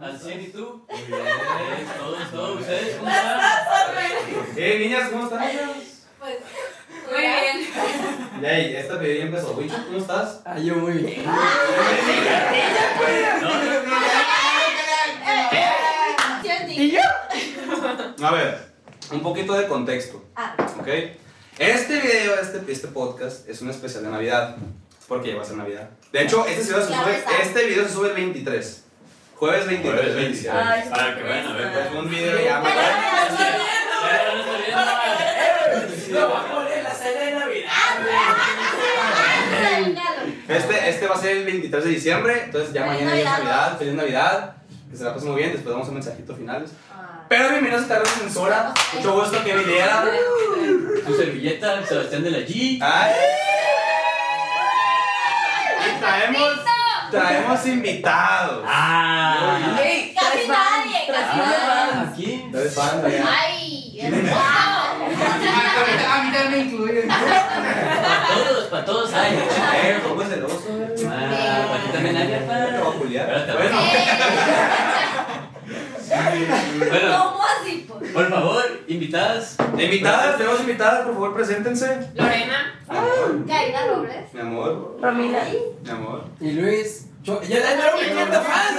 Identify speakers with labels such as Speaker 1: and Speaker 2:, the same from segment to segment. Speaker 1: Al 100 y tú.
Speaker 2: Muy bien.
Speaker 1: Es todo, es todo. ¿Ustedes cómo
Speaker 3: Las
Speaker 1: están?
Speaker 2: Eh, niñas, ¿cómo están? niñas?
Speaker 3: Pues,
Speaker 4: Muy bien.
Speaker 2: Ya, y esta pedida empezó. Wicho, ¿cómo estás?
Speaker 5: Ah, yo muy bien.
Speaker 3: Jenny.
Speaker 5: yo?
Speaker 2: A ver, un poquito de contexto.
Speaker 3: Ah,
Speaker 2: ¿ok? Este video, este, este podcast es un especial de Navidad, porque ya va a ser Navidad. De hecho, este, se
Speaker 3: Pues Ya
Speaker 2: sube,
Speaker 3: está.
Speaker 2: este video se sube el 23, jueves 23.
Speaker 1: Jueves 23.
Speaker 2: Ay,
Speaker 4: Ay,
Speaker 1: Para que vayan a ver.
Speaker 2: pues, un video
Speaker 3: Pero
Speaker 2: ya más-
Speaker 3: ya no estoy
Speaker 1: Ya no estoy viendo.
Speaker 5: Lo va a poner la cena de Navidad.
Speaker 3: Regalos.
Speaker 2: Este, este va a ser el 23 de diciembre, entonces ya
Speaker 3: Feliz
Speaker 2: mañana ya es
Speaker 3: Navidad.
Speaker 2: Navidad, feliz Navidad, que se la pasen muy bien, después damos un mensajito finales. Pero bienvenidos a Tarde Censora, mucho gusto que viniera.
Speaker 1: Tu servilleta, Sebastián de la G.
Speaker 2: Ay. Y Traemos, traemos invitados.
Speaker 1: Ah.
Speaker 4: Ey,
Speaker 3: Casi
Speaker 4: tres
Speaker 3: nadie,
Speaker 4: fans, tres
Speaker 3: casi nadie.
Speaker 4: fans.
Speaker 1: ¿A quién?
Speaker 2: Ustedes saben, ¿verdad?
Speaker 3: Ay, wow.
Speaker 5: A mí también me incluyen.
Speaker 1: Para todos, para todos hay.
Speaker 2: Eh, ¿cómo es el oso?
Speaker 1: Ah, para ti también hay.
Speaker 2: Te va a
Speaker 1: papá.
Speaker 2: culiar.
Speaker 1: Espérate,
Speaker 2: Bueno,
Speaker 1: Bueno,
Speaker 3: ¿Cómo así? pues?
Speaker 1: por favor, invitadas.
Speaker 2: invitadas, tenemos invitadas, por favor, preséntense.
Speaker 4: Lorena.
Speaker 5: Ah.
Speaker 3: Karina Robles.
Speaker 2: Mi amor,
Speaker 4: Romina.
Speaker 2: mi amor.
Speaker 5: Y Luis, yo, yo le entro a mi ¿eh? club de fans,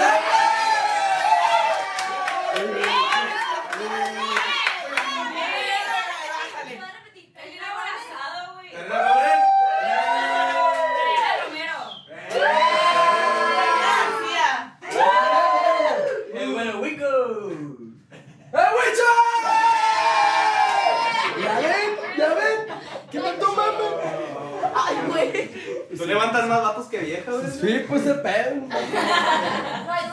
Speaker 1: Muy bueno, Wico.
Speaker 5: ¿Ya ven? ¿Ya ven? ¿Qué tanto mames?
Speaker 2: Tú levantas más vatos que viejas, güey. Ok,
Speaker 5: Sí, pues el pedo.
Speaker 2: ok. pero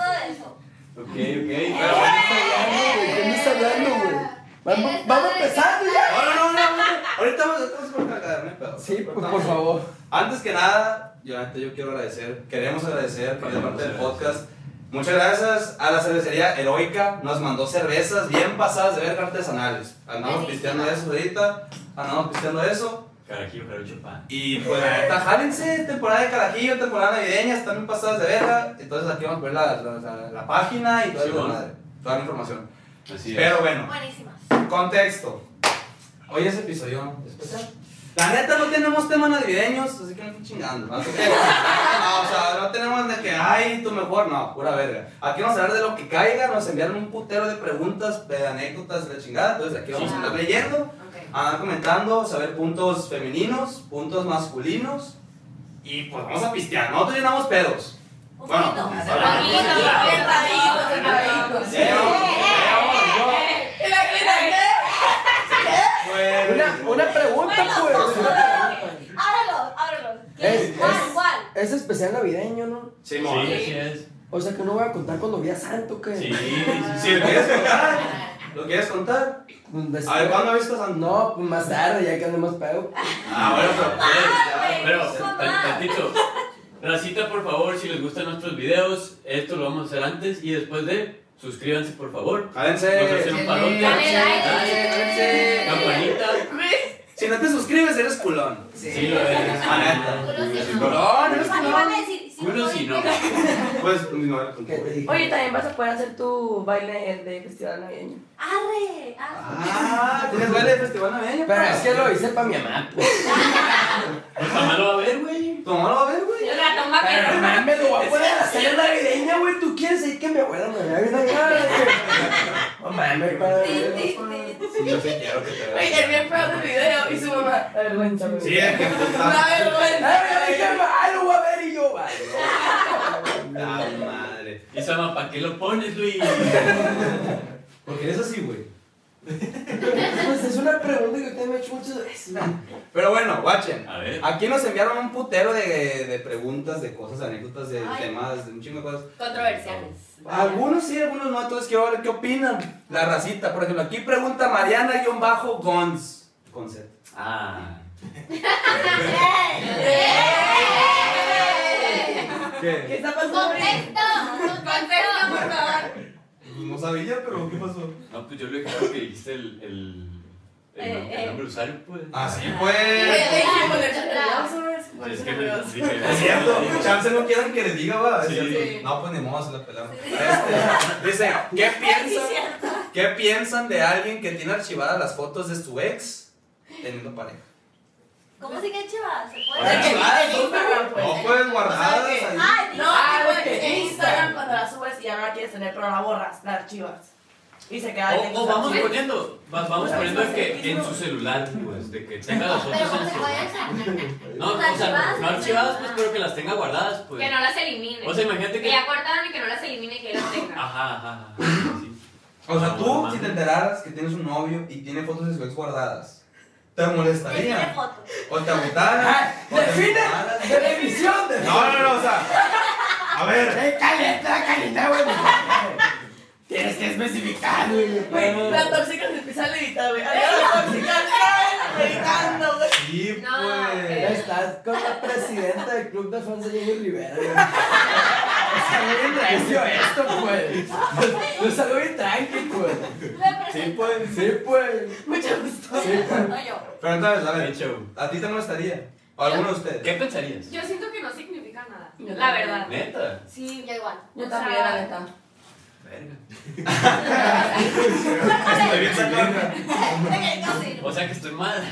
Speaker 2: bueno.
Speaker 5: ¿Qué me está hablando, güey? Vamos, vamos empezando ya.
Speaker 2: No, no, no, no, no. Ahorita vamos a por cagarme, pero.
Speaker 5: Sí, pues por favor.
Speaker 2: Antes que nada, yo, antes yo quiero agradecer, queremos agradecer por la parte del podcast. Muchas gracias a la cervecería Heroica, nos mandó cervezas bien pasadas de verga artesanales. Andamos pisteando eso ahorita, andamos pisteando eso.
Speaker 1: Carajillo, carucho, pa.
Speaker 2: Y pues la neta, jálense, temporada de carajillo, temporada navideña, están bien pasadas de verga. Entonces aquí vamos a ver la, la, la- la página y toda,
Speaker 1: Sí,
Speaker 2: la,
Speaker 1: bueno.
Speaker 2: madre, toda la información.
Speaker 1: Así es.
Speaker 2: Pero bueno, contexto. Hoy es episodio especial. La neta, no tenemos temas navideños, así que no estoy chingando. No, no, o sea, no tenemos de que, ay, tú mejor, no, pura verga. Aquí vamos a hablar de lo que caiga, nos enviaron un putero de preguntas, de anécdotas, de la chingada. Entonces aquí vamos a estar leyendo andar comentando, saber puntos femeninos, puntos masculinos. Y pues vamos a pistear, nosotros llenamos pedos. Ya llevamos- ya llevamos, güey.
Speaker 5: Una, una pregunta, pues. Es, es, es especial navideño, ¿no?
Speaker 2: Simón.
Speaker 1: Sí, así es.
Speaker 5: O sea que no voy a contar cuando vi a Santo, que.
Speaker 1: Sí, sí,
Speaker 2: Si lo quieres contar, ¿lo quieres contar?
Speaker 5: Pues, después-
Speaker 2: A ver, ¿cuándo has visto a San-
Speaker 5: No, pues más tarde, ya que ande más pedo.
Speaker 2: Ah, bueno, pero.
Speaker 1: Pero, tan- tantito. Racita, por favor, si les gustan nuestros videos, esto lo vamos a hacer antes y después de, suscríbanse, por favor. Nos hacen
Speaker 2: Jálense.
Speaker 1: un parote.
Speaker 4: Dale like.
Speaker 1: Dale, Campanita.
Speaker 2: Si no te suscribes, eres culón.
Speaker 1: Sí, lo eres.
Speaker 2: Ah,
Speaker 5: No, no,
Speaker 1: Uno si no.
Speaker 2: Pues, no era
Speaker 5: ¿Qué te
Speaker 2: culón.
Speaker 5: dije?
Speaker 4: Oye, también vas a poder hacer tu baile el de festival navideño.
Speaker 3: Arre, arre.
Speaker 2: Ah, ¿tienes baile de festival navideño?
Speaker 5: Pero es que lo hice para mi mamá, pues.
Speaker 1: Pues mamá lo va a ver, güey.
Speaker 2: Tu mamá lo va a ver, güey.
Speaker 5: Pero mamá me lo va a poner a la cena navideña, güey. ¿Tú quieres decir que mi abuela me va a ayudar? No mames, padre.
Speaker 2: Sí, yo sí quiero que te
Speaker 4: Oye, el bien feo del video y su mamá. La vergüenza, güey.
Speaker 2: Sí, es que
Speaker 4: La
Speaker 5: Ay,
Speaker 4: vergüenza.
Speaker 5: yo dije, ah, lo voy a ver y yo, va.
Speaker 2: La madre.
Speaker 1: Y Sama, ¿para qué lo pones, Luis?
Speaker 2: Porque eres así, güey.
Speaker 5: Pues es una pregunta que usted me ha hecho muchas veces.
Speaker 2: Pero bueno, watchen.
Speaker 1: A ver.
Speaker 2: Aquí nos enviaron un putero de, de preguntas, de cosas, anécdotas, de
Speaker 3: Ay.
Speaker 2: temas, de un chingo de cosas.
Speaker 3: Controversiales.
Speaker 2: Algunos sí, algunos no. Entonces quiero ver qué opinan. La racita, por ejemplo, aquí pregunta Mariana-Gons. Con Z.
Speaker 1: Ah.
Speaker 2: ¿Qué?
Speaker 4: está pasando?
Speaker 2: No sabía, pero ¿qué pasó?
Speaker 1: No, pues yo lo dije porque dijiste el, el, El nom- el nombre de usuario, pues.
Speaker 2: Así
Speaker 3: Eh,
Speaker 2: pues.
Speaker 3: eh.
Speaker 1: Pues es que me dije.
Speaker 2: Es cierto, chance no quieran que les diga, va. Es
Speaker 1: Sí.
Speaker 2: cierto. No, pues ni modo, se la pelaron. Este, dice, ¿qué piensan, ¿qué piensan de alguien que tiene archivadas las fotos de su ex teniendo pareja?
Speaker 3: ¿Cómo se queda chiva? ¿Se puede?
Speaker 2: Ah,
Speaker 6: Archivadas,
Speaker 2: no,
Speaker 6: Instagram, pues.
Speaker 2: No puedes guardadas
Speaker 6: O sea, que-
Speaker 2: ahí.
Speaker 3: Ah,
Speaker 6: No,
Speaker 3: no,
Speaker 6: güey,
Speaker 3: güey.
Speaker 6: en Instagram cuando la subes y ya no la quieres tener, pero la borras, la archivas. Y se queda ahí en
Speaker 1: O,
Speaker 6: tus
Speaker 1: o vamos
Speaker 6: archivos.
Speaker 1: poniendo, va- vamos poniendo que en su celular, pues, de que tenga las fotos
Speaker 3: Pero
Speaker 1: en
Speaker 3: ¿cómo
Speaker 1: su
Speaker 3: se
Speaker 1: celular.
Speaker 3: puede?
Speaker 1: No, o sea, no archivadas, pues, pero que las tenga guardadas,
Speaker 7: Que
Speaker 1: pues.
Speaker 7: no las elimine.
Speaker 1: O sea, imagínate
Speaker 7: que
Speaker 1: que.
Speaker 7: ya guardaron y que no las elimine y que las tenga.
Speaker 1: Ajá, ajá, ajá. sí.
Speaker 2: O sea, tú,
Speaker 1: Mamá.
Speaker 2: si te enteraras que tienes un novio y tiene fotos de su ex guardadas, ¿te
Speaker 3: Tiene
Speaker 2: molestaría?
Speaker 3: fotos.
Speaker 2: ¿O te agüitaras?
Speaker 5: Ah,
Speaker 2: ¿O te
Speaker 5: define.
Speaker 2: enojaras?
Speaker 5: Televisión de.
Speaker 2: No, no, no, o sea, a ver.
Speaker 5: Eh, Caleta, caleta, güey. Tienes que especificar, güey.
Speaker 6: Güey, la tóxica se empieza a levitar, güey. Adiós, la tóxica, ay, levitando, güey.
Speaker 2: Sí,
Speaker 7: No,
Speaker 5: Ya
Speaker 2: pues.
Speaker 7: eh.
Speaker 5: estás con la presidenta del club de fans de Jenny Rivera, güey. Está bien recio esto, pues. Lo salgo bien tranqui, pues.
Speaker 2: Sí, pues.
Speaker 5: Sí, pues.
Speaker 6: Mucho gusto.
Speaker 5: Sí, pues.
Speaker 3: No yo.
Speaker 2: Pero entonces, a
Speaker 1: De
Speaker 2: ver,
Speaker 1: hecho,
Speaker 2: ¿a ti te molestaría? ¿O a alguno de ustedes?
Speaker 1: ¿qué pensarías?
Speaker 7: Yo siento que no significa nada.
Speaker 4: Yo
Speaker 7: La
Speaker 4: también.
Speaker 7: verdad.
Speaker 1: Neta.
Speaker 7: Sí.
Speaker 3: Yo igual.
Speaker 4: Yo también, la neta.
Speaker 1: Verga.
Speaker 2: Estoy bien sacando.
Speaker 3: Ok, no, sí.
Speaker 1: O sea que estoy mal.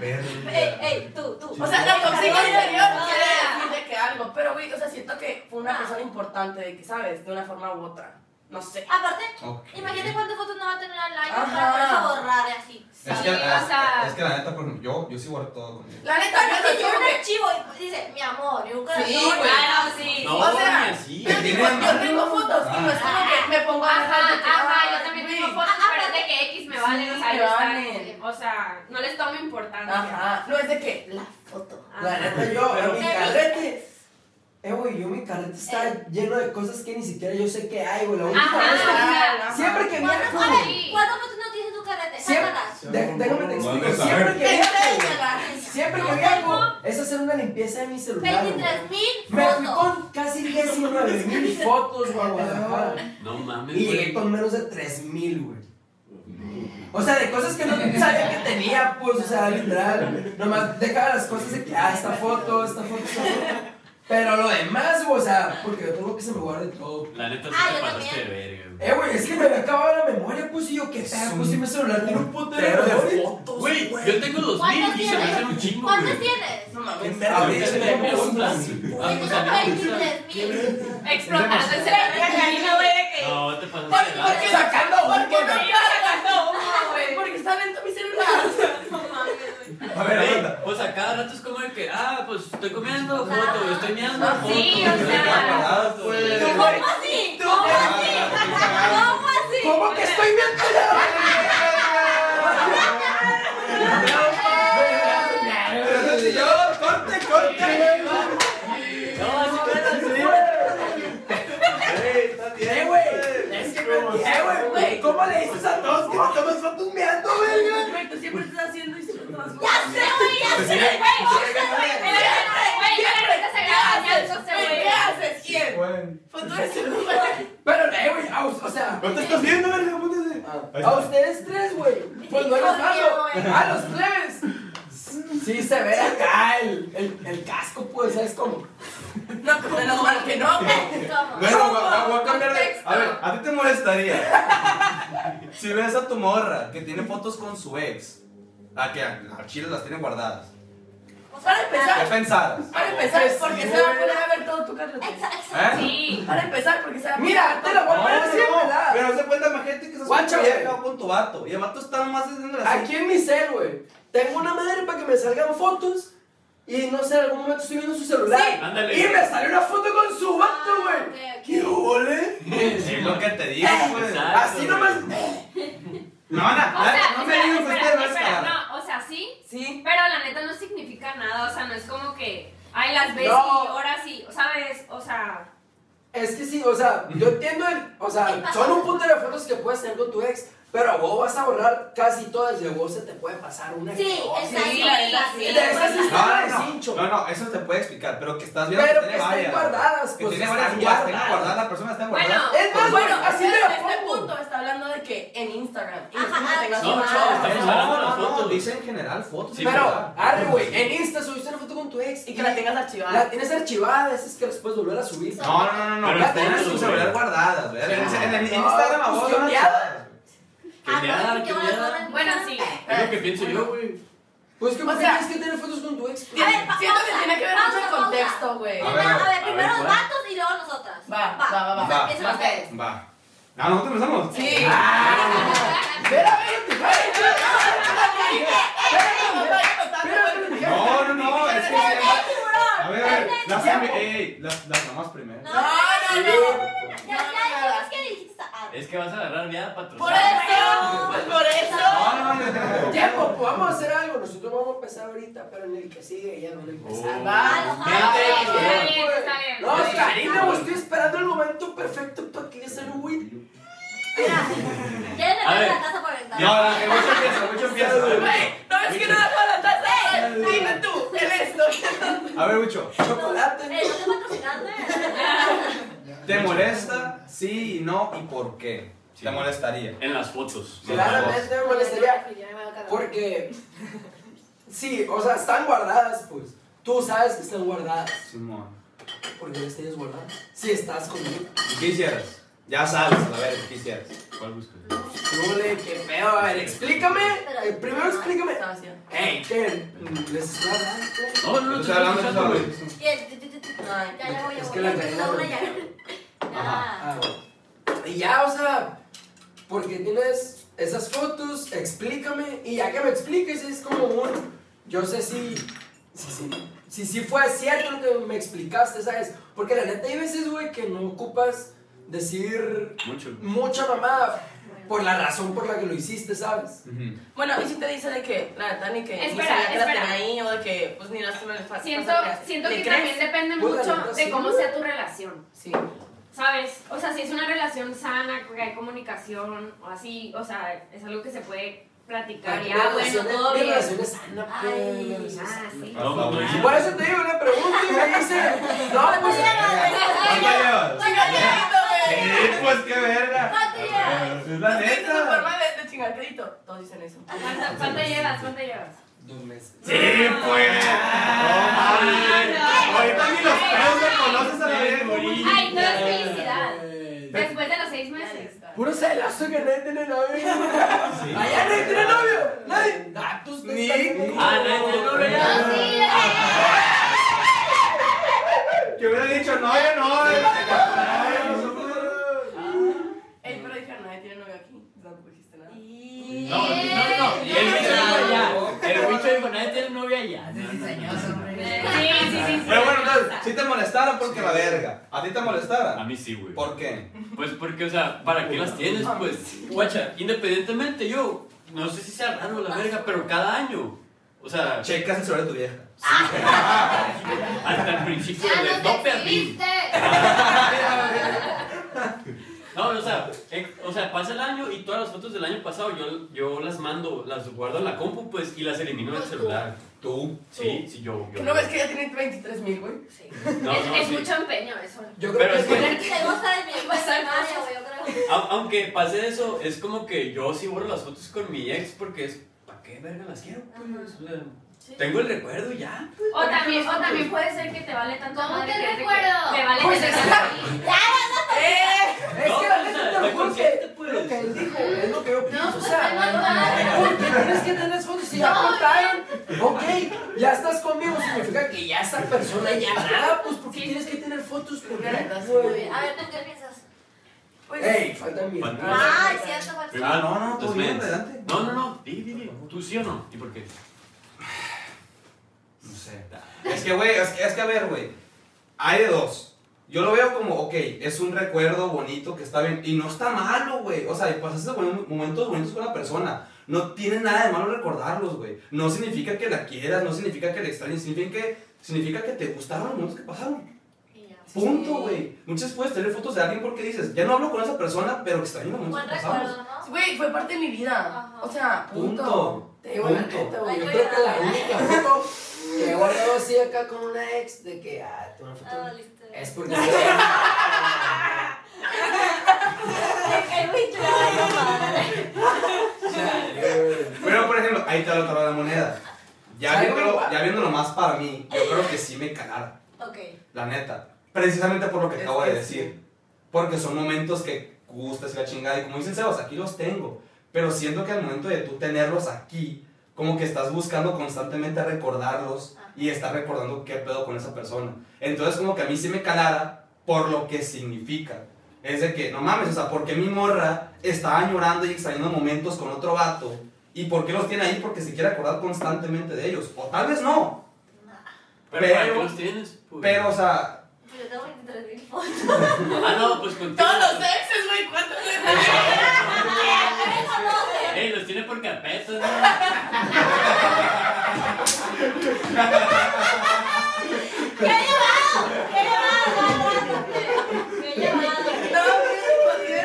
Speaker 3: Ey, ey, tú, tú.
Speaker 6: O sea, la tóxica interior
Speaker 3: No,
Speaker 6: quiere decir de que algo, pero güey, o sea, siento que fue una persona importante, de que sabes, de una forma u otra. No sé.
Speaker 3: Aparte,
Speaker 2: Ok.
Speaker 3: imagínate cuántas fotos no va a tener al año para
Speaker 6: Ajá.
Speaker 3: poderse borrar y así.
Speaker 2: Es
Speaker 7: Sí,
Speaker 2: que,
Speaker 7: o sea-
Speaker 2: es que la neta, por ejemplo, yo, yo sí guardo todo conmigo.
Speaker 6: La neta,
Speaker 3: Pero si
Speaker 6: yo no
Speaker 3: tiene
Speaker 6: tengo
Speaker 3: un
Speaker 6: que.
Speaker 3: archivo y dice, mi amor, y un corazón.
Speaker 6: Sí,
Speaker 3: y-
Speaker 6: güey.
Speaker 7: Claro, sí.
Speaker 1: No,
Speaker 6: O sea,
Speaker 1: ni así.
Speaker 6: Yo tengo, yo tengo fotos y no es como que me pongo a dejar
Speaker 7: Ajá,
Speaker 6: de que,
Speaker 7: ajá,
Speaker 6: ay,
Speaker 7: yo también tengo
Speaker 6: güey.
Speaker 7: fotos,
Speaker 3: Ajá,
Speaker 7: pero es
Speaker 3: pero-
Speaker 7: de que X me
Speaker 6: Sí,
Speaker 7: valen, o sea,
Speaker 6: me
Speaker 7: yo están-
Speaker 6: valen.
Speaker 7: O sea, no les tomo importancia.
Speaker 6: Ajá. No es de que la foto.
Speaker 7: Ajá.
Speaker 5: La neta, yo,
Speaker 1: Pero-
Speaker 5: mi carrete. Eh, güey, yo mi carrete está lleno de cosas que ni siquiera yo sé que hay, güey. La única
Speaker 7: Ajá.
Speaker 5: vez
Speaker 6: Ajá.
Speaker 5: que- Siempre que
Speaker 3: ¿Cuántas-
Speaker 5: viajo.
Speaker 3: a ver,
Speaker 7: Sí.
Speaker 3: ¿Cuántas fotos no tienes en tu carrete?
Speaker 5: Siempre-
Speaker 3: Sácalas.
Speaker 5: Dé- Déjame te explico.
Speaker 2: ¿Dónde
Speaker 5: Siempre que viajo. Siempre que
Speaker 3: No
Speaker 5: viajo es hacer una limpieza de mi celular. güey.
Speaker 3: 23 mil
Speaker 5: Me fui
Speaker 3: fotos.
Speaker 5: con casi 19 mil fotos, güey, a Guadalajara.
Speaker 1: No mames,
Speaker 5: Y llegué
Speaker 1: güey.
Speaker 5: con menos de 3 mil, güey. O sea, de cosas que no sabía que tenía, pues, o sea, literal. Nomás dejaba las cosas de que, ah, esta foto, esta foto, esta foto. Pero lo demás, güey, o sea, porque yo tengo que se me guarde todo.
Speaker 1: La neta, sí
Speaker 3: Ah,
Speaker 1: te
Speaker 3: yo
Speaker 1: pasaste de
Speaker 3: también.
Speaker 1: verga, güey.
Speaker 5: Eh, güey, es que me había acabado la memoria, pues, y yo, qué
Speaker 2: Es
Speaker 5: pedo,
Speaker 2: un
Speaker 5: pues, si mi celular tiene un putero
Speaker 2: putero de
Speaker 5: de memoria.
Speaker 2: fotos,
Speaker 1: Güey, yo tengo los mil
Speaker 3: ¿Cuántas
Speaker 1: y se me
Speaker 3: tienes?
Speaker 1: hacen un chingo,
Speaker 3: ¿Cuántas
Speaker 1: güey.
Speaker 3: tienes?
Speaker 6: No
Speaker 5: Qué
Speaker 6: mames.
Speaker 5: perro,
Speaker 1: Ahorita se me
Speaker 5: güey, es un
Speaker 1: preguntan.
Speaker 5: plástico.
Speaker 1: Ah, pues, a mí me gusta.
Speaker 3: Tengo 23 mil.
Speaker 7: Explotando el cerebro.
Speaker 6: Imagino, güey, de que.
Speaker 1: No, te pasaste de
Speaker 6: ¿Por
Speaker 1: verga.
Speaker 6: qué
Speaker 5: Sacando
Speaker 6: ¿Por qué
Speaker 5: un
Speaker 6: no quiero sacando uno, güey? Porque está lento mi celular. No mames, güey.
Speaker 2: A ver,
Speaker 1: Ey,
Speaker 2: aguanta.
Speaker 1: O sea, cada rato es como de que, ah, pues estoy comiendo foto, estoy mirando
Speaker 6: Ah,
Speaker 1: foto.
Speaker 7: sí, o
Speaker 1: estoy
Speaker 7: sea.
Speaker 1: guardado,
Speaker 2: Pues,
Speaker 1: güey.
Speaker 2: ¿cómo
Speaker 3: ¿Cómo así? ¿Cómo
Speaker 2: Ah,
Speaker 3: así?
Speaker 2: estoy cagado.
Speaker 3: ¿Cómo así?
Speaker 5: ¿Cómo que estoy viendo la
Speaker 2: Pero no sé yo, corte, corte.
Speaker 1: No, así que era así.
Speaker 2: Ey, está bien,
Speaker 5: Eh, güey. Es que me eh, güey. ¿Cómo le dices a todos que te tomas fotos meando, verga?
Speaker 6: Güey, tú siempre estás haciendo y siempre tomas
Speaker 3: Ya sé, güey, ya sé.
Speaker 7: Güey, güey, yo la neta se graba bañándose, güey.
Speaker 6: ¿Qué haces? ¿Quién?
Speaker 2: güey.
Speaker 6: Foto de celular.
Speaker 5: Pero, eh, güey, a us- o sea.
Speaker 2: ¿No te estás viendo, verga? Apúntese. Ahí
Speaker 5: A
Speaker 2: está.
Speaker 5: ustedes tres, güey. Pues no les hablo. A los tres. Sí, se ve acá el, el, el casco, pues, ¿sabes cómo?
Speaker 6: No, menos mal que no, güey.
Speaker 3: ¿Cómo?
Speaker 2: Bueno, va- va- voy a cambiar de. A ver, ¿a ti te molestaría? Si ves a tu morra que tiene fotos con su ex, a que a a Chile las tiene guardadas,
Speaker 6: Para
Speaker 2: ¿qué
Speaker 6: empezar,
Speaker 2: pensaras?
Speaker 6: para empezar,
Speaker 5: Sí,
Speaker 6: porque se
Speaker 5: güey.
Speaker 6: va a poner a ver todo tu carrete.
Speaker 3: Exacto.
Speaker 2: ¿Eh?
Speaker 7: Sí.
Speaker 6: Para empezar, porque se va a poner a
Speaker 5: Mira,
Speaker 6: ver
Speaker 5: te lo voy a poner así en pelada.
Speaker 2: pero se cuenta, imagínate que estás con
Speaker 5: Guacha,
Speaker 2: tu
Speaker 5: güey.
Speaker 2: vieja o con tu vato. Y el vato está nomás haciendo la
Speaker 5: Aquí en mi cel, güey. Tengo una madre para que me salgan fotos. Y no sé, en algún momento estoy viendo su celular.
Speaker 6: Sí.
Speaker 1: Ándale.
Speaker 5: Y me salió una foto con su vato,
Speaker 3: Ah,
Speaker 5: güey.
Speaker 3: ok, ok.
Speaker 5: ¡Qué ole!
Speaker 1: Sí,
Speaker 2: Es lo que te digo, güey.
Speaker 1: Exacto.
Speaker 5: Así nomás.
Speaker 2: No, no,
Speaker 7: O sea,
Speaker 2: Ah, no, no me
Speaker 7: espera,
Speaker 2: digas que
Speaker 7: espera,
Speaker 2: ustedes van a
Speaker 7: espera,
Speaker 2: estar.
Speaker 7: no, o sea, sí,
Speaker 6: Sí.
Speaker 7: pero la neta no significa nada, o sea, no es como que, ay, las ves
Speaker 5: No.
Speaker 7: y ahora sí, ¿sabes? O sea,
Speaker 5: Es que sí, o sea, yo entiendo el. O sea, son un punto de fotos que puedes tener con tu ex. Pero a vos vas a borrar casi todas. Y a vos se te puede pasar una.
Speaker 3: Sí,
Speaker 5: que dos.
Speaker 3: exacto.
Speaker 7: Sí, la neta, sí.
Speaker 5: De esas historias de cincho.
Speaker 2: No, no, no, eso te puede explicar, pero que estás viendo
Speaker 5: Pero
Speaker 2: que
Speaker 5: que
Speaker 2: tiene
Speaker 5: estén
Speaker 2: varias.
Speaker 5: guardadas,
Speaker 2: Que
Speaker 5: pues.
Speaker 2: tiene
Speaker 5: están
Speaker 2: varias guardadas, tengo
Speaker 5: guardadas. Eh,
Speaker 2: guardadas, la persona está
Speaker 7: Bueno,
Speaker 2: guardada.
Speaker 5: Es más,
Speaker 6: Pues Bueno,
Speaker 5: bueno, así
Speaker 6: pero
Speaker 5: te
Speaker 6: en
Speaker 5: la
Speaker 6: este
Speaker 5: pongo.
Speaker 6: punto está hablando de que en Instagram. Y
Speaker 3: Ajá,
Speaker 6: tú no tengas
Speaker 1: no,
Speaker 6: un
Speaker 1: chavo,
Speaker 6: mal.
Speaker 1: estamos hablando de las fotos.
Speaker 2: dice en general fotos.
Speaker 1: Sí,
Speaker 5: Pero, ah,
Speaker 1: ¿verdad?
Speaker 5: arre, güey, en Insta subiste una foto con tu ex
Speaker 6: Y que la tengas archivada.
Speaker 5: La tienes archivada, es que después volver a subir.
Speaker 2: No, no, no, no,
Speaker 1: Pero
Speaker 2: las
Speaker 1: en
Speaker 2: tienes en
Speaker 1: fotos,
Speaker 2: su
Speaker 1: güey.
Speaker 2: celular guardadas, güey. En, en- en
Speaker 5: No,
Speaker 2: Instagram a vos.
Speaker 5: pues,
Speaker 2: no
Speaker 5: bloqueadas.
Speaker 1: Que
Speaker 3: Ah,
Speaker 1: ya,
Speaker 3: no, porque
Speaker 1: que
Speaker 3: ahora
Speaker 1: ya.
Speaker 3: corren-
Speaker 7: Bueno, sí.
Speaker 1: Es lo que pienso yo, güey.
Speaker 5: Pues que
Speaker 6: O
Speaker 5: ¿por qué
Speaker 6: sea-
Speaker 5: tienes que tener fotos con tu ex.
Speaker 3: A ver, pa-
Speaker 6: Siento que
Speaker 3: pausa,
Speaker 6: tiene que ver
Speaker 3: pausa,
Speaker 6: mucho el
Speaker 3: pausa.
Speaker 6: contexto, güey.
Speaker 2: A
Speaker 3: A
Speaker 2: ver,
Speaker 3: ver,
Speaker 2: a ver,
Speaker 3: primero los
Speaker 1: ¿cuál?
Speaker 3: vatos y luego nosotras.
Speaker 6: Va, va, va, va.
Speaker 3: O sea,
Speaker 2: Va.
Speaker 3: empiecen ustedes.
Speaker 2: Va. Ah, nosotros empezamos. Ah,
Speaker 6: Sí.
Speaker 5: Espera, espérate, espérate.
Speaker 2: No, no, no, es que.
Speaker 3: ¡El del tiburón!
Speaker 2: A ver, a ver, las, prim- ey, las, las mamás primero.
Speaker 3: No,
Speaker 6: No, no, no.
Speaker 3: Ya, ya dijimos que dijiste ah, a-
Speaker 1: Es que vas a agarrar ya
Speaker 6: Por
Speaker 1: patrocinio.
Speaker 6: eso, pues por eso.
Speaker 2: No, no, no, no, no.
Speaker 5: Tiempo, pues vamos a hacer algo. Nosotros vamos a empezar ahorita, pero en el que sigue ya van a empezar.
Speaker 1: Oh.
Speaker 5: Va.
Speaker 7: Está
Speaker 1: Vente,
Speaker 7: bien, está bien.
Speaker 5: Pues, No, cariño, estoy esperando el momento perfecto para que hacer un win.
Speaker 3: Ya le
Speaker 1: A ver.
Speaker 3: la taza por el
Speaker 2: No,
Speaker 3: taza.
Speaker 2: no, el mucho empieza, el mucho empieza.
Speaker 6: Güey, no es que no dejó la taza. Dime tú, el esto.
Speaker 2: A ver, Mucho,
Speaker 5: Chocolate.
Speaker 3: Eh, no te patrocinando, eh.
Speaker 2: ¿te molesta? Sí y no, ¿y por qué?
Speaker 1: Sí.
Speaker 2: Te molestaría.
Speaker 1: en las fotos.
Speaker 5: Claramente me molestaría. Porque. Sí, o sea, están guardadas, pues. Tú sabes que están guardadas.
Speaker 2: Simón.
Speaker 5: Porque las tienes guardadas. Si estás conmigo.
Speaker 2: ¿Y qué hicieras? Ya sabes, a ver, ¿qué hicieras?
Speaker 1: ¿Cuál buscas?
Speaker 5: Dule, qué pedo. A ver, explícame. eh, primero explícame.
Speaker 6: Ay,
Speaker 5: Ey, ¿qué? ¿Les estoy
Speaker 1: No, no,
Speaker 5: hablando?
Speaker 1: no,
Speaker 2: Estoy
Speaker 1: te
Speaker 2: hablando, estoy
Speaker 1: escuchando, güey.
Speaker 2: hablando.
Speaker 3: Y el- tu, tu, tu, tu. Ya, ya voy, ya
Speaker 5: Es
Speaker 3: voy.
Speaker 5: que la
Speaker 3: Ya,
Speaker 5: cadena-
Speaker 3: una ya. Ya.
Speaker 2: Ajá.
Speaker 5: Ah, bueno. Y ya, o sea, porque tienes esas fotos, explícame. Y ya que me expliques, es como un. Yo sé si. Si sí si, sí fue cierto lo que me explicaste, ¿sabes? Porque la neta hay veces, güey, que no ocupas decir
Speaker 1: Mucho.
Speaker 5: mucha mamada por la razón por la que lo hiciste, ¿sabes?
Speaker 2: Ujú.
Speaker 6: Bueno, y si te dice de que la neta ni que ni
Speaker 7: Espera,
Speaker 6: sabía que la
Speaker 7: espera.
Speaker 6: tenía ahí o de que pues ni las me las
Speaker 7: Siento, siento
Speaker 6: ¿Le
Speaker 7: que
Speaker 6: crees?
Speaker 7: también depende
Speaker 5: Pues, la neta,
Speaker 7: mucho
Speaker 5: sí.
Speaker 7: de cómo sea tu relación,
Speaker 6: Sí.
Speaker 7: ¿sabes? O sea, si es una relación sana, que hay comunicación o así, o sea, es algo que se puede platicar y ah, bueno,
Speaker 5: relación
Speaker 7: todo
Speaker 5: mi
Speaker 7: bien.
Speaker 5: relación es sana, pues,
Speaker 3: Ay,
Speaker 5: mi relación es
Speaker 7: Ah,
Speaker 5: sana.
Speaker 7: sí.
Speaker 1: No, güey.
Speaker 5: Por eso te digo, le pregunto y me dice, no, pues,
Speaker 2: ¿Cuánto llevas?
Speaker 3: ¿Cuánto llevas?
Speaker 2: Sí, pues qué verga.
Speaker 3: ¿Cuánto llevas?
Speaker 2: Es la
Speaker 6: Es su
Speaker 2: neta.
Speaker 6: forma de, de chingar crédito. Todos dicen eso.
Speaker 7: ¿Cuánto, cuánto llevas? ¿Cuánto llevas?
Speaker 5: dos meses.
Speaker 2: Sí, pues. No mames. Ahorita ni los pedos me conoces a la verga.
Speaker 7: Ay, no es felicidad.
Speaker 5: Ay.
Speaker 7: Después de los seis meses.
Speaker 5: Puro celoso que nadie tiene novio. Allá nadie tiene novio. Nadie. Ah, tú estás
Speaker 2: Ni-
Speaker 5: también.
Speaker 1: Ah, nadie tiene novio.
Speaker 7: No, sí, de-
Speaker 2: Que hubiera dicho, no, yo no. eh. Ay, nosotros-
Speaker 6: Ey, pero dijeron, nadie tiene novio aquí. Tampoco dijiste nada.
Speaker 3: Y-
Speaker 1: No, no, no. Y el bicho dijo ya. El bicho dijo, nadie tiene novia ya.
Speaker 7: Sí, sí, sí, sí.
Speaker 2: Pero bueno,
Speaker 7: me
Speaker 2: entonces,
Speaker 7: gusta.
Speaker 2: si te molestara porque la verga. ¿A ti te
Speaker 1: A
Speaker 2: molestara?
Speaker 1: mí sí, güey.
Speaker 2: ¿Por qué?
Speaker 1: Pues porque, o sea, ¿para qué las tienes? Pues, guacha, independientemente yo, no sé si sea raro la verga, pero cada año, o sea,
Speaker 2: Checas el celular de tu vieja.
Speaker 1: hasta el principio
Speaker 7: Ya
Speaker 1: de
Speaker 7: nos
Speaker 1: tope a ti.
Speaker 7: exhibiste.
Speaker 1: No, o sea, eh, o sea, pasa el año y todas las fotos del año pasado yo, yo las mando, las guardo en la compu, pues, y las elimino del celular.
Speaker 2: Tú.
Speaker 1: Sí, sí, yo. yo
Speaker 6: ¿Tú no ves que ya tienen 23 mil, güey?
Speaker 7: Sí.
Speaker 1: No,
Speaker 7: es
Speaker 1: no,
Speaker 7: es
Speaker 1: sí.
Speaker 7: mucho empeño eso.
Speaker 5: Yo creo
Speaker 1: Pero
Speaker 5: que
Speaker 1: es que-
Speaker 3: Te gusta el mismo escenario, güey, yo creo.
Speaker 1: A- aunque pase eso, es como que yo sí borro las fotos con mi ex porque es, ¿para qué verga las quiero? Pues, o sea, tengo el recuerdo y ya.
Speaker 7: O también, o también puede ser que te vale tanto.
Speaker 3: ¿Cómo
Speaker 7: madre
Speaker 3: te
Speaker 7: que-
Speaker 3: recuerdo?
Speaker 7: Te vale
Speaker 5: Pues,
Speaker 7: que te
Speaker 6: ¡Eh!
Speaker 5: Es que la neta te
Speaker 1: No,
Speaker 5: lo juro
Speaker 1: o sea,
Speaker 5: que
Speaker 1: ¿por qué
Speaker 5: lo que él dijo es lo que yo pienso. o
Speaker 3: pues,
Speaker 5: sea,
Speaker 3: menos mal.
Speaker 5: ¿por qué tienes que tener fotos si ya
Speaker 3: No,
Speaker 5: cortaron? Ok, ya estás conmigo, significa que ya esta persona ya nada, pues porque
Speaker 7: Sí.
Speaker 5: tienes que tener fotos Pues, con
Speaker 6: La neta,
Speaker 5: él,
Speaker 6: sí,
Speaker 3: Muy
Speaker 5: güey.
Speaker 3: bien. A ver, ¿tú qué piensas?
Speaker 6: Pues,
Speaker 5: Ey, falta mi
Speaker 1: Falta-
Speaker 3: Ah, es cierto, falta-
Speaker 1: Primero,
Speaker 2: Ah, no, no, tú
Speaker 1: los
Speaker 2: bien,
Speaker 1: mens.
Speaker 2: adelante.
Speaker 1: No, no, no, di, di, di. ¿Tú sí o no? ¿Y por qué?
Speaker 2: No sé. Es que, güey, es que, es que a ver, güey. Hay de dos. Yo lo veo como, ok, es un recuerdo bonito que está bien. Y no está malo, güey. O sea, y pasaste buen- momentos bonitos con la persona. No tiene nada de malo recordarlos, güey. No significa que la quieras, no significa que la extrañes. Significa que, significa que te gustaron los momentos que pasaron.
Speaker 3: Y ya.
Speaker 2: Punto, güey. Muchas puedes tener fotos de alguien porque dices, ya no hablo con esa persona, pero extraño los momentos
Speaker 3: Buen
Speaker 2: que pasaron.
Speaker 3: recuerdo, ¿no?
Speaker 6: güey, fue parte de mi vida.
Speaker 7: Ajá.
Speaker 6: O sea,
Speaker 2: Punto.
Speaker 6: Te digo la
Speaker 2: Punto.
Speaker 6: neta,
Speaker 5: Yo
Speaker 6: güey.
Speaker 5: creo que la única foto que he guardado así acá con una ex de que, ah, tengo una
Speaker 3: Ah,
Speaker 5: foto.
Speaker 3: listo.
Speaker 5: Es porque.
Speaker 3: El bicho, ay, no, madre.
Speaker 2: ahí está la otra la moneda. Ya
Speaker 5: ¿Sabe
Speaker 2: viéndolo,
Speaker 5: cuál?
Speaker 2: ya viéndolo más para mí, yo creo que sí me calaron,
Speaker 3: Ok.
Speaker 2: la neta. Precisamente por lo que
Speaker 5: Es
Speaker 2: acabo
Speaker 5: que
Speaker 2: de
Speaker 5: sí.
Speaker 2: decir. Porque son momentos que gustas y la chingada. Y como dicen Sebas, aquí los tengo. Pero siento que al momento de tú tenerlos aquí, como que estás buscando constantemente recordarlos
Speaker 3: Ajá.
Speaker 2: y estás recordando qué pedo con esa persona. Entonces, como que a mí sí me calara por lo que significa. Es de que, no mames, o sea, ¿por qué mi morra está añorando y extrañando momentos con otro vato? ¿Y por qué los tiene ahí? Porque se quiere acordar constantemente de ellos. O tal vez no.
Speaker 1: Pero, ¿para
Speaker 2: Pero-
Speaker 1: qué los tienes? pues?
Speaker 2: Pero, o sea,
Speaker 3: Pues yo tengo 23 mil fotos.
Speaker 1: Ah, no, pues contigo.
Speaker 6: Todos los exes, güey, ¿cuántos
Speaker 3: me conoce!
Speaker 1: Ey, los tiene por capetos, ¿no?
Speaker 3: ¡Me ha llevado! ¡Me ha llevado! ¡Me ha
Speaker 6: No,
Speaker 3: llevado!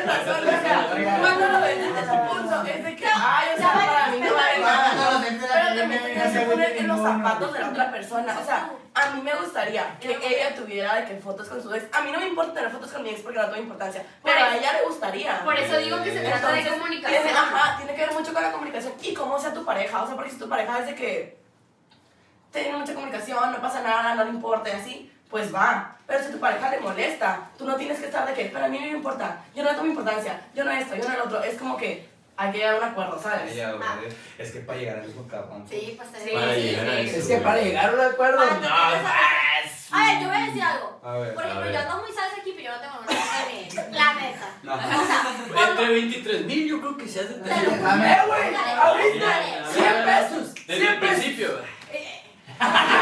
Speaker 6: pues tienes razón, o sea, cuando lo ves desde su punto, es de que, ay, o sea, para mí no vale nada. Pero también te tienes que poner en los zapatos de la otra persona. O sea, a mí me gustaría que ella tuviera de que fotos con su ex. A mí no me importa tener fotos con mi ex porque no tengo importancia. Pero a ella le gustaría.
Speaker 7: Por eso digo que se trata de
Speaker 6: Entonces,
Speaker 7: comunicación.
Speaker 6: Tiene, ajá, tiene que ver mucho con la comunicación y cómo sea tu pareja. O sea, porque si tu pareja es de que tiene mucha comunicación, no pasa nada, no le importa y así, pues va. Pero si tu pareja le molesta, tú no tienes que estar de que, pero a mí no me importa, yo no tomo importancia, yo no esto, yo no el otro. Es como que hay que llegar a un acuerdo, ¿sabes?
Speaker 2: ella, güey, es que para llegar a eso, cabrón.
Speaker 3: Sí, pues te
Speaker 7: Sí,
Speaker 1: Para
Speaker 7: sí,
Speaker 1: llegar a
Speaker 7: sí.
Speaker 1: eso,
Speaker 5: Es que
Speaker 1: güey.
Speaker 5: para llegar a un acuerdo,
Speaker 3: Para
Speaker 5: no
Speaker 1: Ah,
Speaker 3: tener esa-
Speaker 5: más.
Speaker 3: A ver, yo voy a decir algo.
Speaker 2: pues, A ver,
Speaker 3: Por
Speaker 1: a
Speaker 3: ejemplo, yo
Speaker 1: ver.
Speaker 3: ando muy salsa aquí, pero yo no tengo nada de mi ex. La neta.
Speaker 2: Ajá.
Speaker 3: O sea,
Speaker 1: Entre 23 mil, yo creo que se hace.
Speaker 3: Te lo
Speaker 5: A ver, güey, ahorita,
Speaker 3: Ya, ya,
Speaker 5: 100 pesos,
Speaker 1: Desde el
Speaker 5: 100 pesos.
Speaker 1: principio.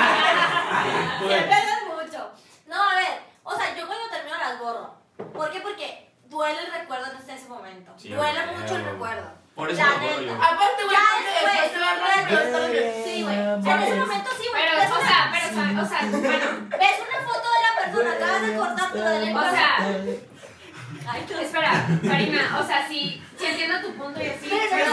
Speaker 3: Te pegas mucho. No, a ver, o sea, yo cuando termino las borro. ¿Por qué? Porque duele el recuerdo en ese- ese momento.
Speaker 1: Sí,
Speaker 3: duele
Speaker 1: güey,
Speaker 3: mucho el
Speaker 1: güey.
Speaker 3: recuerdo.
Speaker 1: Por eso
Speaker 3: La
Speaker 1: lo borro
Speaker 3: neta.
Speaker 1: yo.
Speaker 6: Aparte, güey, porque
Speaker 3: Ya
Speaker 6: después te va a hablar de todo esto, de que-
Speaker 3: después, sí, güey. En ese momento sí, güey.
Speaker 7: Pero,
Speaker 3: ves
Speaker 7: o
Speaker 3: una-
Speaker 7: sea, pero, sabe- o sea, bueno,
Speaker 3: Ves una foto de la persona, acabas de cortar, pero de
Speaker 7: o sea,
Speaker 3: Ay, tú.
Speaker 7: espera, Karina, o sea, sí, sí entiendo tu punto y así.
Speaker 3: Pero,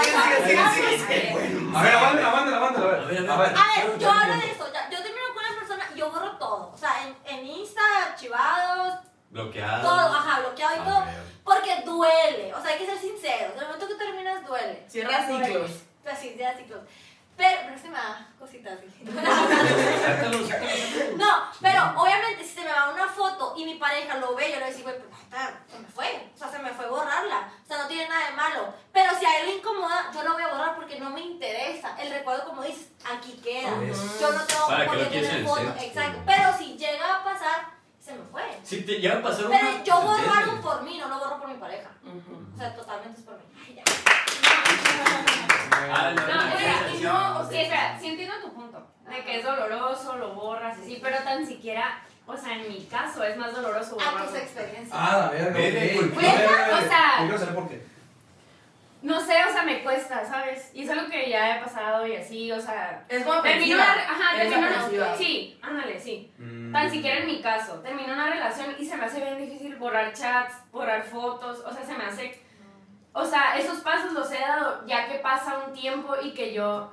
Speaker 7: pero-
Speaker 3: no, no, no, no, no, no.
Speaker 2: A ver, aguántala, aguántala, aguántala, a ver. A ver.
Speaker 3: A ver, yo hablo de eso. ya, Yo termino con una persona y yo borro todo. O sea, en, en Insta, archivados,
Speaker 1: Bloqueado.
Speaker 3: todo, ajá, bloqueado y
Speaker 1: Ah,
Speaker 3: todo.
Speaker 1: güey.
Speaker 3: Porque duele, o sea, hay que ser sinceros. En el momento que terminas, duele.
Speaker 6: Cierra ciclos.
Speaker 3: O sea, sí, cierra ciclos. Pero, próxima cosita así.
Speaker 1: Sácalo, sácalo.
Speaker 3: No, pero obviamente si se me va una foto y mi pareja lo ve, yo le voy a decir, güey, pues basta, se me fue. O sea, se me fue borrarla. O sea, no tiene nada de malo. Pero si a él le incomoda, yo lo voy a borrar porque no me interesa. El recuerdo, como dices, aquí queda. Yo no tengo
Speaker 1: Pues, Para que
Speaker 3: por
Speaker 1: lo
Speaker 3: qué
Speaker 1: quieres en
Speaker 3: tener
Speaker 1: el
Speaker 3: foto.
Speaker 1: centro.
Speaker 3: Exacto. Pero si llega a pasar, se me fue.
Speaker 1: Si te llega a pasar una.
Speaker 3: Pero yo borro
Speaker 1: sentencia.
Speaker 3: algo por mí, no lo borro por mi pareja. O sea, totalmente es por mí. Ay, ya.
Speaker 1: Ah, no,
Speaker 7: No, espera, y
Speaker 1: no,
Speaker 7: no, o sea, espera, sí entiendo tu punto, de que es doloroso, lo borras, así, pero tan siquiera, o sea, en mi caso es más doloroso
Speaker 3: A tus
Speaker 7: borrarlo.
Speaker 3: experiencias.
Speaker 5: Ah, la verga,
Speaker 1: Vete,
Speaker 5: ok.
Speaker 1: güey.
Speaker 7: Güey, o sea,
Speaker 2: Yo quiero saber por qué.
Speaker 7: no sé, o sea, me cuesta, ¿sabes? Y es algo que ya he pasado y así, o sea,
Speaker 6: Es como
Speaker 7: termino
Speaker 6: aprensiva.
Speaker 7: la, ajá,
Speaker 6: Eres
Speaker 7: termino
Speaker 6: aprensiva.
Speaker 7: la, sí, ándale, sí.
Speaker 2: Mm,
Speaker 7: Tan siquiera en mi caso, termino una relación y se me hace bien difícil borrar chats, borrar fotos, o sea, se me hace, o sea, esos pasos los he dado ya que pasa un tiempo y que yo,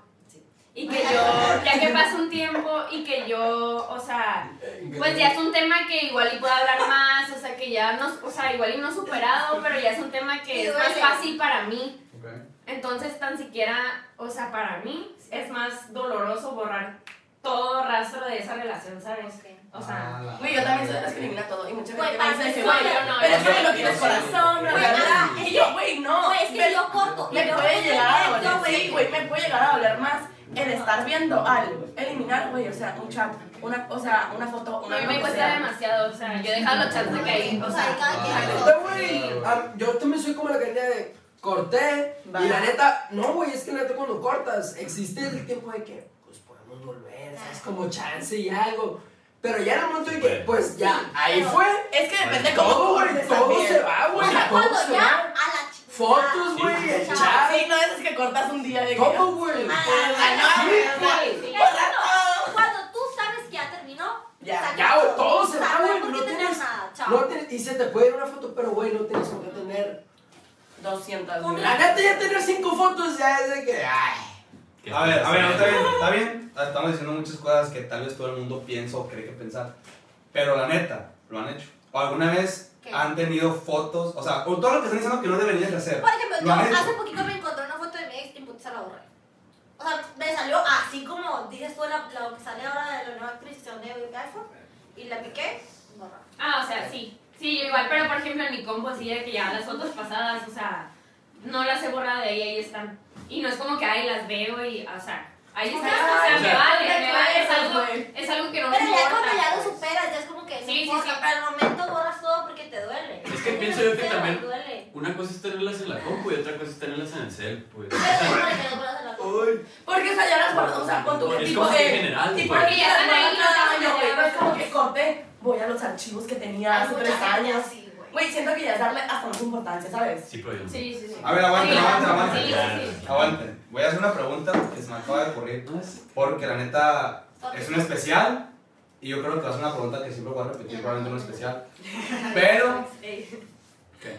Speaker 7: y que yo, ya que pasa un tiempo y que yo, o sea, pues ya es un tema que igual y puedo hablar más, o sea, que ya no, o sea, igual y no superado, pero ya es un tema
Speaker 3: Y
Speaker 7: que es más
Speaker 3: duele.
Speaker 7: fácil para mí.
Speaker 2: Ok.
Speaker 7: Entonces, tan siquiera, o sea, para mí es más doloroso borrar todo rastro de esa relación, ¿sabes?
Speaker 3: Ok.
Speaker 7: O sea,
Speaker 2: Ah, la-
Speaker 6: Güey, yo también soy de las que elimina todo. Y mucha gente
Speaker 3: Güey,
Speaker 6: me dice
Speaker 3: parece
Speaker 6: que,
Speaker 3: que
Speaker 6: güey,
Speaker 3: yo
Speaker 7: no,
Speaker 6: pero es
Speaker 7: yo
Speaker 6: que
Speaker 7: no.
Speaker 6: no tienes corazón, bla,
Speaker 3: Güey,
Speaker 6: bla,
Speaker 3: ah,
Speaker 6: bla. Y yo, güey, no.
Speaker 3: No, es que
Speaker 6: me-
Speaker 3: yo corto.
Speaker 6: Me
Speaker 3: y yo
Speaker 6: puede
Speaker 3: corto
Speaker 6: llegar a
Speaker 3: directo,
Speaker 6: doler, sí, güey, me puede llegar a doler más el estar viendo algo, eliminar, güey, o sea, un chat, una, o sea, una foto,
Speaker 7: a
Speaker 6: una
Speaker 7: mí me
Speaker 6: lo que
Speaker 7: cuesta
Speaker 6: sea.
Speaker 7: demasiado, o sea, yo he dejado los chats de que ahí, o
Speaker 3: O sea,
Speaker 7: sea,
Speaker 3: cada quien
Speaker 2: Ah.
Speaker 3: corta.
Speaker 5: Neta, güey, a- Yo también soy como la carnea de corté.
Speaker 6: Va.
Speaker 5: Y la neta, no, güey, es que la neta cuando cortas, existe el tiempo de que, pues podemos volver, es como chance y algo. Pero ya en el momento de que, pues ya, ahí fue.
Speaker 6: Es que depende cómo
Speaker 5: Todo,
Speaker 6: cortes
Speaker 5: güey, todo
Speaker 6: también.
Speaker 5: se va,
Speaker 3: O
Speaker 5: güey.
Speaker 3: sea,
Speaker 5: Todo
Speaker 3: cuando
Speaker 5: se
Speaker 3: ya
Speaker 5: va.
Speaker 3: a la chica.
Speaker 5: Fotos, güey, el
Speaker 3: Sí.
Speaker 5: chat.
Speaker 6: Sí, no es que cortas un día de que.
Speaker 5: Todo, güey.
Speaker 3: Ah,
Speaker 6: Ah, no, güey, o sea,
Speaker 7: Sí, sí.
Speaker 6: borrar todo.
Speaker 3: Cuando tú sabes que ya terminó,
Speaker 6: Ya,
Speaker 3: saca
Speaker 5: ya, güey, todo
Speaker 3: O
Speaker 5: se
Speaker 3: sea,
Speaker 5: va,
Speaker 3: no hay
Speaker 5: güey,
Speaker 3: por qué
Speaker 5: no
Speaker 3: tener
Speaker 5: tienes-
Speaker 3: nada, chao.
Speaker 5: No te- y se te puede ir una foto, pero güey, no tienes por qué tener.
Speaker 6: 200
Speaker 3: Una-
Speaker 6: mil.
Speaker 5: La neta, ya tener cinco fotos ya es de que, ay.
Speaker 2: A ver, a ver, está bien, está bien. Estamos diciendo muchas cosas que tal vez todo el mundo piensa o cree que pensar. Pero la neta, lo han hecho. O alguna vez
Speaker 3: ¿Qué?
Speaker 2: han tenido fotos, o sea, o todo lo que están diciendo que no deberían de hacer.
Speaker 3: Por ejemplo,
Speaker 2: lo
Speaker 3: yo
Speaker 2: han hecho.
Speaker 3: hace poquito me encontré una foto de mi ex y putz, se la borré. O sea, sea, me salió así como dices tú la- lo que sale ahora de la nueva adquisición de iPhone y la piqué, borrar.
Speaker 7: Ah, o sea, sí. Sí, yo igual, pero por ejemplo en mi compu así de que ya las fotos pasadas, o sea, no las he borrado de ahí, ahí están. Y no es como que ahí las veo y, o sea, ahí están.
Speaker 6: Ah,
Speaker 7: O sea, me
Speaker 1: o sea,
Speaker 7: vale,
Speaker 6: te
Speaker 7: me vale, es
Speaker 6: acuerdas,
Speaker 7: algo,
Speaker 6: güey.
Speaker 7: es algo que no me
Speaker 3: Pero ya
Speaker 7: importa.
Speaker 3: cuando ya lo superas, ya es como que no
Speaker 7: Sí, sí,
Speaker 3: importa,
Speaker 7: sí.
Speaker 3: pero al momento borras todo porque te duele.
Speaker 1: Es que
Speaker 3: Sí,
Speaker 1: pienso yo que
Speaker 3: te
Speaker 1: también-
Speaker 3: duele.
Speaker 1: Una cosa es tenerlas en la compu y otra cosa es tenerlas en el cel, pues.
Speaker 3: Pero es para que no borras en la compu.
Speaker 6: Porque o sea, ya las guardo, o sea, con tu
Speaker 1: Es
Speaker 6: tipo
Speaker 1: como que
Speaker 6: eh,
Speaker 1: en general,
Speaker 6: tipo,
Speaker 1: güey.
Speaker 6: que ya están ahí, cada
Speaker 7: ya
Speaker 6: año, güey.
Speaker 7: están
Speaker 6: No es como que corte, voy a los archivos que tenía
Speaker 3: Hay
Speaker 6: hace
Speaker 3: mucha
Speaker 6: tres
Speaker 3: gente
Speaker 6: años.
Speaker 3: así, güey.
Speaker 6: Güey, siento que ya es darle hasta más importancia, ¿sabes?
Speaker 1: Sí, pero yo no.
Speaker 7: Sí, sí, sí.
Speaker 2: A ver, aguante,
Speaker 7: Sí,
Speaker 2: aguante, aguante.
Speaker 7: Sí, sí, sí.
Speaker 2: Aguante. Voy a hacer una pregunta que se me acaba de ocurrir.
Speaker 1: No es-
Speaker 2: Porque la neta es un especial. Y yo creo que va a ser una pregunta que siempre voy a repetir, probablemente un especial. Pero.
Speaker 6: Ey,
Speaker 2: ¿Qué?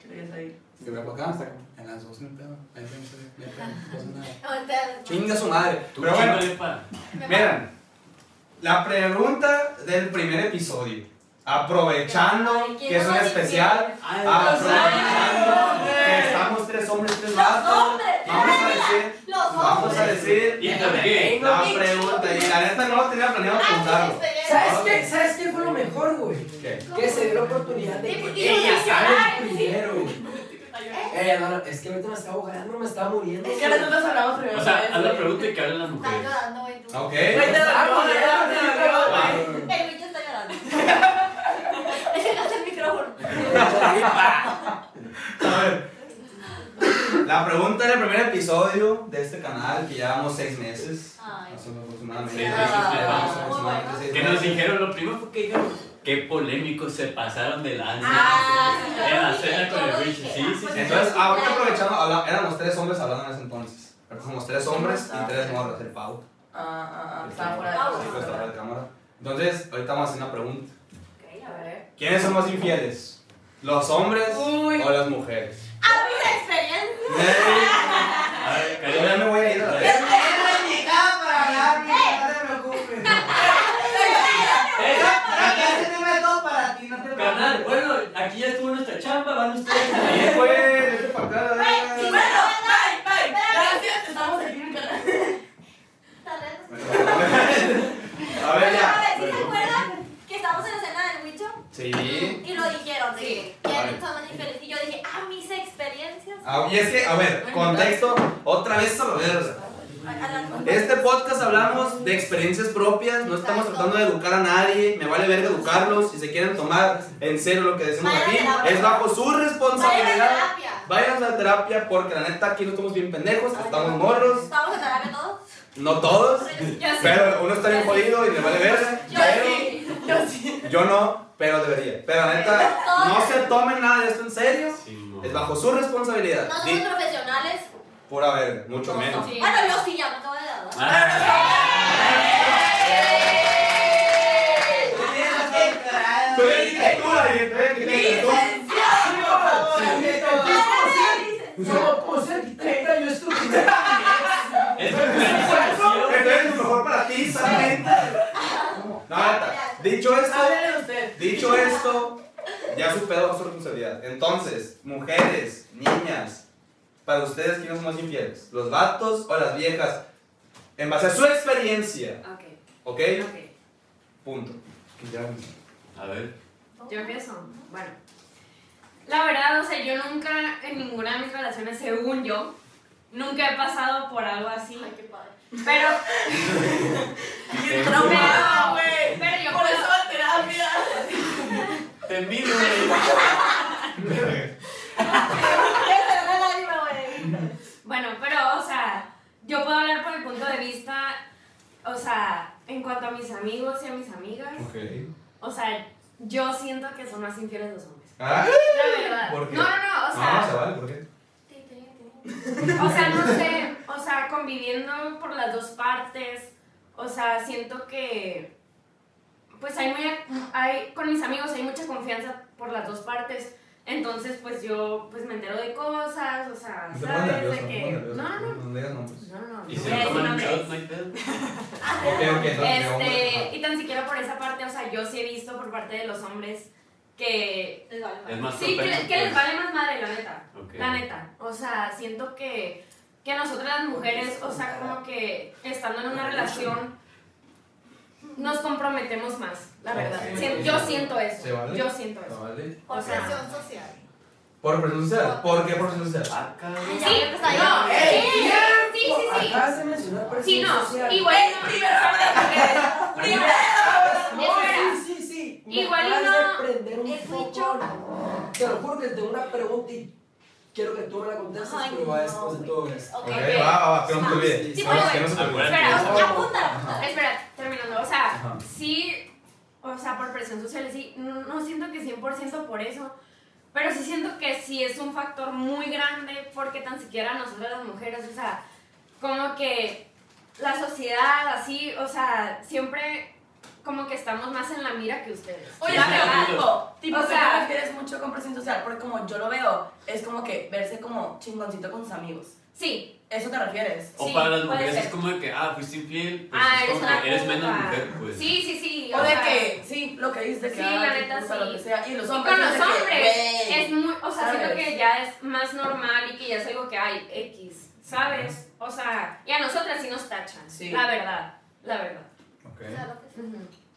Speaker 6: ¿Qué le ibas a ir?
Speaker 2: Que veo para acá hasta acá. En las dos, no hay pedo. Ahí tengo, no hay pedo, no pasa nada.
Speaker 3: Ahorita-
Speaker 2: Chinga su madre.
Speaker 1: Tú
Speaker 2: Pero bueno,
Speaker 1: chíngale, pa.
Speaker 2: Miren, la pregunta del primer episodio. Aprovechando que es un especial,
Speaker 1: Ah,
Speaker 2: aprovechando que estamos tres hombres, tres vatos, vamos a decir,
Speaker 3: Los
Speaker 2: vamos a
Speaker 3: hombres.
Speaker 2: decir
Speaker 1: ¿Y por qué?
Speaker 2: la pregunta. Y la neta no lo tenía planeado preguntarlo.
Speaker 5: ¿Sabes qué? ¿Sabes qué fue lo mejor, güey?
Speaker 2: ¿Qué?
Speaker 5: Que se dio la oportunidad de
Speaker 3: Sí,
Speaker 5: que
Speaker 3: porque
Speaker 5: ella
Speaker 3: yo
Speaker 5: sabe
Speaker 3: dije,
Speaker 5: primero, güey. Ella no, no, es que ahorita me estaba ahogando, me estaba muriendo.
Speaker 6: Es que nosotros hablamos primero.
Speaker 1: O sea,
Speaker 6: ¿sabes?
Speaker 1: haz la pregunta y que hablen las
Speaker 3: Está
Speaker 1: mujeres.
Speaker 3: llorando, güey, tú.
Speaker 2: Ok.
Speaker 6: Güey, te la
Speaker 7: pues
Speaker 5: Ah,
Speaker 6: te la- te la- te la-
Speaker 2: Ah,
Speaker 3: El bicho está llorando. Es que no está el micrófono.
Speaker 2: A ver. La pregunta del primer episodio de este canal, que llevamos seis meses.
Speaker 3: Ay.
Speaker 2: Más o menos aproximadamente. Más
Speaker 1: Seis meses,
Speaker 2: o menos
Speaker 1: llevamos.
Speaker 2: aproximadamente
Speaker 3: Muy
Speaker 2: seis
Speaker 1: Que nos
Speaker 2: meses.
Speaker 1: dijeron lo primero fue que dijeron qué polémicos se pasaron de lanza
Speaker 3: Ah, sí, yo
Speaker 1: en
Speaker 3: lo
Speaker 1: la
Speaker 3: dije,
Speaker 1: cena
Speaker 3: yo
Speaker 1: con
Speaker 3: lo
Speaker 1: el Richie.
Speaker 3: dije.
Speaker 1: Sí,
Speaker 3: Ah,
Speaker 1: sí,
Speaker 3: pues
Speaker 1: sí.
Speaker 2: Entonces, ahorita aprovechando, habla- éramos tres hombres hablando en ese entonces. Pero somos tres hombres y tres morras, el Pau.
Speaker 6: Ah, ah, ah,
Speaker 7: pues
Speaker 6: estaba fuera de
Speaker 3: Ah,
Speaker 2: El chico está fuera de cámara. Entonces, ahorita vamos a hacer una pregunta.
Speaker 6: Ok, a ver.
Speaker 2: ¿Quiénes son más infieles? ¿Los hombres
Speaker 6: Uy.
Speaker 2: o las mujeres?
Speaker 3: A mí la experiencia.
Speaker 1: A ver,
Speaker 2: Yo ya
Speaker 1: Karina,
Speaker 2: me voy a ir a la vez.
Speaker 5: para hablar, no te preocupes. Acá se te ve todo para ti, no te
Speaker 1: ¡Eh! Carnal, bueno, aquí ya estuvo nuestra chamba, van ustedes. también.
Speaker 2: güey, pues, vete pa' acá, la verga.
Speaker 3: Sí,
Speaker 6: Bueno, bye, bye. Gracias, estamos aquí en el canal.
Speaker 3: Tal vez. A
Speaker 2: A ver,
Speaker 3: ver, ¿sí se
Speaker 2: ya.
Speaker 3: acuerdan que estábamos en la cena del bicho?
Speaker 2: Sí.
Speaker 3: Y lo dijeron, de
Speaker 7: Sí.
Speaker 3: que
Speaker 2: Vale.
Speaker 3: eran todas diferentes. Y yo dije, ah, mis experiencias.
Speaker 2: Ah, Y es que, a ver, contexto, otra vez a la verga.
Speaker 3: A- a las-
Speaker 2: Este podcast hablamos de experiencias propias, no estamos tratando de educar a nadie, me vale verga educarlos, si se quieren tomar en serio lo que decimos
Speaker 3: Vayan a
Speaker 2: aquí,
Speaker 3: terapia.
Speaker 2: es bajo su
Speaker 3: Vayan a
Speaker 2: responsabilidad.
Speaker 3: terapia.
Speaker 2: Vayan a terapia porque la neta aquí no estamos bien pendejos, estamos morros,
Speaker 3: Estamos en terapia todos.
Speaker 2: no todos,
Speaker 7: Ya sé.
Speaker 2: pero uno está bien jodido y le vale verga,
Speaker 6: Yo
Speaker 2: pero
Speaker 6: sí, yo sí.
Speaker 2: yo no, pero debería. Pero la neta, no se tomen nada de esto en serio,
Speaker 1: Simón.
Speaker 2: es bajo su responsabilidad.
Speaker 3: No somos
Speaker 2: Di-
Speaker 3: profesionales.
Speaker 2: Pura verga, mucho menos.
Speaker 7: Sí.
Speaker 3: Bueno, yo sí ya me acabo de dar.
Speaker 1: Ah,
Speaker 2: Tú dijiste tú, David, tú dijiste tú.
Speaker 5: Ah, Yo puse aquí 30, yo estuve.
Speaker 1: es
Speaker 2: Que
Speaker 1: una organización.
Speaker 2: tú eres lo mejor para ti, Samantha. No, neta, dicho esto,
Speaker 6: Háblele usted.
Speaker 2: dicho esto, ya superó su responsabilidad. Entonces, mujeres, niñas, para ustedes, ¿quiénes son más infieles? ¿Los vatos o las viejas? En base a su experiencia,
Speaker 7: Ok,
Speaker 2: ¿ok?
Speaker 7: ok.
Speaker 2: Punto.
Speaker 1: A ver,
Speaker 7: Yo empiezo. Bueno. La verdad, o sea, yo nunca en ninguna de mis relaciones, según yo, nunca he pasado por algo así.
Speaker 3: Ay, qué padre.
Speaker 7: Pero,
Speaker 6: Bien traumada, güey.
Speaker 7: pero yo
Speaker 6: Por eso va a terapia.
Speaker 1: te envidio, güey.
Speaker 3: Ya se me da la lágrima, güey.
Speaker 7: Bueno, pero, o sea, yo puedo hablar por el punto de vista, o sea, en cuanto a mis amigos y a mis amigas, o sea, yo siento que son más infieles los hombres.
Speaker 2: Ah,
Speaker 7: La verdad.
Speaker 2: ¿Por qué? Ah,
Speaker 7: No, no, no, o
Speaker 2: no, se
Speaker 7: sea,
Speaker 2: vale, ¿por qué?
Speaker 3: Ti, ti, ti.
Speaker 7: o sea, no sé, o sea, conviviendo por las dos partes, o sea, siento que, pues hay muy, hay, con mis amigos hay mucha confianza por las dos partes. Entonces, pues yo, pues me entero de cosas, o sea,
Speaker 2: Me pongo
Speaker 7: sabes
Speaker 2: nervioso,
Speaker 7: de
Speaker 2: me
Speaker 7: que...
Speaker 2: pongo
Speaker 7: No,
Speaker 2: nervioso.
Speaker 7: no, no,
Speaker 2: No digas nombres.
Speaker 7: no, no.
Speaker 1: Y
Speaker 7: no
Speaker 1: se
Speaker 7: voy a decir
Speaker 1: toman un
Speaker 7: nombres.
Speaker 1: shot, no hay pedo.
Speaker 2: Ok, ok, entonces, me voy a-
Speaker 7: Este, y tan siquiera por esa parte, o sea, yo sí he visto por parte de los hombres que...
Speaker 3: Les vale, vale.
Speaker 1: Es más
Speaker 7: Sí, que,
Speaker 1: propenso,
Speaker 7: que les
Speaker 1: pues.
Speaker 7: vale más madre, la neta.
Speaker 1: Ok.
Speaker 7: La neta. O sea, siento que que nosotras las mujeres, o sea, como que estando en una relación, nos comprometemos más, la verdad. Si- Yo siento eso.
Speaker 5: ¿Se vale?
Speaker 7: Yo siento
Speaker 5: ¿No
Speaker 7: eso.
Speaker 5: vale?
Speaker 7: O sea,
Speaker 8: social.
Speaker 5: ¿Por presión social? ¿Por qué presión social?
Speaker 1: Ah,
Speaker 3: Ay, eh.
Speaker 1: cabrón.
Speaker 3: ya voy a empezar yo.
Speaker 7: no,
Speaker 5: ¡Ey!
Speaker 7: sí, sí, sí, sí.
Speaker 5: Acá se mencionó presión
Speaker 7: Sí, no,
Speaker 5: social.
Speaker 7: igual no.
Speaker 6: Primero,
Speaker 7: Espera.
Speaker 5: Sí, sí, sí.
Speaker 7: Igual y
Speaker 5: Me acabas
Speaker 7: no-
Speaker 5: de prender un
Speaker 3: el
Speaker 5: foco.
Speaker 3: bicho.
Speaker 5: Te lo juro que tengo una pregunta y quiero que tú me la contestes,
Speaker 3: Ay,
Speaker 5: pero va
Speaker 3: no,
Speaker 5: después de todo esto.
Speaker 3: Ok.
Speaker 2: Ok, va, va, va, que no se te olvide.
Speaker 7: Sí,
Speaker 2: Vamos,
Speaker 7: bueno,
Speaker 2: que no se te olvide.
Speaker 1: acuérdate.
Speaker 7: Espera,
Speaker 3: Ya apunta, apunta.
Speaker 7: Espera, terminando, o sea,
Speaker 2: Ajá.
Speaker 7: sí, o sea, por presión social, sí, no, no siento que 100% por eso, pero sí siento que sí es un factor muy grande porque tan siquiera nosotras las mujeres, o sea, como que la sociedad así, o sea, siempre como que estamos más en la mira que ustedes.
Speaker 6: Oye,
Speaker 7: la
Speaker 6: pero tipo, tipo,
Speaker 7: O
Speaker 6: o
Speaker 7: sea-
Speaker 6: sea, refieres mucho con presión social, porque como yo lo veo, es como que verse como chingoncito con sus amigos.
Speaker 7: Sí,
Speaker 6: ¿Eso te refieres?
Speaker 1: O
Speaker 7: Sí,
Speaker 1: para las
Speaker 7: puede
Speaker 1: mujeres
Speaker 7: ser.
Speaker 1: es como de que, ah, fuiste infiel, pues
Speaker 7: ah,
Speaker 1: es
Speaker 7: eres
Speaker 1: como
Speaker 7: una
Speaker 1: que eres menos
Speaker 7: puta.
Speaker 1: mujer, pues.
Speaker 7: Sí, sí, sí.
Speaker 6: O
Speaker 7: o
Speaker 6: de
Speaker 7: sea,
Speaker 6: que, sí, lo que dices de que.
Speaker 7: Sí,
Speaker 6: ay,
Speaker 7: la
Speaker 6: qué
Speaker 7: neta,
Speaker 6: puta,
Speaker 7: sí.
Speaker 6: Lo que sea. Y los
Speaker 7: Y
Speaker 6: hombres.
Speaker 7: con los
Speaker 6: es de que,
Speaker 7: hombres
Speaker 6: güey.
Speaker 7: es muy, o sea, siento
Speaker 6: ¿Sabes?
Speaker 7: que ya es más normal y que ya es algo que hay X, ¿sabes? O sea, y a nosotras sí nos tachan,
Speaker 6: Sí.
Speaker 7: la verdad, la verdad.
Speaker 2: Ok.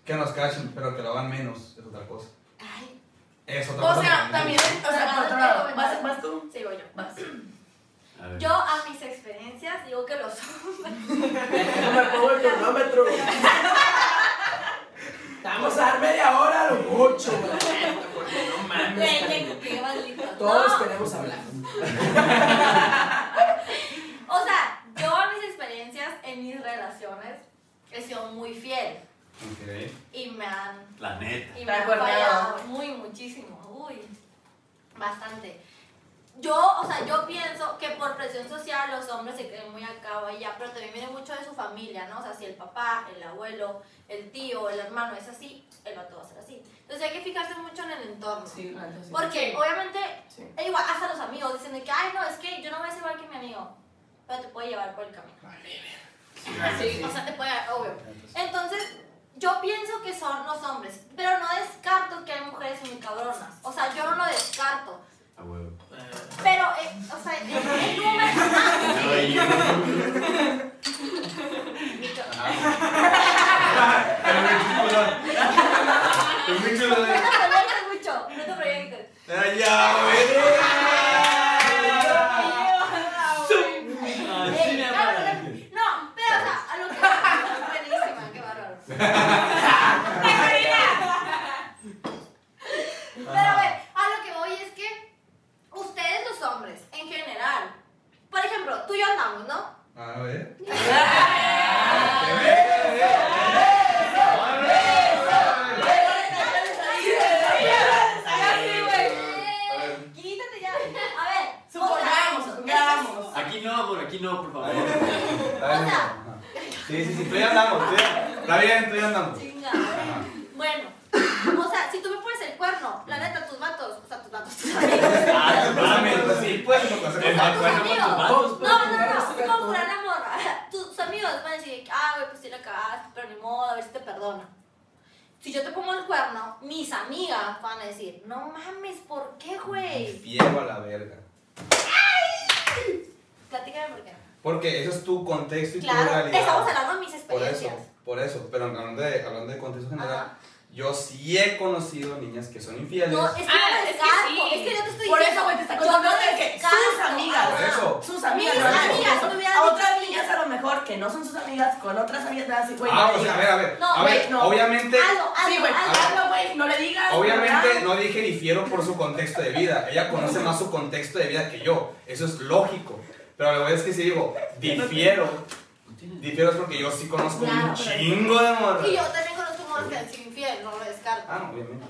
Speaker 2: Que nos cachen, pero que lo hagan menos, es otra cosa.
Speaker 3: Ay,
Speaker 2: Es otra cosa.
Speaker 6: O sea, también, o sea, por otro lado, ¿vas, vas tú?
Speaker 3: sigo yo.
Speaker 6: Vas.
Speaker 1: A ver.
Speaker 3: Yo a mis experiencias digo que los hombres.
Speaker 5: No me pongo el cronómetro. Vamos a dar media hora a lo mucho, güey. Porque No mames.
Speaker 3: Güey, qué- qué maldito.
Speaker 5: Todos
Speaker 3: No,
Speaker 5: queremos hablar.
Speaker 3: O sea, yo a mis experiencias en mis relaciones he sido muy fiel
Speaker 2: Ok.
Speaker 3: y me han,
Speaker 1: La neta.
Speaker 3: y
Speaker 6: Te
Speaker 3: me han
Speaker 6: acuerdo.
Speaker 3: fallado muy muchísimo, uy, bastante. Yo, o sea, yo pienso que por presión social los hombres se creen muy acá o allá, pero también viene mucho de su familia, ¿no? O sea, si el papá, el abuelo, el tío, el hermano es así, él va todo a ser así. Entonces hay que fijarse mucho en el entorno.
Speaker 6: Sí, la neta, sí.
Speaker 3: Porque obviamente,
Speaker 6: Sí.
Speaker 3: e igual, hasta los amigos dicen de que, ay, no, es que yo no voy a ser igual que mi amigo, pero te puede llevar por el camino.
Speaker 6: Sí.
Speaker 3: O sea, te puede, obvio. Entonces, yo pienso que son los hombres, pero no descarto que hay mujeres muy cabronas. O sea, yo no lo descarto.
Speaker 1: A huevo.
Speaker 3: Pero, eh, o sea, el, el número.
Speaker 1: Ay, yo-
Speaker 2: Es muy chulo,
Speaker 3: No
Speaker 2: eh.
Speaker 3: te proyectes mucho, no te proyectes.
Speaker 2: ¡Ay, ya, güey!
Speaker 3: Eh, claro, no, pero, o sea, a lo que. Buenísima, qué bárbaro. Pero a ver, a lo que voy es que ustedes los hombres, en general, por ejemplo, tú y yo andamos, ¿no?
Speaker 2: A ver.
Speaker 3: Eh, Quítate ya. A ver, o sea,
Speaker 6: Supongamos, supongamos.
Speaker 1: Aquí no, amor, aquí no, por favor.
Speaker 2: Sí, sí, sí, tú ya andamos, tú ya. Está bien, tú ya andamos.
Speaker 3: Chinga. Bueno, o sea, si tú me pones el cuerno, la neta, tus vatos, o sea, tus vatos, tus amigos.
Speaker 1: Ah,
Speaker 2: Pues,
Speaker 1: mami,
Speaker 2: amigos, sí, pues, no pasa
Speaker 1: El
Speaker 2: nada.
Speaker 1: más bueno con tus vatos,
Speaker 3: No, no, no, tú como fulana morra. Tus tus amigos van a decir, ah, güey, pues sí la cagaste, pero ni modo, a ver si te perdona. Si yo te pongo el cuerno, mis amigas van a decir, no mames, ¿por qué, güey?
Speaker 2: Fiego a la verga.
Speaker 3: Platícame por qué.
Speaker 2: Porque eso es tu contexto y tu
Speaker 3: Claro,
Speaker 2: realidad.
Speaker 3: estamos hablando de mis
Speaker 2: Por eso,
Speaker 3: experiencias.
Speaker 2: por eso. Pero hablando de, hablando de contexto general,
Speaker 3: Ajá.
Speaker 2: yo sí he conocido niñas que son infieles.
Speaker 3: No, es que
Speaker 7: Ah,
Speaker 3: no
Speaker 7: es que
Speaker 3: descarto,
Speaker 7: sí.
Speaker 3: es que yo te estoy
Speaker 6: Por
Speaker 3: diciendo.
Speaker 6: eso, güey, te está
Speaker 3: yo
Speaker 6: contando
Speaker 3: no
Speaker 6: de que
Speaker 3: descarto,
Speaker 6: sus amigas.
Speaker 2: Por
Speaker 3: ajá.
Speaker 2: eso.
Speaker 6: Sus amigas,
Speaker 3: Mis
Speaker 6: no les
Speaker 3: amigas,
Speaker 6: digas.
Speaker 3: me hubieran
Speaker 6: a Ah,
Speaker 3: dicho
Speaker 6: otras
Speaker 3: amigas.
Speaker 6: niñas a lo mejor que no son sus amigas, con otras amigas te vas a decir, güey,
Speaker 2: ah,
Speaker 6: no
Speaker 2: o
Speaker 6: le
Speaker 2: sea, a
Speaker 6: digas.
Speaker 2: ver, a ver.
Speaker 3: No,
Speaker 2: a ver,
Speaker 6: güey, no.
Speaker 2: obviamente,
Speaker 3: Algo,
Speaker 6: Sí,
Speaker 3: algo,
Speaker 6: güey,
Speaker 3: algo.
Speaker 6: hazlo, güey, no le digas.
Speaker 2: obviamente
Speaker 6: ¿verdad?
Speaker 2: no dije difiero por su contexto de vida. Ella conoce más su contexto de vida que yo. Eso es lógico. Pero la verdad es que si digo, difiero, difiero es porque yo sí conozco
Speaker 3: Claro,
Speaker 2: un
Speaker 3: pero-
Speaker 2: chingo de morras.
Speaker 3: Y yo también conozco morras que han sido infiel, no lo descarto.
Speaker 2: Ah, no, obviamente.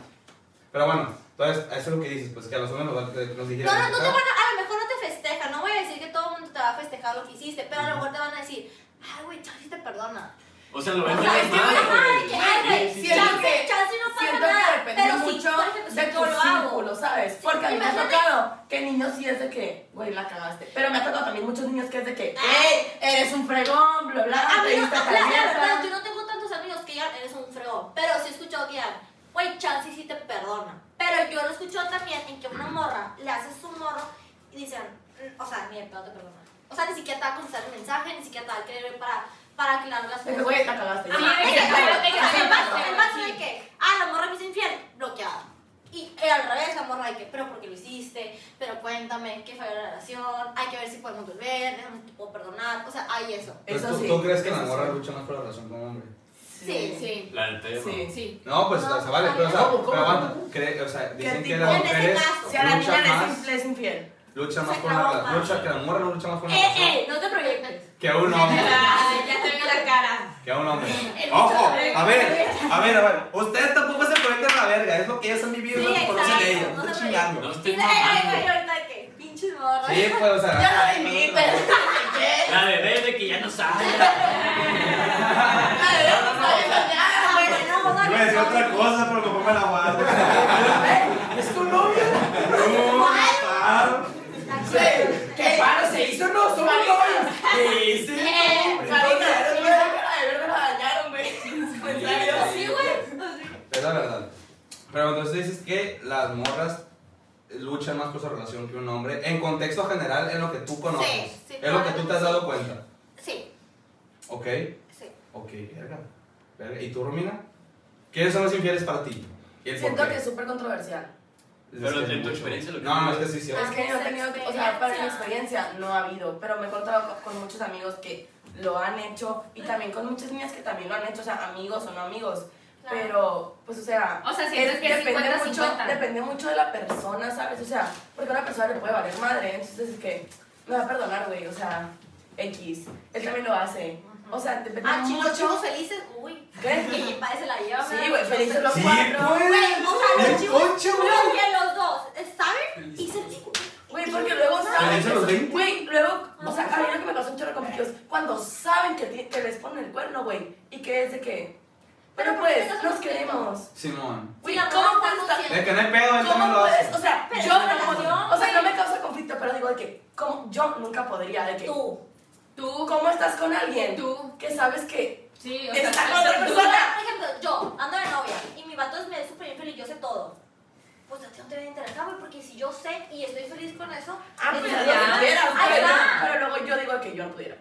Speaker 2: Pero bueno, entonces, eso es lo que dices, pues que a los hombres nos, va- nos
Speaker 3: No,
Speaker 2: dijeron. "Ah,
Speaker 3: no, no te van a, a lo mejor no te festejan, no voy a decir que todo el mundo te va a festejar lo que hiciste, pero a lo mejor te van a decir, ay, güey, Chelsea te perdona.
Speaker 1: O sea, lo
Speaker 3: O
Speaker 1: ven
Speaker 3: sea, es que,
Speaker 1: normal,
Speaker 3: ajá, de
Speaker 1: güey.
Speaker 3: que, ay, güey,
Speaker 6: Sí, sí,
Speaker 3: Chelsea,
Speaker 6: siento que-
Speaker 3: Chelsea no pasa
Speaker 6: Siento
Speaker 3: nada,
Speaker 6: que depende
Speaker 3: pero si,
Speaker 6: mucho
Speaker 3: por ejemplo, si
Speaker 6: de tu
Speaker 3: yo lo hago,
Speaker 6: círculo, ¿sabes? Porque a mí me ha
Speaker 3: Imagínate-
Speaker 6: tocado que niños sí es de que, güey, la cagaste. Pero me ha tocado también muchos niños que es de que, ¡ey! Eres un fregón, bla, bla,
Speaker 3: Ah. A mí
Speaker 6: te
Speaker 3: no,
Speaker 6: diste
Speaker 3: Ah, la, la verdad, yo
Speaker 6: cabeza.
Speaker 3: no tengo tantos amigos que digan, eres un fregón, pero sí he escuchado que digan, güey, Chelsea sí te perdona. Pero yo lo he escuchado también en que una morra le haces un morro y dicen, "Mm, o sea, ni el pedo te perdona. O O sea, ni siquiera te va a contestar el mensaje, ni siquiera te va a querer para, para aclarar las
Speaker 6: Es que,
Speaker 3: cosas.
Speaker 6: güey, la cagaste.
Speaker 3: Ajá,
Speaker 7: Sí,
Speaker 3: de que-
Speaker 7: es que-
Speaker 3: pero de que-
Speaker 7: es que-
Speaker 3: el vato- el vato de que, ah, la morra me hizo infiel, bloqueada. Y eh, al revés, la morra de que, pero porque lo hiciste, pero cuéntame, qué fue la relación, hay que ver si podemos volver, déjame te puedo perdonar, o sea, hay eso.
Speaker 2: Pues,
Speaker 6: Eso
Speaker 2: ¿tú,
Speaker 6: sí,
Speaker 2: ¿Tú crees que
Speaker 6: eso
Speaker 2: la morra
Speaker 6: sí.
Speaker 2: lucha más por la relación con un hombre?
Speaker 3: Sí.
Speaker 7: Sí.
Speaker 1: La neta, yo no.
Speaker 6: Sí.
Speaker 7: Sí.
Speaker 2: No, pues,
Speaker 3: No,
Speaker 2: o sea, vale, pero, o sea,
Speaker 5: ¿cómo, cómo?
Speaker 2: pero aguanta. Cre- o sea, dicen que
Speaker 5: tipo?
Speaker 2: las
Speaker 3: En ese
Speaker 2: mujeres
Speaker 3: caso.
Speaker 6: Si a la niña
Speaker 2: luchan
Speaker 6: le es
Speaker 2: más,
Speaker 6: inf- le es infiel.
Speaker 2: luchan
Speaker 3: Se
Speaker 2: más por una
Speaker 3: acabó,
Speaker 2: relación.
Speaker 3: ma.
Speaker 2: Lucha, que la morra no lucha más por una
Speaker 3: Eh,
Speaker 2: relación
Speaker 3: eh, no te proyectes.
Speaker 2: que un hombre.
Speaker 7: ya te veo la cara.
Speaker 2: Que un hombre.
Speaker 3: El
Speaker 2: Ojo,
Speaker 3: bicho de-
Speaker 2: a ver, a ver, a ver. Ustedes tampoco se proyectan a la verga, es lo que ellas han vivido, es
Speaker 3: Sí,
Speaker 2: lo que conocen de
Speaker 3: exacto,
Speaker 2: ellas.
Speaker 3: no se
Speaker 2: Estoy
Speaker 1: No
Speaker 2: chingando.
Speaker 1: estoy
Speaker 3: Mira, ay, ay, ay,
Speaker 1: mamando.
Speaker 3: eh, ahorita de que, pinches morras.
Speaker 2: Sí, pues, o
Speaker 6: Yo
Speaker 2: sea.
Speaker 6: no viví, pero.
Speaker 1: La bebé de que ya no sabe.
Speaker 3: Ah, bueno, no, no,
Speaker 2: Iba a decir
Speaker 3: no.
Speaker 2: otra cosa, pero como me la guardo.
Speaker 5: ¿Es tu novio?
Speaker 2: No, ah,
Speaker 5: Sí. ¿Qué paro se hizo? No, somos novios. ¿Qué hice?
Speaker 6: Carita, sí, esa cara de verga la dañaron, güey. Pues, Sus comentarios.
Speaker 3: Pues Sí, güey.
Speaker 2: Es la verdad. Pero entonces dices que las morras luchan más por su relación que un hombre, en contexto general, en lo que tú conoces.
Speaker 3: Sí, sí,
Speaker 2: es lo que tú
Speaker 3: claro.
Speaker 2: te has dado cuenta.
Speaker 3: Sí,
Speaker 2: ¿Ok?
Speaker 3: sí.
Speaker 2: Ok, verga. verga. ¿Y tú, Romina? ¿Quiénes son los infieles para ti? ¿Y el por
Speaker 6: Siento
Speaker 2: qué?
Speaker 6: que es súper controversial.
Speaker 1: Pero
Speaker 2: Es que
Speaker 1: en
Speaker 2: mucho.
Speaker 1: tu experiencia lo que-
Speaker 2: No, no, es que sí, sí.
Speaker 6: Es que yo he
Speaker 3: Esa
Speaker 6: tenido, o sea, para mi experiencia no ha habido, pero me he encontrado con- con muchos amigos que lo han hecho y también con muchas niñas que también lo han hecho, o sea, amigos o no amigos.
Speaker 3: Claro.
Speaker 6: Pero, pues, o sea,
Speaker 7: O sea, sientes
Speaker 6: es-
Speaker 7: que es
Speaker 6: depende,
Speaker 7: 50-50.
Speaker 6: mucho, depende mucho de la persona, ¿sabes? O sea, porque a una persona le puede valer madre, entonces es que me va a perdonar, güey, o sea, X. Él también lo hace. O sea, depende
Speaker 3: Ah,
Speaker 6: mucho.
Speaker 3: chicos, chicos felices. Uy,
Speaker 6: ¿Qué?
Speaker 3: que parece la lleva.
Speaker 6: Sí, güey, felices los
Speaker 2: Sí,
Speaker 6: cuatro.
Speaker 2: pues.
Speaker 3: Güey, o sea, los
Speaker 2: ¡Bien
Speaker 3: chicos.
Speaker 2: concha, güey!
Speaker 3: Creo que los dos saben y se
Speaker 6: Güey, porque luego
Speaker 2: ¿Felices los
Speaker 6: saben.
Speaker 2: 20?
Speaker 6: Güey, luego, o sea, a mí lo que me pasa un chorro con ellos, cuando saben que, ti- que les ponen el cuerno, güey, y que es de que. Pero
Speaker 3: Pero ¿por qué
Speaker 6: pues,
Speaker 3: estás
Speaker 6: nos
Speaker 3: haciendo?
Speaker 6: queremos.
Speaker 2: Simón.
Speaker 6: Güey,
Speaker 3: Sí, la
Speaker 6: ¿cómo
Speaker 3: verdad,
Speaker 6: puedes
Speaker 3: estamos
Speaker 6: estar.?
Speaker 3: siendo-
Speaker 2: Es que no hay pedo, él también
Speaker 6: ¿Cómo
Speaker 2: lo hace.
Speaker 6: puedes? O sea,
Speaker 3: Pero
Speaker 6: yo
Speaker 3: es una
Speaker 6: no
Speaker 3: relación,
Speaker 6: podría. O sea, no
Speaker 3: güey.
Speaker 6: me causa conflicto, pero digo de que. ¿cómo? Yo nunca podría, de que.
Speaker 3: Tú.
Speaker 7: Tú.
Speaker 6: ¿Cómo estás con alguien?
Speaker 7: Tú.
Speaker 6: Que sabes que.
Speaker 7: Sí,
Speaker 6: Está con otra
Speaker 3: Yo,
Speaker 7: tú-
Speaker 3: por ejemplo, yo ando de novia y mi vato es medio súper infeliz, yo sé todo. Pues a ti no te voy a interesar, güey, porque si yo sé y estoy feliz con eso,
Speaker 6: Ah,
Speaker 3: es
Speaker 6: pues
Speaker 3: mi
Speaker 6: haz lo pues,
Speaker 3: relación.
Speaker 6: que quieras,
Speaker 3: Ahí
Speaker 6: pero,
Speaker 3: va.
Speaker 6: pero luego yo digo que yo no pudiera.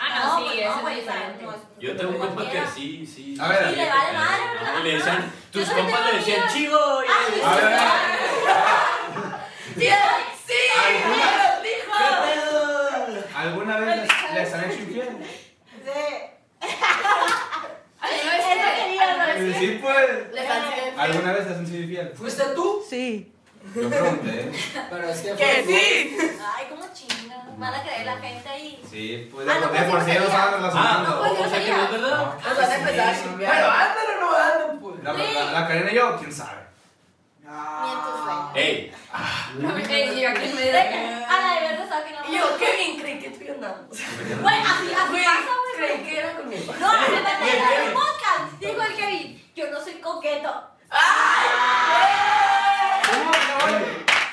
Speaker 7: Ah, no,
Speaker 3: pues
Speaker 7: sí, eso
Speaker 3: güey,
Speaker 7: es
Speaker 3: o sea,
Speaker 7: diferente.
Speaker 3: no, es-
Speaker 1: Yo tengo un
Speaker 3: como
Speaker 1: compa que
Speaker 3: quiera.
Speaker 1: sí, sí.
Speaker 2: A ver.
Speaker 1: sí,
Speaker 2: Y
Speaker 3: le vale madre,
Speaker 1: no, y le decían,
Speaker 3: Yo
Speaker 1: tus
Speaker 3: también
Speaker 1: compas le
Speaker 3: tengo
Speaker 1: decían
Speaker 3: amigos.
Speaker 1: chigo.
Speaker 3: Ah,
Speaker 1: y-
Speaker 3: sí,
Speaker 2: A ver.
Speaker 6: ¡Sí! ¡Sí!
Speaker 2: Alguna-
Speaker 6: ¡Me lo dijo!
Speaker 2: ¿Alguna vez les, les han hecho infiel?
Speaker 3: Sí.
Speaker 7: ¿Alguna vez
Speaker 3: Eso
Speaker 7: te-
Speaker 3: quería,
Speaker 7: alguna vez-
Speaker 3: ¿Sí?
Speaker 2: Sí, pues.
Speaker 6: Les hace-
Speaker 2: ¿Alguna vez les han sido infiel?
Speaker 5: ¿Fuiste tú?
Speaker 4: Sí.
Speaker 2: Yo pregunté.
Speaker 5: Pero es que
Speaker 6: ¡Que
Speaker 5: fue
Speaker 6: sí!
Speaker 3: Ay, cómo chinga. Van a creer la gente ahí.
Speaker 2: Sí, pues.
Speaker 3: Ah, no,
Speaker 2: de por
Speaker 3: pues,
Speaker 2: sí
Speaker 3: sí,
Speaker 2: no
Speaker 3: no
Speaker 2: estaban
Speaker 3: sabía.
Speaker 1: Ah,
Speaker 3: No,
Speaker 2: relacionando.
Speaker 3: pues,
Speaker 1: o sea que no es verdad.
Speaker 5: Nos van a empezar a
Speaker 2: Sí,
Speaker 5: chingar.
Speaker 6: Bueno, ándale o no ándale, pues.
Speaker 2: La, la, la Karina y yo, quién sabe.
Speaker 5: Ah.
Speaker 1: Ey,
Speaker 7: No me eh, yo aquí en medio
Speaker 3: De que,
Speaker 7: de-
Speaker 3: A la de verde saqué la
Speaker 6: Y yo, qué bien, creí que tú y yo andábamos.
Speaker 3: Güey, así, así
Speaker 6: Güey,
Speaker 3: pasa, güey.
Speaker 6: Creí que era conmigo.
Speaker 3: No, la verdad, en el podcast dijo el Kevin, yo no soy coqueto.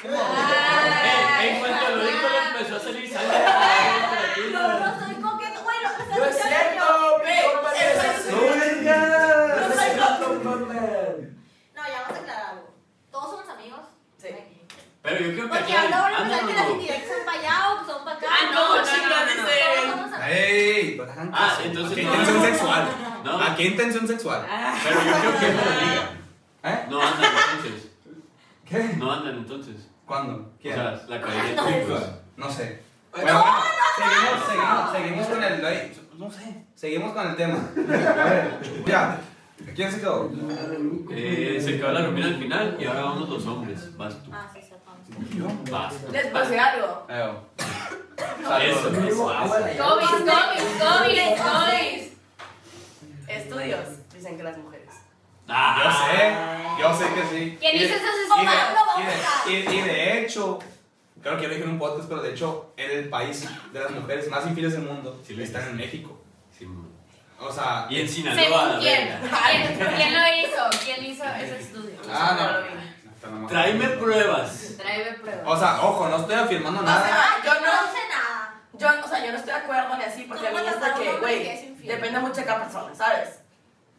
Speaker 2: ¿Cómo
Speaker 1: ey, en cuanto lo dijo le empezó a salir sangre.
Speaker 3: Yo no soy coqueto. Bueno, pues, o sea,
Speaker 5: ¡No es
Speaker 3: yo- yo-
Speaker 5: cierto! ¡Mi compa
Speaker 6: Güey,
Speaker 5: es
Speaker 6: eso
Speaker 5: así!
Speaker 6: es-
Speaker 5: ¡No es cierto, Corman!
Speaker 3: No, ya vamos a aclarar algo. Todos somos amigos.
Speaker 6: Sí.
Speaker 1: Pero yo creo que
Speaker 3: Porque
Speaker 1: aquí
Speaker 3: ahora van a pensar
Speaker 1: andan
Speaker 3: que
Speaker 1: o
Speaker 3: las
Speaker 1: Ah, no.
Speaker 3: indirectas son para allá o que son para acá.
Speaker 7: Ah, no,
Speaker 3: Todos somos
Speaker 7: chingas,
Speaker 3: amigos.
Speaker 7: dice.
Speaker 3: Todos somos amigos.
Speaker 2: ¡Ey! pues, hagan
Speaker 1: Ah,
Speaker 2: caso.
Speaker 1: entonces
Speaker 2: ¿A qué
Speaker 1: no.
Speaker 2: intención sexual?
Speaker 1: No.
Speaker 2: ¿A qué intención sexual?
Speaker 1: Pero yo creo que es una liga.
Speaker 2: ¿Eh?
Speaker 1: No andan entonces.
Speaker 2: ¿Qué?
Speaker 1: No andan entonces.
Speaker 2: ¿Cuándo?
Speaker 1: O sea, la Karina y
Speaker 3: No,
Speaker 1: tú, pues.
Speaker 2: Pues, No sé.
Speaker 5: Bueno,
Speaker 2: Bueno, seguimos, seguimos, seguimos con el. ay, No sé. Seguimos con el tema. A ver, ya. ¿Quién se quedó?
Speaker 1: Eh, se
Speaker 5: Ah,
Speaker 1: quedó la Romina al final y ahora vamos los hombres. Vas tú.
Speaker 3: Ah, sí, sepamos.
Speaker 2: Yo.
Speaker 1: Vas.
Speaker 6: Les pasé algo.
Speaker 2: Eo.
Speaker 1: Eso,
Speaker 2: Saludos.
Speaker 1: eso, eso.
Speaker 7: Tobis, Tobis, Tobis, Tobis.
Speaker 6: Estudios dicen que las mujeres.
Speaker 2: Yo
Speaker 1: Ah,
Speaker 2: sé, eh. yo sé que sí.
Speaker 7: ¿Quién
Speaker 2: Y-
Speaker 7: hizo esas
Speaker 2: y de-
Speaker 3: escuelas?
Speaker 2: y de- y- Y de hecho, creo que ya lo dije en un podcast, pero de hecho, en el país de las mujeres más infieles del mundo
Speaker 1: Sí, lo
Speaker 2: están
Speaker 1: es.
Speaker 2: en México.
Speaker 1: Sí, mo-
Speaker 2: O sea,
Speaker 1: Y en Sinaloa,
Speaker 7: Según
Speaker 1: la
Speaker 7: quién.
Speaker 1: verga.
Speaker 7: ¿Quién- ¿Quién lo hizo? ¿Quién hizo ese estudio?
Speaker 2: ah,
Speaker 6: no lo vi.
Speaker 2: no. Hasta no me acuerdo.
Speaker 1: Tráeme pruebas.
Speaker 7: Tráeme pruebas.
Speaker 2: O sea, ojo, no estoy afirmando
Speaker 6: O
Speaker 2: nada.
Speaker 6: sea,
Speaker 3: Ah, yo no
Speaker 6: yo no-
Speaker 3: sé nada.
Speaker 6: Yo, o sea, yo no estoy de acuerdo ni así, porque a mí
Speaker 3: ¿Cómo
Speaker 6: es de
Speaker 3: tratar a un
Speaker 6: que,
Speaker 3: hombre que es
Speaker 6: güey,
Speaker 3: infiel?
Speaker 6: depende mucho de cada persona, ¿sabes?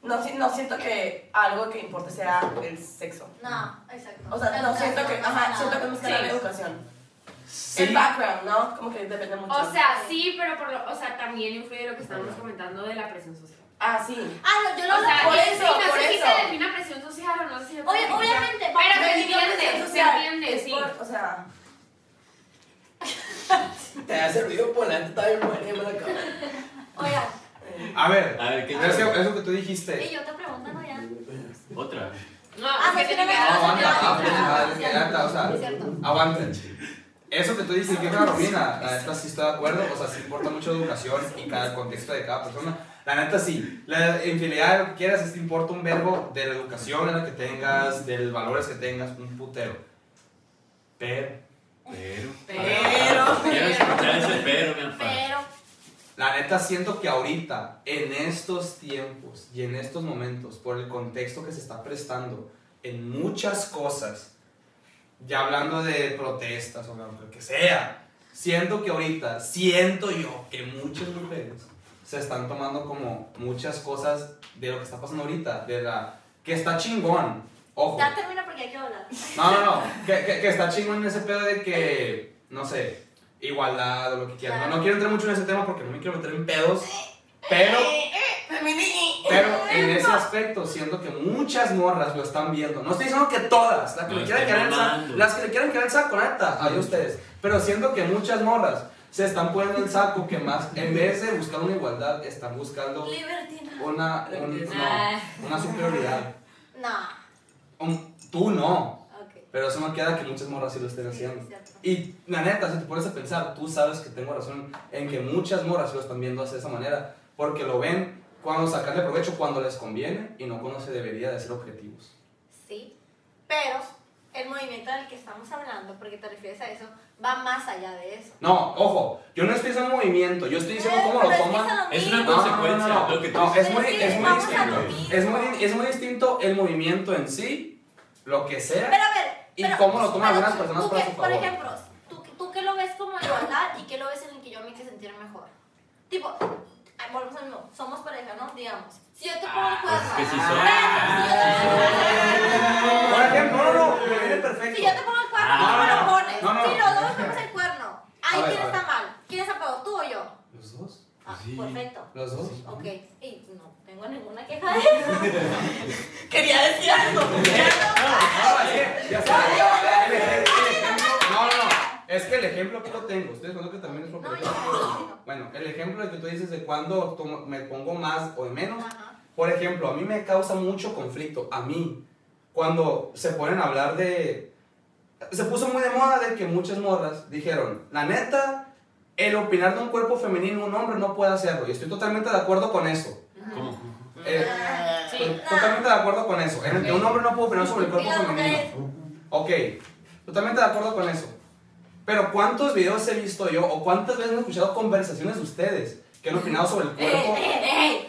Speaker 6: No, si- no siento que algo que importe sea el sexo.
Speaker 3: No, exacto.
Speaker 6: O sea, no siento que,
Speaker 3: pasa
Speaker 6: ajá,
Speaker 3: nada.
Speaker 6: siento que es más que nada la
Speaker 7: Sí.
Speaker 6: educación. El background, ¿no? Como que depende mucho.
Speaker 7: O sea, sí, pero por lo- o sea, también influye lo que estábamos comentando de la presión social.
Speaker 6: Ah, sí.
Speaker 3: Ah, no, yo lo
Speaker 7: O sea,
Speaker 6: por
Speaker 7: es-
Speaker 6: eso,
Speaker 7: no
Speaker 6: por
Speaker 7: sé si
Speaker 6: eso.
Speaker 7: se defina presión social o no sé si se
Speaker 3: Oye,
Speaker 7: define.
Speaker 3: obviamente,
Speaker 7: Pero
Speaker 6: No
Speaker 7: se
Speaker 6: he vivido presión
Speaker 7: entiende, se
Speaker 6: social,
Speaker 7: entiende,
Speaker 6: es
Speaker 7: sí.
Speaker 6: por- O sea,
Speaker 5: Te hace ruido por la está bien buena y me la acabo.
Speaker 3: Oigan,
Speaker 2: A ver,
Speaker 1: A ver, ¿qué
Speaker 2: es que eso que tú
Speaker 3: y
Speaker 2: dijiste.
Speaker 3: yo te preguntando ya.
Speaker 1: Otra.
Speaker 7: No,
Speaker 3: Ah, no, es
Speaker 7: es que
Speaker 3: que
Speaker 7: te
Speaker 3: no me
Speaker 7: quedas-
Speaker 2: aguanta,
Speaker 3: Ah,
Speaker 2: aguanta,
Speaker 3: sí,
Speaker 2: aguanta, o sea,
Speaker 3: sí, cierto.
Speaker 2: aguanten. Eso que tú dices, que Carolina, la neta sí estoy de acuerdo, o sea, sí importa mucho educación y cada contexto de cada persona. La neta sí, la infidelidad, lo que quieras, es que importa un verbo de la educación en la que tengas, de los valores que tengas, un putero. Pero,
Speaker 1: Pero.
Speaker 6: Pero.
Speaker 1: Quiero escuchar ese pero, mi alfa.
Speaker 3: Pero,
Speaker 2: la neta siento que ahorita, en estos tiempos y en estos momentos, por el contexto que se está prestando en muchas cosas, ya hablando de protestas o lo que sea, siento que ahorita, siento yo que muchas mujeres se están tomando como muchas cosas de lo que está pasando ahorita, de la que está chingón. Ojo.
Speaker 3: ya termina porque hay que hablar.
Speaker 2: No, no, no. Que, que, que está chingón ese pedo de que, no sé, igualdad o lo que quieran. No, no quiero entrar mucho en ese tema porque no me quiero meter en pedos. Pero,
Speaker 3: Eh,
Speaker 6: Feminismo.
Speaker 2: pero en ese aspecto, siento que muchas morras lo están viendo. No estoy diciendo que todas, las que
Speaker 1: No,
Speaker 2: le quieran
Speaker 1: estoy
Speaker 2: quedar en saco,
Speaker 1: mamando.
Speaker 2: las que le quieran quedar en saco, neta, ahí ustedes. Pero siento que muchas morras se están poniendo en saco que más, en vez de buscar una igualdad, están buscando
Speaker 3: Libertina.
Speaker 2: una, un- no, una superioridad.
Speaker 3: No.
Speaker 2: Un- tú no.
Speaker 3: Ok.
Speaker 2: Pero eso no queda que muchas morras sí lo estén
Speaker 3: Sí,
Speaker 2: haciendo.
Speaker 3: cierto.
Speaker 2: Y la neta, si te pones a pensar, tú sabes que tengo razón en que muchas morras lo están viendo de esa manera, porque lo ven cuando sacarle provecho, cuando les conviene y no cuando se debería de hacer objetivos.
Speaker 3: Sí, pero el movimiento del que estamos hablando, porque te refieres a eso, va más allá de eso.
Speaker 2: No, ojo, yo no estoy diciendo movimiento, yo estoy diciendo cómo lo
Speaker 3: Pero es que
Speaker 2: toman.
Speaker 3: eso lo
Speaker 1: Es
Speaker 3: mismo.
Speaker 1: una
Speaker 2: No, no, no,
Speaker 1: consecuencia
Speaker 2: no,
Speaker 1: de lo que tú
Speaker 2: no,
Speaker 1: dices.
Speaker 2: es muy,
Speaker 3: Sí,
Speaker 2: es, muy
Speaker 3: vamos a
Speaker 2: distinto.
Speaker 3: lo mismo.
Speaker 2: Es, muy, es muy distinto el movimiento en sí, lo que sea.
Speaker 3: Pero a ver,
Speaker 2: ¿Y
Speaker 3: pero-
Speaker 2: cómo lo toman
Speaker 3: pero
Speaker 2: algunas personas
Speaker 3: tú
Speaker 2: para
Speaker 3: que-
Speaker 2: su
Speaker 3: Por
Speaker 2: favor?
Speaker 3: ejemplo, ¿tú, tú qué lo ves como igualdad y qué lo ves en el que yo me que sentir mejor? Tipo, ah, volvemos al mismo, somos pareja, ¿no? Digamos. Si yo te pongo el
Speaker 1: Ah, pues es
Speaker 3: cuerno.
Speaker 1: que sí son.
Speaker 3: espérate,
Speaker 2: Por ejemplo, no, no, no, me viene
Speaker 3: si yo te-
Speaker 2: perfecto.
Speaker 3: Si yo te pongo el cuerno,
Speaker 1: Ah,
Speaker 3: tú me
Speaker 2: no,
Speaker 3: lo
Speaker 2: no,
Speaker 3: pones.
Speaker 2: no, no,
Speaker 3: Si
Speaker 2: no.
Speaker 3: los dos ponemos el cuerno, ahí
Speaker 2: A ver,
Speaker 3: quién
Speaker 2: a ver.
Speaker 3: está mal. ¿Quién se apagó? ¿Tú o yo?
Speaker 2: ¿Los dos?
Speaker 3: Ah,
Speaker 1: Sí.
Speaker 3: perfecto.
Speaker 2: ¿Los dos?
Speaker 3: Ok, y no tengo ninguna queja de eso.
Speaker 6: Quería decir algo.
Speaker 2: Ah, es que, ya sé. No, no, no. Es que el ejemplo que lo tengo, ustedes creo que también es
Speaker 3: No,
Speaker 2: propietario.
Speaker 3: ya no.
Speaker 2: Bueno, el ejemplo de que tú dices de cuándo tomo- me pongo más o de menos.
Speaker 3: Ajá.
Speaker 2: Por ejemplo, a mí me causa mucho conflicto, a mí, cuando se ponen a hablar de... Se puso muy de moda de que muchas morras dijeron, la neta, el opinar de un cuerpo femenino un hombre no puede hacerlo. Y estoy totalmente de acuerdo con eso.
Speaker 1: ¿Cómo?
Speaker 2: Eh,
Speaker 7: Sí.
Speaker 2: Totalmente de acuerdo con eso. En el que un hombre no puede opinar sobre el
Speaker 3: Y
Speaker 2: cuerpo
Speaker 3: las
Speaker 2: femenino.
Speaker 3: mujeres,
Speaker 2: Ok, totalmente de acuerdo con eso. Pero ¿cuántos videos he visto yo o cuántas veces he escuchado conversaciones de ustedes que han opinado sobre el cuerpo?
Speaker 6: ¡Ey! ¡Ey!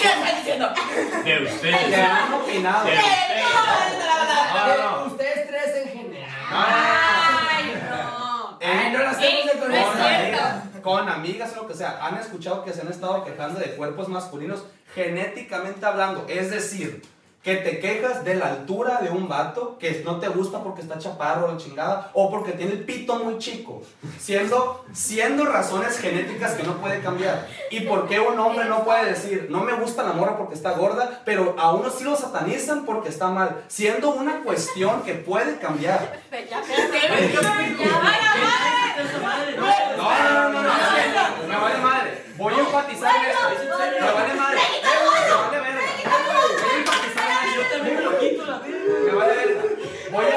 Speaker 6: ¿Qué estás diciendo?
Speaker 1: De
Speaker 2: Que
Speaker 1: ustedes.
Speaker 2: han opinado.
Speaker 1: De ustedes.
Speaker 2: No, no, Ah, no.
Speaker 5: Eh, Ustedes tres en general.
Speaker 2: No, no, no, no.
Speaker 7: Ay, no.
Speaker 2: Eh,
Speaker 5: Ay, no las tengo de
Speaker 7: no
Speaker 2: Con
Speaker 7: es
Speaker 2: amigas, con amigas o lo que sea, han escuchado que se han estado quejando de cuerpos masculinos genéticamente hablando. Es decir, que te quejas de la altura de un vato que no te gusta porque está chaparro o la chingada o porque tiene el pito muy chico, siendo, siendo razones genéticas que no puede cambiar. ¿Y por qué un hombre no puede decir, no me gusta la morra porque está gorda, pero a uno sí lo satanizan porque está mal, siendo una cuestión que puede cambiar?
Speaker 3: pe- ya, espérate.
Speaker 2: No, no, no, no, no, no, me vale madre. Voy a enfatizar en esto. Me vale madre. Me vale verga. Voy a enfatizar en esto. Me vale verga. Voy a, voy a,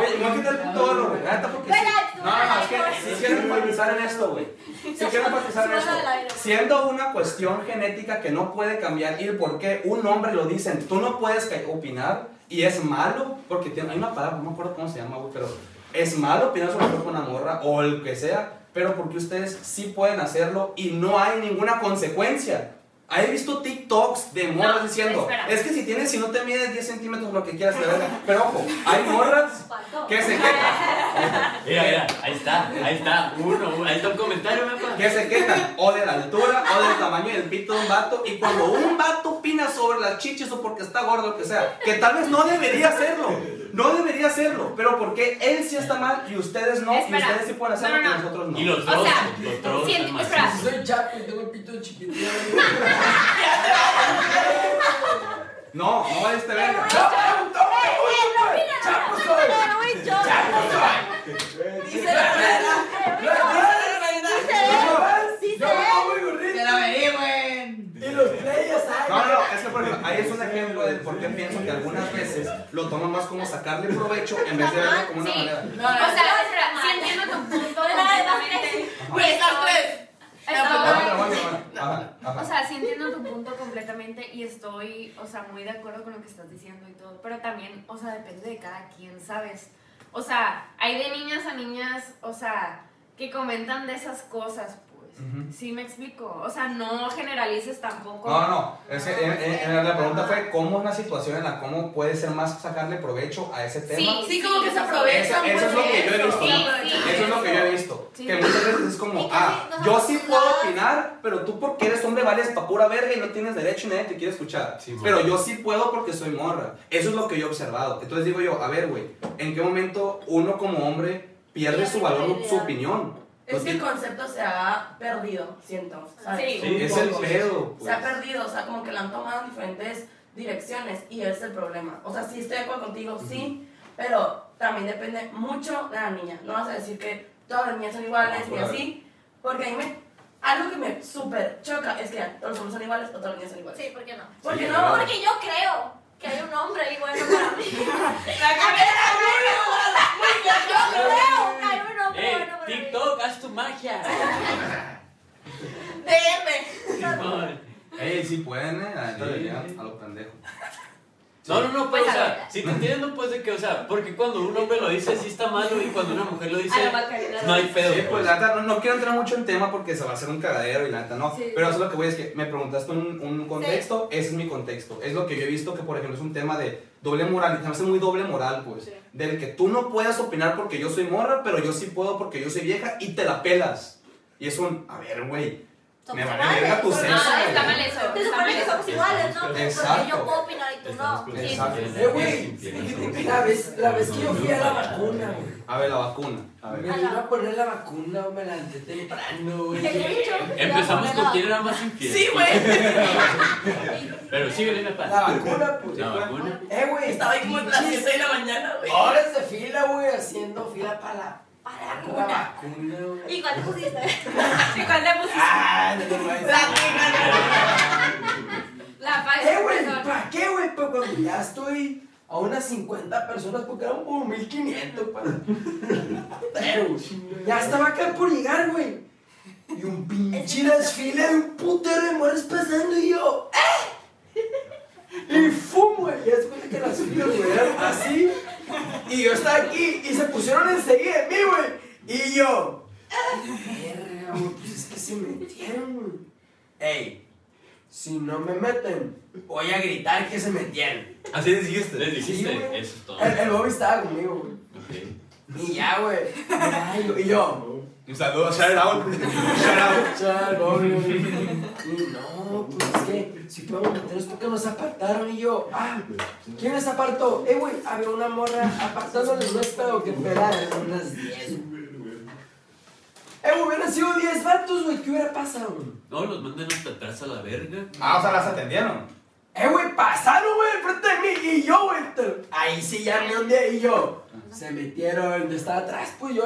Speaker 2: me voy a quitar el puto oro, güey. Neta, porque sí. No, no, no, es que sí quiero enfatizar en esto, güey. Sí quiero enfatizar en esto. Siendo una cuestión genética que no puede cambiar y el por qué un hombre lo dicen, tú no puedes ca- opinar y es malo, porque tiene, hay una palabra, no me acuerdo cómo se llama, güey, pero es malo opinar sobre el cuerpo de una morra o el que sea, pero porque ustedes sí pueden hacerlo y no hay ninguna consecuencia. Ah, He visto TikToks de morras
Speaker 7: No,
Speaker 2: diciendo,
Speaker 7: espera.
Speaker 2: es que si tienes, si no te mides 10 centímetros, lo que quieras, te verga". pero ojo, hay morras
Speaker 3: Faltó.
Speaker 2: que se quejan.
Speaker 1: Mira, mira, ahí está, ahí está, uno, uno, ahí está un comentario, mi alfa.
Speaker 2: que se quejan o de la altura o del tamaño del pito de un vato y cuando un vato pi- opinas sobre las chichis o porque está gordo o lo que sea, que tal vez no debería hacerlo, no debería hacerlo, pero porque él sí está mal y ustedes no, y
Speaker 7: Espera.
Speaker 2: ustedes sí pueden hacerlo y
Speaker 7: No, no, no.
Speaker 2: nosotros no.
Speaker 1: Y los
Speaker 7: O
Speaker 1: dos,
Speaker 7: sea,
Speaker 1: los dos.
Speaker 7: siento-
Speaker 1: además.
Speaker 7: espera.
Speaker 5: Soy chapo y tengo el pito chiquitito.
Speaker 2: No, no vayas te verga.
Speaker 5: ¡Toma, toma! ¡Chapo soy! ¡Chapo
Speaker 3: Dice
Speaker 5: soy!
Speaker 6: Dice la verdad.
Speaker 5: Yo me pongo muy gorrito.
Speaker 8: ¡Se lo averigüen!
Speaker 5: Y los players, ay,
Speaker 2: No, no, no, es que por ejemplo, ahí es un ejemplo de por qué pienso que algunas veces lo toman más como sacarle provecho en vez de verlo como una
Speaker 7: Sí.
Speaker 2: manera.
Speaker 6: No,
Speaker 7: O
Speaker 6: no, no.
Speaker 7: sea, espera, sí entiendo tu punto
Speaker 3: Una de más
Speaker 7: completamente.
Speaker 6: Güey, estas tres.
Speaker 2: Aguanta,
Speaker 7: Estoy-
Speaker 2: aguanta, aguanta. Ajá, ajá.
Speaker 7: O sea, sí entiendo tu punto completamente y estoy, o sea, muy de acuerdo con lo que estás diciendo y todo, pero también, o sea, depende de cada quien, ¿sabes? O sea, hay de niñas a niñas, o sea, que comentan de esas cosas, pues.
Speaker 2: Ujú.
Speaker 7: Sí me explico. O sea, no generalices tampoco.
Speaker 2: No, no, no. Es que en, en- en la pregunta fue cómo es la situación en la cómo puede ser más sacarle provecho a ese tema.
Speaker 7: Sí,
Speaker 6: Sí, como que se
Speaker 7: eso-
Speaker 6: aprovechan.
Speaker 2: eso- eso es lo que yo he
Speaker 6: pues, de
Speaker 7: visto.
Speaker 6: eso.
Speaker 7: Sí,
Speaker 2: Eso
Speaker 7: sí.
Speaker 2: es lo que yo he visto.
Speaker 7: Sí.
Speaker 2: Que muchas veces es
Speaker 3: Y que
Speaker 2: como, ah,
Speaker 3: sí, nos
Speaker 2: yo
Speaker 3: vamos
Speaker 2: sí
Speaker 3: a
Speaker 2: puedo
Speaker 3: hablar.
Speaker 2: opinar, pero tú porque eres hombre vales pa' pura verga y no tienes derecho y nadie te quiere escuchar.
Speaker 1: Sí,
Speaker 2: pero
Speaker 1: morra.
Speaker 2: yo sí puedo porque soy morra. Eso es lo que yo he observado. Entonces digo yo, a ver, güey, ¿en qué momento uno como hombre pierde su valor, su opinión?
Speaker 6: Es que el
Speaker 2: Entonces,
Speaker 6: concepto se ha perdido, siento. ¿sabes?
Speaker 7: Sí.
Speaker 6: Un
Speaker 2: es el
Speaker 6: poco.
Speaker 2: pedo.
Speaker 6: Se ha
Speaker 2: pues.
Speaker 6: perdido, o sea, como que la han tomado en diferentes direcciones y es el problema. O sea, sí estoy de acuerdo contigo, sí, pero también depende mucho de la niña. No vas a decir que todas las niñas son iguales ni
Speaker 2: Claro.
Speaker 6: así, porque a mí me- algo que me súper choca es que todos los hombres son iguales o todas las niñas son iguales.
Speaker 3: Sí, ¿por qué no?
Speaker 6: ¿Por qué
Speaker 2: Sí,
Speaker 6: no?
Speaker 2: claro.
Speaker 3: Porque yo creo que hay un hombre ahí bueno para mí. Yo creo que hay un hombre
Speaker 1: ¡Eh!
Speaker 3: bueno para mí.
Speaker 1: ¡TikTok, haz tu magia!
Speaker 3: DM.
Speaker 1: Simón.
Speaker 2: Ey, sí pueden, eh, la neta
Speaker 1: Sí.
Speaker 2: deberían, a lo pendejo.
Speaker 1: No, no, no, pues, o
Speaker 3: Pues, a
Speaker 1: sea, sí te entiendo, pues, de que, o sea, porque cuando un hombre lo dice, sí está malo, y cuando una mujer lo dice,
Speaker 7: A la Macarena.
Speaker 1: no hay pedo.
Speaker 2: Sí, pues la neta, no, no quiero entrar mucho en tema porque se va a hacer un cagadero y la neta no.
Speaker 7: Sí.
Speaker 2: Pero eso es lo que voy es que me preguntaste un, un contexto, ese es mi contexto. Es lo que yo he visto que, por ejemplo, es un tema de doble moral, y es muy doble moral, pues.
Speaker 7: Sí.
Speaker 2: Del que tú no puedas opinar porque yo soy morra, pero yo sí puedo porque yo soy vieja y te la pelas. Y es un, a ver, güey. Me vale
Speaker 3: Somos
Speaker 2: verga tu
Speaker 3: iguales.
Speaker 2: sexo,
Speaker 7: No, Ah, está
Speaker 2: güey.
Speaker 7: mal eso.
Speaker 3: Se
Speaker 7: Está mal
Speaker 3: supone que
Speaker 7: eso.
Speaker 3: somos iguales, ¿no? Porque
Speaker 2: Exacto.
Speaker 3: yo puedo opinar y tú no.
Speaker 7: Sí.
Speaker 2: Exacto.
Speaker 5: Eh, güey, la vez, la vez que yo fui a la vacuna, güey.
Speaker 2: A ver, la vacuna. A
Speaker 5: Me
Speaker 2: ver.
Speaker 5: vino a poner la vacuna, güey, me levanté temprano,
Speaker 3: Te
Speaker 5: güey.
Speaker 3: he dicho que te
Speaker 1: Empezamos
Speaker 3: voy a
Speaker 1: con quién
Speaker 3: poner
Speaker 1: era más infiel.
Speaker 6: Sí, güey.
Speaker 1: Pero sí, Belén,
Speaker 5: La
Speaker 1: paz.
Speaker 5: vacuna, pues.
Speaker 1: La vacuna.
Speaker 5: Eh, güey,
Speaker 6: Estaba ahí como a las
Speaker 5: pinches
Speaker 6: 6 de la mañana, güey.
Speaker 5: Horas de fila, güey, haciendo fila para la,
Speaker 3: Para
Speaker 5: para la
Speaker 3: una.
Speaker 5: vacuna, güey.
Speaker 3: ¿Y cuál te pusiste?
Speaker 7: ¿Y cuál le pusiste?
Speaker 5: Ah, no te vayas.
Speaker 7: La paz.
Speaker 5: Eh, güey, ¿para qué, güey? Pues cuando ya estoy a unas 50 personas, porque eran como 1500, para. Pero, güey, ya estaba acá por llegar, güey. Y un pinche desfile de un putero de morras pasando y yo, ¡eh! Y fum, güey. Y después de que las filas, güey, eran así. Y yo estaba aquí y se pusieron enseguida de mí, güey. Y yo, ¡verga, güey! Pues es que se metieron, güey. ¡Ey! Si no me meten, voy a gritar que se metieron.
Speaker 2: Así les dijiste.
Speaker 1: Les
Speaker 5: Sí,
Speaker 1: dijiste,
Speaker 5: güey.
Speaker 1: eso es todo.
Speaker 5: El, el Bobby estaba conmigo, güey.
Speaker 1: Ok.
Speaker 5: Y ya, güey. Ay, Y yo.
Speaker 2: Un saludo, shout out. Shout out.
Speaker 5: Chal, Bobby, güey. Y no, pues es que si podemos meternos porque nos apartaron. Y yo, ah, ¿quién les apartó? Eh, güey, había una morra apartándoles no es pedo que pedaron unas 10. güey. Eh, güey, hubieran sido 10 vatos, güey. ¿Qué hubiera pasado, güey?
Speaker 1: No, los mandan hasta atrás a la verga.
Speaker 2: Ah, o sea, las atendieron.
Speaker 5: Eh, güey, pasaron, güey, enfrente de mí. Y yo, güey, te- ahí sí ya me hundí. Y yo, se metieron, yo estaba atrás, pues yo,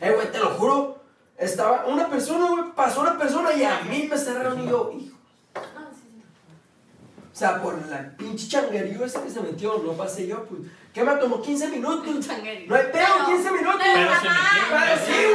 Speaker 5: eh, güey, te lo juro. Estaba una persona, güey, pasó una persona y a mí me cerraron. Y yo, hijo. O sea, por la pinche changuerío esa que se metió, no pasé yo, pues. ¿Qué me tomó 15 minutos?
Speaker 7: Changuerío.
Speaker 5: No hay pedo,
Speaker 3: Pero-
Speaker 5: 15 minutos.
Speaker 3: pero
Speaker 1: Pero se
Speaker 3: jamás.
Speaker 1: metieron.
Speaker 5: Pero sí,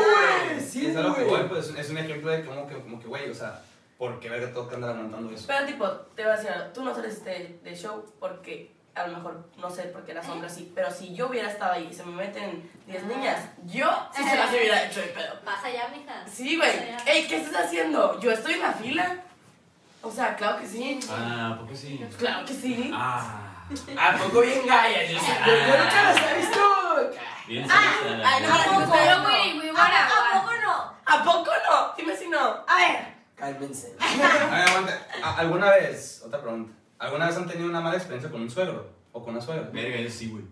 Speaker 5: güey, sí,
Speaker 2: Es a lo que
Speaker 5: güey.
Speaker 2: voy, pues, es un ejemplo de como que, como que, güey, o sea, ¿por qué verga tengo que andar aguantando eso?
Speaker 6: Pero tipo, te voy a decir algo, tú no sales de, de show porque a lo mejor, no sé por qué las hombres sí, pero si yo hubiera estado ahí y se me meten 10 niñas, yo sí se las hubiera hecho de pedo.
Speaker 3: Vas allá, mija.
Speaker 6: Sí, güey. Eh, Ey, ¿qué estás haciendo? Yo estoy en la fila. O sea, claro que sí.
Speaker 1: Ah, ¿por qué sí?
Speaker 6: Claro que sí.
Speaker 1: Ah,
Speaker 5: ¿A poco bien gaya? Yo, sé- yo- yo nunca las he visto.
Speaker 1: bien sabrosa la
Speaker 6: ay, no,
Speaker 1: verga.
Speaker 6: no, no.
Speaker 7: Pero, güey, we wanna-
Speaker 3: ¿A a poco no?
Speaker 6: ¿A poco no? Dime si no.
Speaker 3: A ver.
Speaker 5: Cálmense.
Speaker 2: A ver, aguanta. ¿A- ¿Alguna vez, otra pregunta, ¿Alguna vez han tenido una mala experiencia con un suegro o con una suegra?
Speaker 9: Verga, yo sí, güey.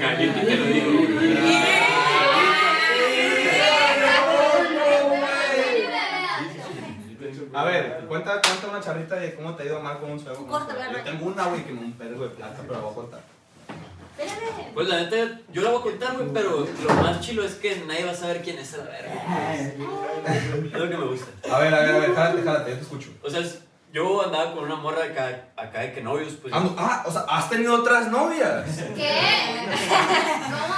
Speaker 9: Caliente te lo digo, güey.
Speaker 2: A ver, cuenta, cuenta una charlita de cómo te ha ido mal con un suegro. con un
Speaker 3: Córtame,
Speaker 2: suegro. Yo
Speaker 3: Ana.
Speaker 2: tengo una, güey, que me un perro de plata, pero la voy a cortar.
Speaker 3: Espérame.
Speaker 1: Pues la neta, yo la voy a contar, güey, pero lo más chilo es que nadie va a saber quién es a la verga. Es lo que me gusta.
Speaker 2: A ver, a ver, a ver, jálate, jálate, yo te escucho.
Speaker 1: O sea, es- yo andaba con una morra acá, acá de que novios, pues.
Speaker 2: Ah, no, ah, o sea, ¿has tenido otras novias?
Speaker 3: ¿Qué? ¿Cómo?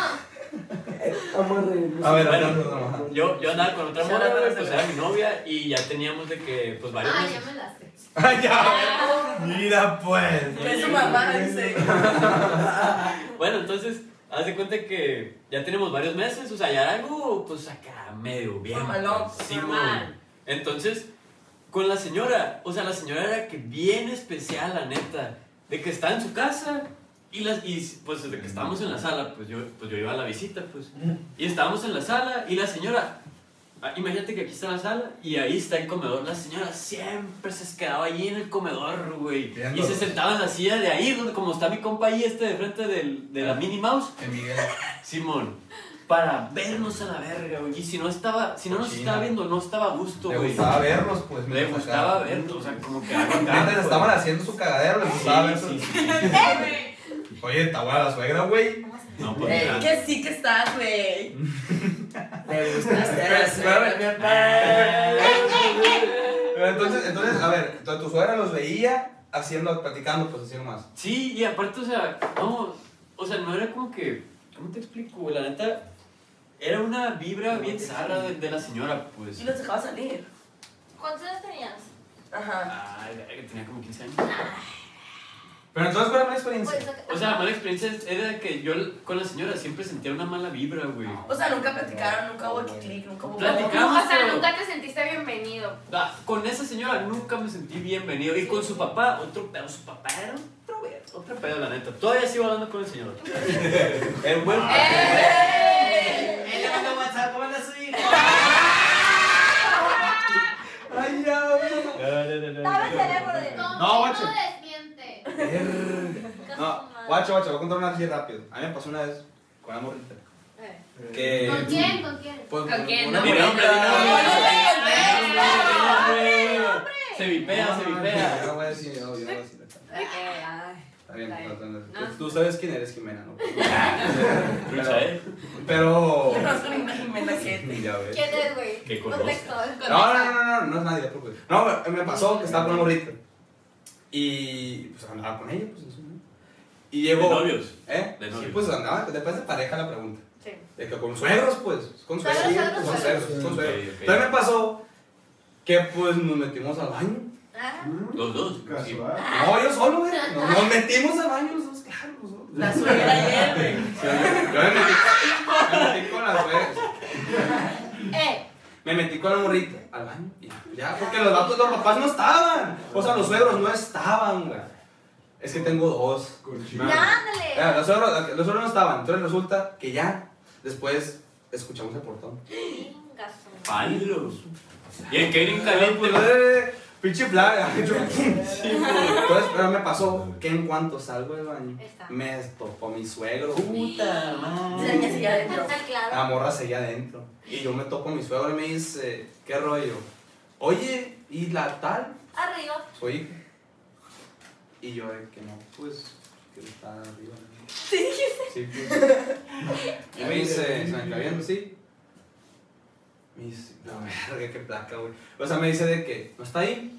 Speaker 5: Vamos a reírnos.
Speaker 2: A ver, a ver,
Speaker 1: Bueno.
Speaker 2: a ver, a ver.
Speaker 1: Yo, yo andaba con otra morra, güey, pues era mi novia y ya teníamos de que, pues varios
Speaker 3: Ah,
Speaker 1: meses.
Speaker 3: ya me las sé.
Speaker 2: Ay, ya. Mira, pues.
Speaker 6: Que su mamá dice.
Speaker 1: Bueno, entonces, haz de cuenta que ya tenemos varios meses, o sea, ya era algo, pues acá, medio bien.
Speaker 6: Formalón,
Speaker 1: pues, sí,
Speaker 7: formal.
Speaker 1: güey. Entonces, con la señora, o sea, la señora era que bien especial, la neta, de que está en su casa y, las, y pues desde que estábamos en la sala, pues yo, pues yo iba a la visita, pues, y estábamos en la sala y la señora... ah, Imagínate que aquí está la sala y ahí está el comedor. La señora siempre se quedaba allí en el comedor, güey. Y
Speaker 2: Viendo.
Speaker 1: se sentaba en la silla de ahí, donde como está mi compa ahí, este de frente del, de la Minnie Mouse.
Speaker 2: Que Miguel.
Speaker 1: Simón, para vernos a la verga, güey. Y si no estaba, si no nos
Speaker 2: Cochina.
Speaker 1: estaba viendo, no estaba a gusto,
Speaker 2: Le
Speaker 1: güey.
Speaker 2: gustaba verlos, pues.
Speaker 1: Le gustaba vernos, o sea, como que aguantar.
Speaker 2: Mientras estaban haciendo su cagadero, les gustaba ver
Speaker 1: Sí, sí,
Speaker 2: sus-
Speaker 1: sí.
Speaker 2: Oye, está buena la suegra, güey.
Speaker 1: No, pues
Speaker 6: Ey,
Speaker 1: nada.
Speaker 6: que sí que estás, güey.
Speaker 10: Me gusta hacer.
Speaker 2: Pero entonces, entonces, a ver, entonces tu suegra los veía haciendo, platicando, pues así nomás.
Speaker 1: Sí, y aparte, o sea, no, o sea, no era como que, ¿cómo te explico? güey? La neta, era una vibra bien zarra de, de la señora, pues.
Speaker 6: Y los dejaba salir.
Speaker 3: ¿Cuántos años tenías?
Speaker 6: Ajá.
Speaker 1: Ay, verga, tenía como 15 años.
Speaker 2: Pero entonces, ¿cuál es la
Speaker 3: Pues,
Speaker 2: experiencia?
Speaker 1: O sea, la mala experiencia era que yo con la señora siempre sentía una mala vibra, güey.
Speaker 10: Ah.
Speaker 6: O sea, nunca platicaron, nunca hubo clic, nunca hubo.
Speaker 1: Platicamos.
Speaker 7: O sea, nunca te sentiste bienvenido.
Speaker 1: Ah, Con esa señora nunca me sentí bienvenido. Y con su papá, otro pedo. Su papá era otro, ver- otro pedo, la neta. Todavía sigo hablando con el señor.
Speaker 2: El buen.
Speaker 10: Él le mandó WhatsApp, ¿cómo anda su hija?
Speaker 2: Ay, ya, güey.
Speaker 3: Dame el teléfono de
Speaker 2: No, guacho.
Speaker 11: desmiente.
Speaker 2: No, guacho, guacho, voy a contar una así rápido. A mí me pasó una vez con una morrita.
Speaker 3: Eh.
Speaker 2: Que.
Speaker 11: ¿Con quién? ¿Con quién?
Speaker 2: Pues,
Speaker 7: ¿Con quién?
Speaker 2: una
Speaker 7: No,
Speaker 1: Di
Speaker 2: morrita-
Speaker 1: nombre, di nombre. Se vipea, se
Speaker 2: No, no, no,
Speaker 1: vipea.
Speaker 2: Yo voy a decir, yo voy a decir. Está bien,
Speaker 7: Está bien.
Speaker 2: perdón.
Speaker 7: No.
Speaker 2: Tú sabes quién eres, Jimena, ¿no?
Speaker 1: Trucha, ¿eh?
Speaker 2: Pero.
Speaker 6: Yo conozco una Jimena que.
Speaker 2: Ya ves.
Speaker 3: ¿Quién es, güey?
Speaker 1: Que conozca.
Speaker 3: Contexto.
Speaker 2: No, no, no, no, no, no es nadie, por favor. No, me- me pasó que estaba con una morrita. Y pues andaba con ella, pues eso, ¿no? Y
Speaker 1: De
Speaker 2: llegó.
Speaker 1: novios.
Speaker 2: ¿Eh?
Speaker 1: De
Speaker 2: sí,
Speaker 1: novios.
Speaker 2: pues andaba, después de pareja la pregunta.
Speaker 3: Sí.
Speaker 2: De que con suegros, pues. Con suegros,
Speaker 3: Suegros,
Speaker 2: sí,
Speaker 3: suegros,
Speaker 2: con suegros,
Speaker 3: suegros.
Speaker 2: con
Speaker 1: Ok,
Speaker 2: suegros.
Speaker 1: ok.
Speaker 2: Entonces me pasó que pues nos metimos al baño.
Speaker 3: Ah,
Speaker 1: Los dos. Sí.
Speaker 12: Casual.
Speaker 2: No, yo solo, güey. Nos, nos metimos al baño los dos, claro, los dos.
Speaker 6: La suegra ayer, güey.
Speaker 2: Sí, yo, yo me, metí, me metí con las suegras.
Speaker 3: Eh,
Speaker 2: Me metí con la morrita al baño. y Ya, porque los vatos, los papás no estaban. O sea, los suegros no estaban, güey. Es que tengo dos.
Speaker 12: Cochino.
Speaker 3: ya,
Speaker 2: Ya,
Speaker 3: ándale.
Speaker 2: los, suegros, los suegros no estaban. Entonces resulta que ya, después, escuchamos el portón.
Speaker 3: Chinga su madre.
Speaker 1: Palos. Y el Kevin
Speaker 2: Pues,
Speaker 1: caliente.
Speaker 2: eh, Pinche plaga. Entonces, pero me pasó que en cuanto salgo del baño,
Speaker 3: Está.
Speaker 2: me estopó mi suegro.
Speaker 1: Puta madre.
Speaker 6: Se seguía adentro.
Speaker 3: Está
Speaker 2: La
Speaker 3: claro.
Speaker 2: morra seguía adentro. Y yo me topo a mi suegro y me dice, ¿qué rollo? Oye, ¿y la tal?
Speaker 3: Arriba.
Speaker 2: Su hija. Y yo, de que no, pues, que está arriba. ¿Sí dijiste? Y me dice, ¿se me está viendo? Sí. Me dice, no, verga, qué placa, güey. O sea, me dice de que, ¿no está ahí?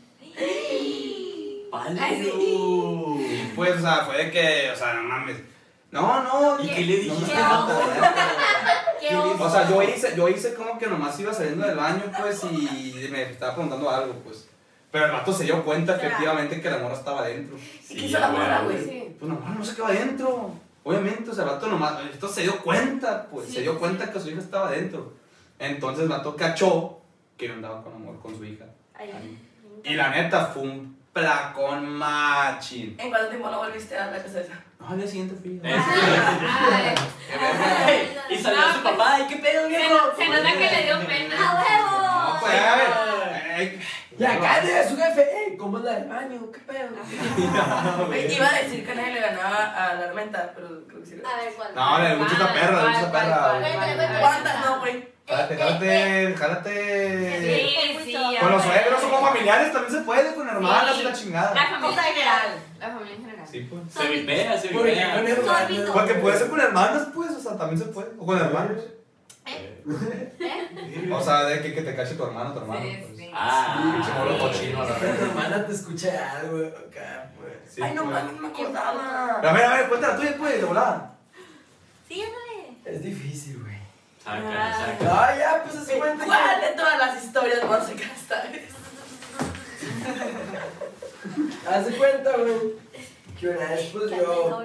Speaker 1: Palos.
Speaker 2: Pues, o sea, fue de que, o sea, no mames. No, no.
Speaker 1: ¿Y
Speaker 2: no,
Speaker 1: qué le
Speaker 2: no,
Speaker 1: dijiste?
Speaker 2: no,
Speaker 3: ¿Qué oso?
Speaker 2: O sea, yo hice, yo hice como que nomás iba saliendo del baño, pues, y me estaba preguntando algo, pues. Pero el rato se dio cuenta
Speaker 3: Claro.
Speaker 2: efectivamente que la morra estaba adentro.
Speaker 6: ¿Y qué hizo la morra, güey?
Speaker 7: Sí.
Speaker 2: Pues no, no se quedó adentro. Obviamente, o sea, el vato nomás, esto se dio cuenta, pues,
Speaker 6: Sí,
Speaker 2: se dio cuenta que su hija estaba adentro. Entonces el vato cachó que yo andaba con amor con su hija.
Speaker 3: Ahí.
Speaker 2: Y la neta fue un placón machín.
Speaker 6: ¿En cuánto tiempo no volviste a la casa esa?
Speaker 2: No, al día siguiente fui.
Speaker 1: Eh.
Speaker 7: Ay,
Speaker 1: Ey, Y salió su papá. ¿Y qué pedo,
Speaker 7: Se
Speaker 1: viejo?
Speaker 7: se nota que le dio
Speaker 3: ¡A
Speaker 7: pena.
Speaker 2: No,
Speaker 3: huevo!
Speaker 2: pues, a ver, ay,
Speaker 5: Y acá llega su jefe, eh, ¿cómo es la del baño? ¿Qué pedo?
Speaker 6: Me iba a decir que nadie le ganaba a la armenta, pero creo que sí. le-
Speaker 3: A ver, ¿cuál?
Speaker 2: No, la de mucho
Speaker 7: ¿Cuál,
Speaker 2: perra, la de
Speaker 7: cuál,
Speaker 2: mucho
Speaker 7: cuál,
Speaker 2: perra.
Speaker 7: cuál,
Speaker 2: güey.
Speaker 7: cuál,
Speaker 3: Cuéntale,
Speaker 7: cuál?
Speaker 6: ¿Cuántas no, güey?
Speaker 3: Eh,
Speaker 2: Jálate, jálate, jálate.
Speaker 7: Sí, sí, ya
Speaker 2: Con los
Speaker 7: fue.
Speaker 2: suegros o con familiares también se puede, con hermanas
Speaker 7: Sí.
Speaker 2: y la
Speaker 7: La
Speaker 2: chingada.
Speaker 7: familia en general. La familia en general.
Speaker 2: Sí, pues.
Speaker 8: Se vipea, se
Speaker 5: Porque con
Speaker 8: vipea.
Speaker 5: el baño.
Speaker 3: Sorbito.
Speaker 2: Porque puede ser con hermanas, pues, o sea, también se puede. O con hermanos. O sea, de que, que te cache tu hermano, tu hermano.
Speaker 7: Sí,
Speaker 2: pues.
Speaker 7: sí.
Speaker 8: Ah,
Speaker 2: Pinche moro cochino, la
Speaker 5: Pero tu
Speaker 2: verdad.
Speaker 5: hermana te escucha algo acá, pues.
Speaker 2: Sí,
Speaker 6: Ay, no
Speaker 2: pues.
Speaker 6: mames, no me acordaba.
Speaker 2: A ver, a ver, cuéntala tuya, pues, de volada.
Speaker 3: Sí, ándale.
Speaker 5: Es difícil, güey.
Speaker 8: Sácala,
Speaker 5: No,
Speaker 8: sácala.
Speaker 5: ya, pues así cuenta. que-
Speaker 6: Eh, ¿Cuál de todas las historias más esta vez?
Speaker 5: Haz de cuenta, güey, que una vez pues yo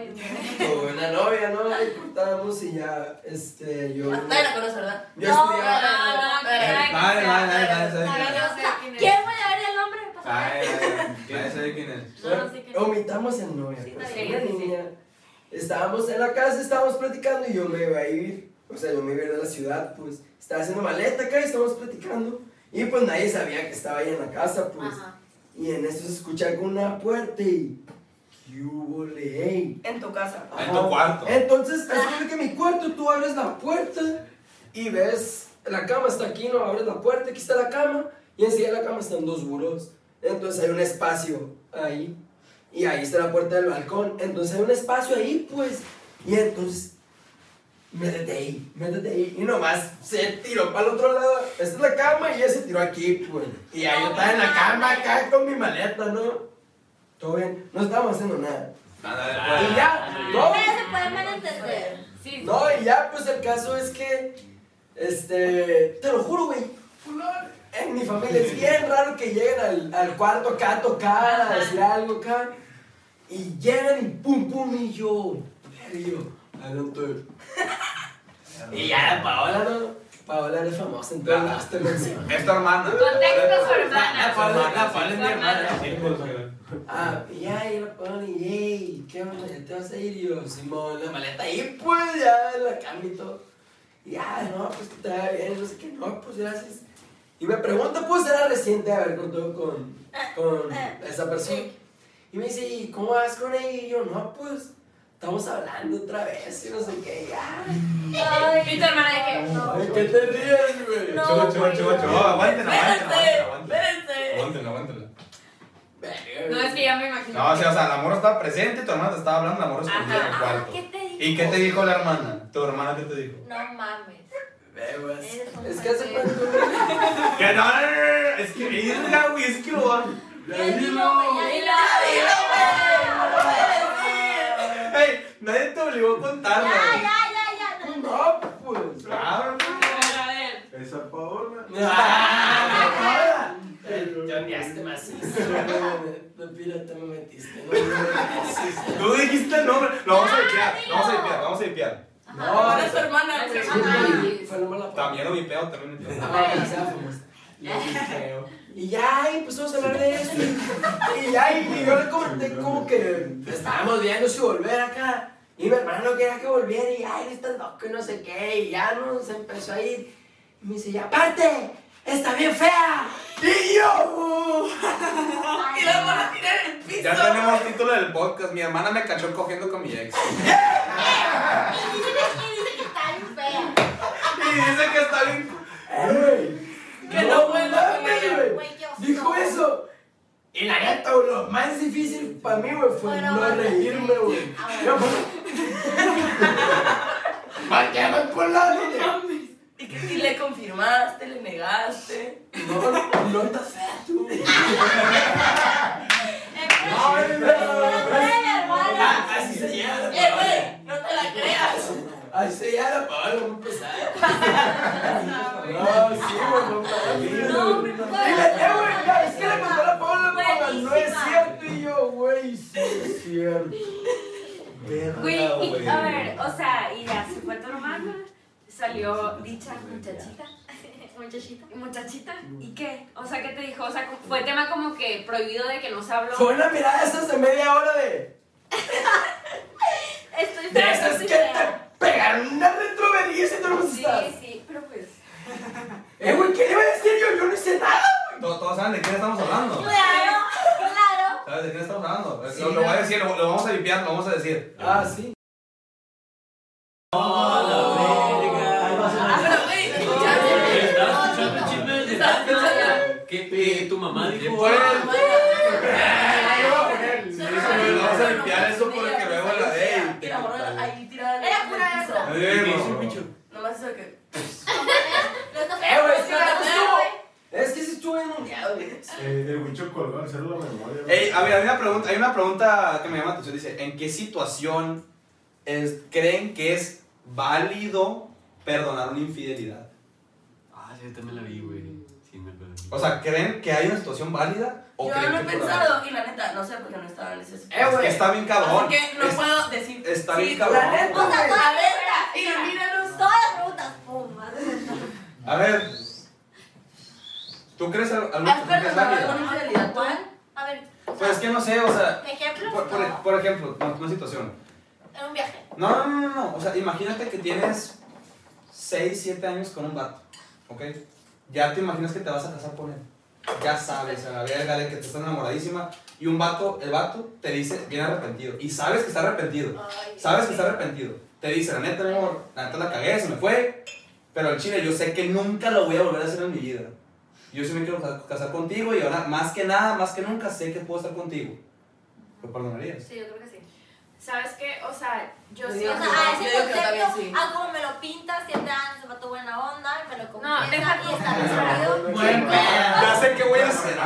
Speaker 5: tuve una novia, ¿no? Le cortábamos y ya, este, yo...
Speaker 6: Nadie la conoce, ¿verdad?
Speaker 5: Yo
Speaker 3: No,
Speaker 5: estudiaba...
Speaker 7: No, no, que
Speaker 2: Eh,
Speaker 7: sea,
Speaker 2: vale,
Speaker 7: que
Speaker 2: vale,
Speaker 7: sea.
Speaker 2: vale, vale,
Speaker 3: La
Speaker 2: vale.
Speaker 3: gallosa. ¿Quién voy a ver el nombre? Pasa nada.
Speaker 2: Ay, ay, ay, nadie sabe quién es.
Speaker 7: No, no sé qué-
Speaker 5: Omitamos el novia.
Speaker 7: Sí,
Speaker 5: pues,
Speaker 7: está
Speaker 5: una
Speaker 7: bien, sí, sí.
Speaker 5: niña. Estábamos en la casa, estábamos platicando y yo me iba a ir. O sea, yo me iba a ir a la ciudad, pues. Estaba haciendo maleta acá y estábamos platicando. Y pues nadie sabía que estaba ahí en la casa, pues.
Speaker 3: Ajá.
Speaker 5: Y en eso se escucha algo en una puerta y. ¿Qué hubo, le, ey?
Speaker 6: En tu casa.
Speaker 2: En tu cuarto.
Speaker 5: Entonces, es que en mi cuarto tú abres la puerta y ves, la cama está aquí, no abres la puerta, aquí está la cama y enseguida de la cama están dos buros. Entonces hay un espacio ahí y ahí está la puerta del balcón. Entonces hay un espacio ahí, pues. Y entonces, métete ahí, métete ahí. Y nomás se tiró para el otro lado. Esta es la cama y ella se tiró aquí, pues. Y ahí yo estaba en la cama acá con mi maleta, ¿no? Todo bien, no estábamos haciendo nada.
Speaker 2: Nada, de
Speaker 8: Ah.
Speaker 5: Y ya, todo
Speaker 3: Pero se puede malentender.
Speaker 7: Sí, sí.
Speaker 5: no, y ya, pues el caso es que, este, te lo juro, güey, en mi familia es bien raro que lleguen al, al cuarto acá a tocar, a decir algo acá, y llegan y pum, pum, y yo, y yo, adelante. Y ya, Paola, ¿no? Paola era famosa en todas las televisión.
Speaker 2: Es tu hermana.
Speaker 7: Contexto, su
Speaker 2: La
Speaker 7: hermana.
Speaker 2: Paola, la Paola es mi
Speaker 7: Su
Speaker 2: hermana.
Speaker 7: hermana.
Speaker 2: Sí, pues,
Speaker 5: Ah, y ya, y la Paola, y ey, ¿qué onda? ¿Ya te vas a ir? Y yo, Simón, la maleta ahí, pues, ya, la cambio y todo. Y ya, no, pues que te vaya bien, no sé qué, no, pues gracias. Y me pregunta, pues era reciente haber contado con, con esa persona. Y me dice, ¿y cómo vas con ella? Y yo, no, pues estamos hablando otra vez y no sé qué, ya.
Speaker 7: ¿Y tu hermana de qué?
Speaker 5: Ay, ¿qué te ríes, güey?
Speaker 3: No, pues,
Speaker 2: Chuba, chuba,
Speaker 3: güey.
Speaker 2: chuba, chuba. Aguántenla,
Speaker 6: Espérense,
Speaker 2: aguántenla, aguántenla.
Speaker 6: espérense.
Speaker 2: Aguántenla, aguántenla.
Speaker 7: No, es que ya me imagino.
Speaker 2: No, o sea, o sea, la morra estaba presente, tu hermana te estaba hablando, la morra escondida en el
Speaker 3: Ah,
Speaker 2: cuarto.
Speaker 3: ¿qué te dijo?
Speaker 2: ¿Y qué te dijo la hermana? ¿Tu hermana qué te dijo?
Speaker 3: No mames.
Speaker 5: Ve, güey,
Speaker 3: Eres un
Speaker 5: Es que hace
Speaker 3: pendejo.
Speaker 5: cuánto...
Speaker 2: Que no, no, no, no, no, es que irga, güey, es que lo
Speaker 3: Ya dilo, güey, ya dilo.
Speaker 2: Ey, nadie te obligó a contarlo.
Speaker 3: Ya, ya, ya, ya. No, no,
Speaker 5: No, pues.
Speaker 2: Claro.
Speaker 7: A ver,
Speaker 13: Esa Paola.
Speaker 5: ¡Ah! Cambiaste macizo. De pirata me metiste. No,
Speaker 2: Tú dijiste el nombre. Lo vamos a vipear, lo vamos a vipear, lo vamos a vipear.
Speaker 5: no,
Speaker 6: Ahora es su hermana, güey.
Speaker 5: no. Ah, Fue nomás la
Speaker 2: También lo vipeo, también lo vipeo.
Speaker 5: Y ya, y empezamos a hablar de eso. Y ya, y yo le comenté como que estábamos viendo si volver acá. Y mi hermano no quería que volviera. Y ay, estás loco y no sé qué. Y ya nos empezó a ir. Y me dice, y aparte, está bien fea. Y yo.
Speaker 6: Y la van a tirar en el piso.
Speaker 2: Ya tenemos título del podcast. Mi hermana me cachó cogiendo con mi ex.
Speaker 3: Y dice que- y dice que está bien fea.
Speaker 2: Y dice que está bien.
Speaker 6: Que no vuelva con
Speaker 5: mames,
Speaker 6: ella.
Speaker 5: güey.
Speaker 3: Güey, qué oso.
Speaker 5: Dijo eso. Y la neta, güey, lo más difícil para mí, güey, fue
Speaker 3: Bueno,
Speaker 5: no
Speaker 3: bueno.
Speaker 5: reírme, güey. pues.
Speaker 3: Ah, bueno.
Speaker 5: Yo, Váyame por la línea.
Speaker 6: Y que si le confirmaste, le negaste.
Speaker 5: No, no estás fea tú.
Speaker 3: Eh, güey, no trae, hermana.
Speaker 5: Ah, Así se llama.
Speaker 6: Eh, güey, no te la creas.
Speaker 5: Así se llama, Pablo, muy pesado. No, sí, güey, no, Pablo.
Speaker 3: No, hombre, no.
Speaker 5: Y la- eh, güey, ya, es que le conté a la Paola, Paola, no es
Speaker 3: Buenísima.
Speaker 5: cierto. Y yo, güey, sí es cierto.
Speaker 7: güey, y- a ver, o sea, y ya se fue tu hermana, salió dicha muchachita.
Speaker 3: Muchachita.
Speaker 7: Muchachita, ¿y qué? O sea, ¿qué te dijo? O sea, fue tema como que prohibido de que no se habló.
Speaker 5: Fue una mirada esas de media hora de.
Speaker 3: Estoy
Speaker 5: De
Speaker 3: fea,
Speaker 5: esas
Speaker 3: estoy
Speaker 5: que
Speaker 3: fea.
Speaker 5: te pegaron una retroverguisa y te lo
Speaker 7: Sí,
Speaker 5: estás.
Speaker 7: sí, pero pues.
Speaker 5: Eh, güey, ¿qué le iba a decir yo? Yo no hice nada, güey.
Speaker 2: to- todos saben de quién estamos hablando.
Speaker 3: Claro, claro.
Speaker 2: ¿Sabes de quién estamos hablando?
Speaker 5: Sí,
Speaker 2: lo, lo voy a decir, lo, lo vamos a limpiar, lo vamos a decir.
Speaker 5: Ah, sí.
Speaker 8: Ahí va a sonar.
Speaker 6: Ah, pero güey, me escuchaste.
Speaker 8: Estaba escuchando chismes de Batman, que- que tu mamá dijo.
Speaker 2: Pues,
Speaker 5: Ahí va a poner.
Speaker 2: lo vamos a limpiar eso porque luego la de.
Speaker 6: Y la morra ahí tirada en el
Speaker 3: Era pura
Speaker 6: piso.
Speaker 3: esa.
Speaker 8: ¿Qué hizo el bicho?
Speaker 6: Nomás eso que.
Speaker 3: Los dos
Speaker 5: Eh, güey, es que
Speaker 3: fueron-
Speaker 5: estuvo- Es que sí estuve enunqueado, güey.
Speaker 13: El Eh, huicho colgó al cero la memoria.
Speaker 2: Ey, a ver, hay una, pregunta, hay una pregunta que me llama la atención. Dice, ¿en qué situación es- creen que es válido perdonar una infidelidad?
Speaker 8: Ah, sí, yo también la vi, güey. Sí, me acuerdo.
Speaker 2: O sea, ¿creen que hay una situación válida? ¿O
Speaker 6: Yo
Speaker 2: creen
Speaker 6: no he
Speaker 2: que por
Speaker 6: pensado, y la neta, no sé por qué no estaba en ese
Speaker 5: Eh,
Speaker 2: Es que
Speaker 5: güey.
Speaker 2: está bien cabrón.
Speaker 6: Así que no
Speaker 2: Es-
Speaker 6: puedo decir.
Speaker 2: está
Speaker 6: sí,
Speaker 2: bien
Speaker 6: la
Speaker 2: cabrón.
Speaker 6: neta.
Speaker 3: O sea, todas las
Speaker 6: Y
Speaker 3: preguntas.
Speaker 6: míralos.
Speaker 3: Todas las preguntas. Pum, madre.
Speaker 2: A ver. ¿Tú crees al- algo
Speaker 6: ¿Has
Speaker 2: que es
Speaker 6: perdonado
Speaker 2: válido?
Speaker 6: alguna infidelidad tú?
Speaker 3: ¿Cuál? A ver,
Speaker 2: Pues es que no sé, o sea,
Speaker 3: ejemplos.
Speaker 2: por, e- por-
Speaker 3: No.
Speaker 2: por ejemplo, no, una situación.
Speaker 3: En un viaje.
Speaker 2: No, no, no, no, no, o sea, imagínate que tienes 6, 7 años con un vato, ¿ok? Ya te imaginas que te vas a casar con él. Ya sabes, a la verga, de que te estás enamoradísima. Y un vato, el vato te dice, bien arrepentido. Y sabes que está arrepentido.
Speaker 3: Ay,
Speaker 2: Sabes que está arrepentido. Te dice, la neta, mi amor, la neta la cagué, se me fue. Pero al chile, yo sé que nunca lo voy a volver a hacer en mi vida. Yo sí me quiero ca- casar contigo y ahora, más que nada, más que nunca, sé que puedo estar contigo. ¿Lo perdonarías?
Speaker 3: Sí, yo creo que sí.
Speaker 7: ¿Sabes qué? O sea, yo
Speaker 6: Yo
Speaker 7: sí.
Speaker 6: digo
Speaker 3: O
Speaker 7: o
Speaker 3: sea,
Speaker 7: sea,
Speaker 6: no,
Speaker 3: a ah,
Speaker 6: yo
Speaker 3: ese
Speaker 6: digo que también
Speaker 3: concepto,
Speaker 6: sí.
Speaker 3: a como me lo pinta, siete años, se mató buena onda, me lo confiesa
Speaker 7: deja
Speaker 3: y
Speaker 7: tú.
Speaker 3: está despedido.
Speaker 5: Buen pedo.
Speaker 2: Ya sé qué voy a hacer.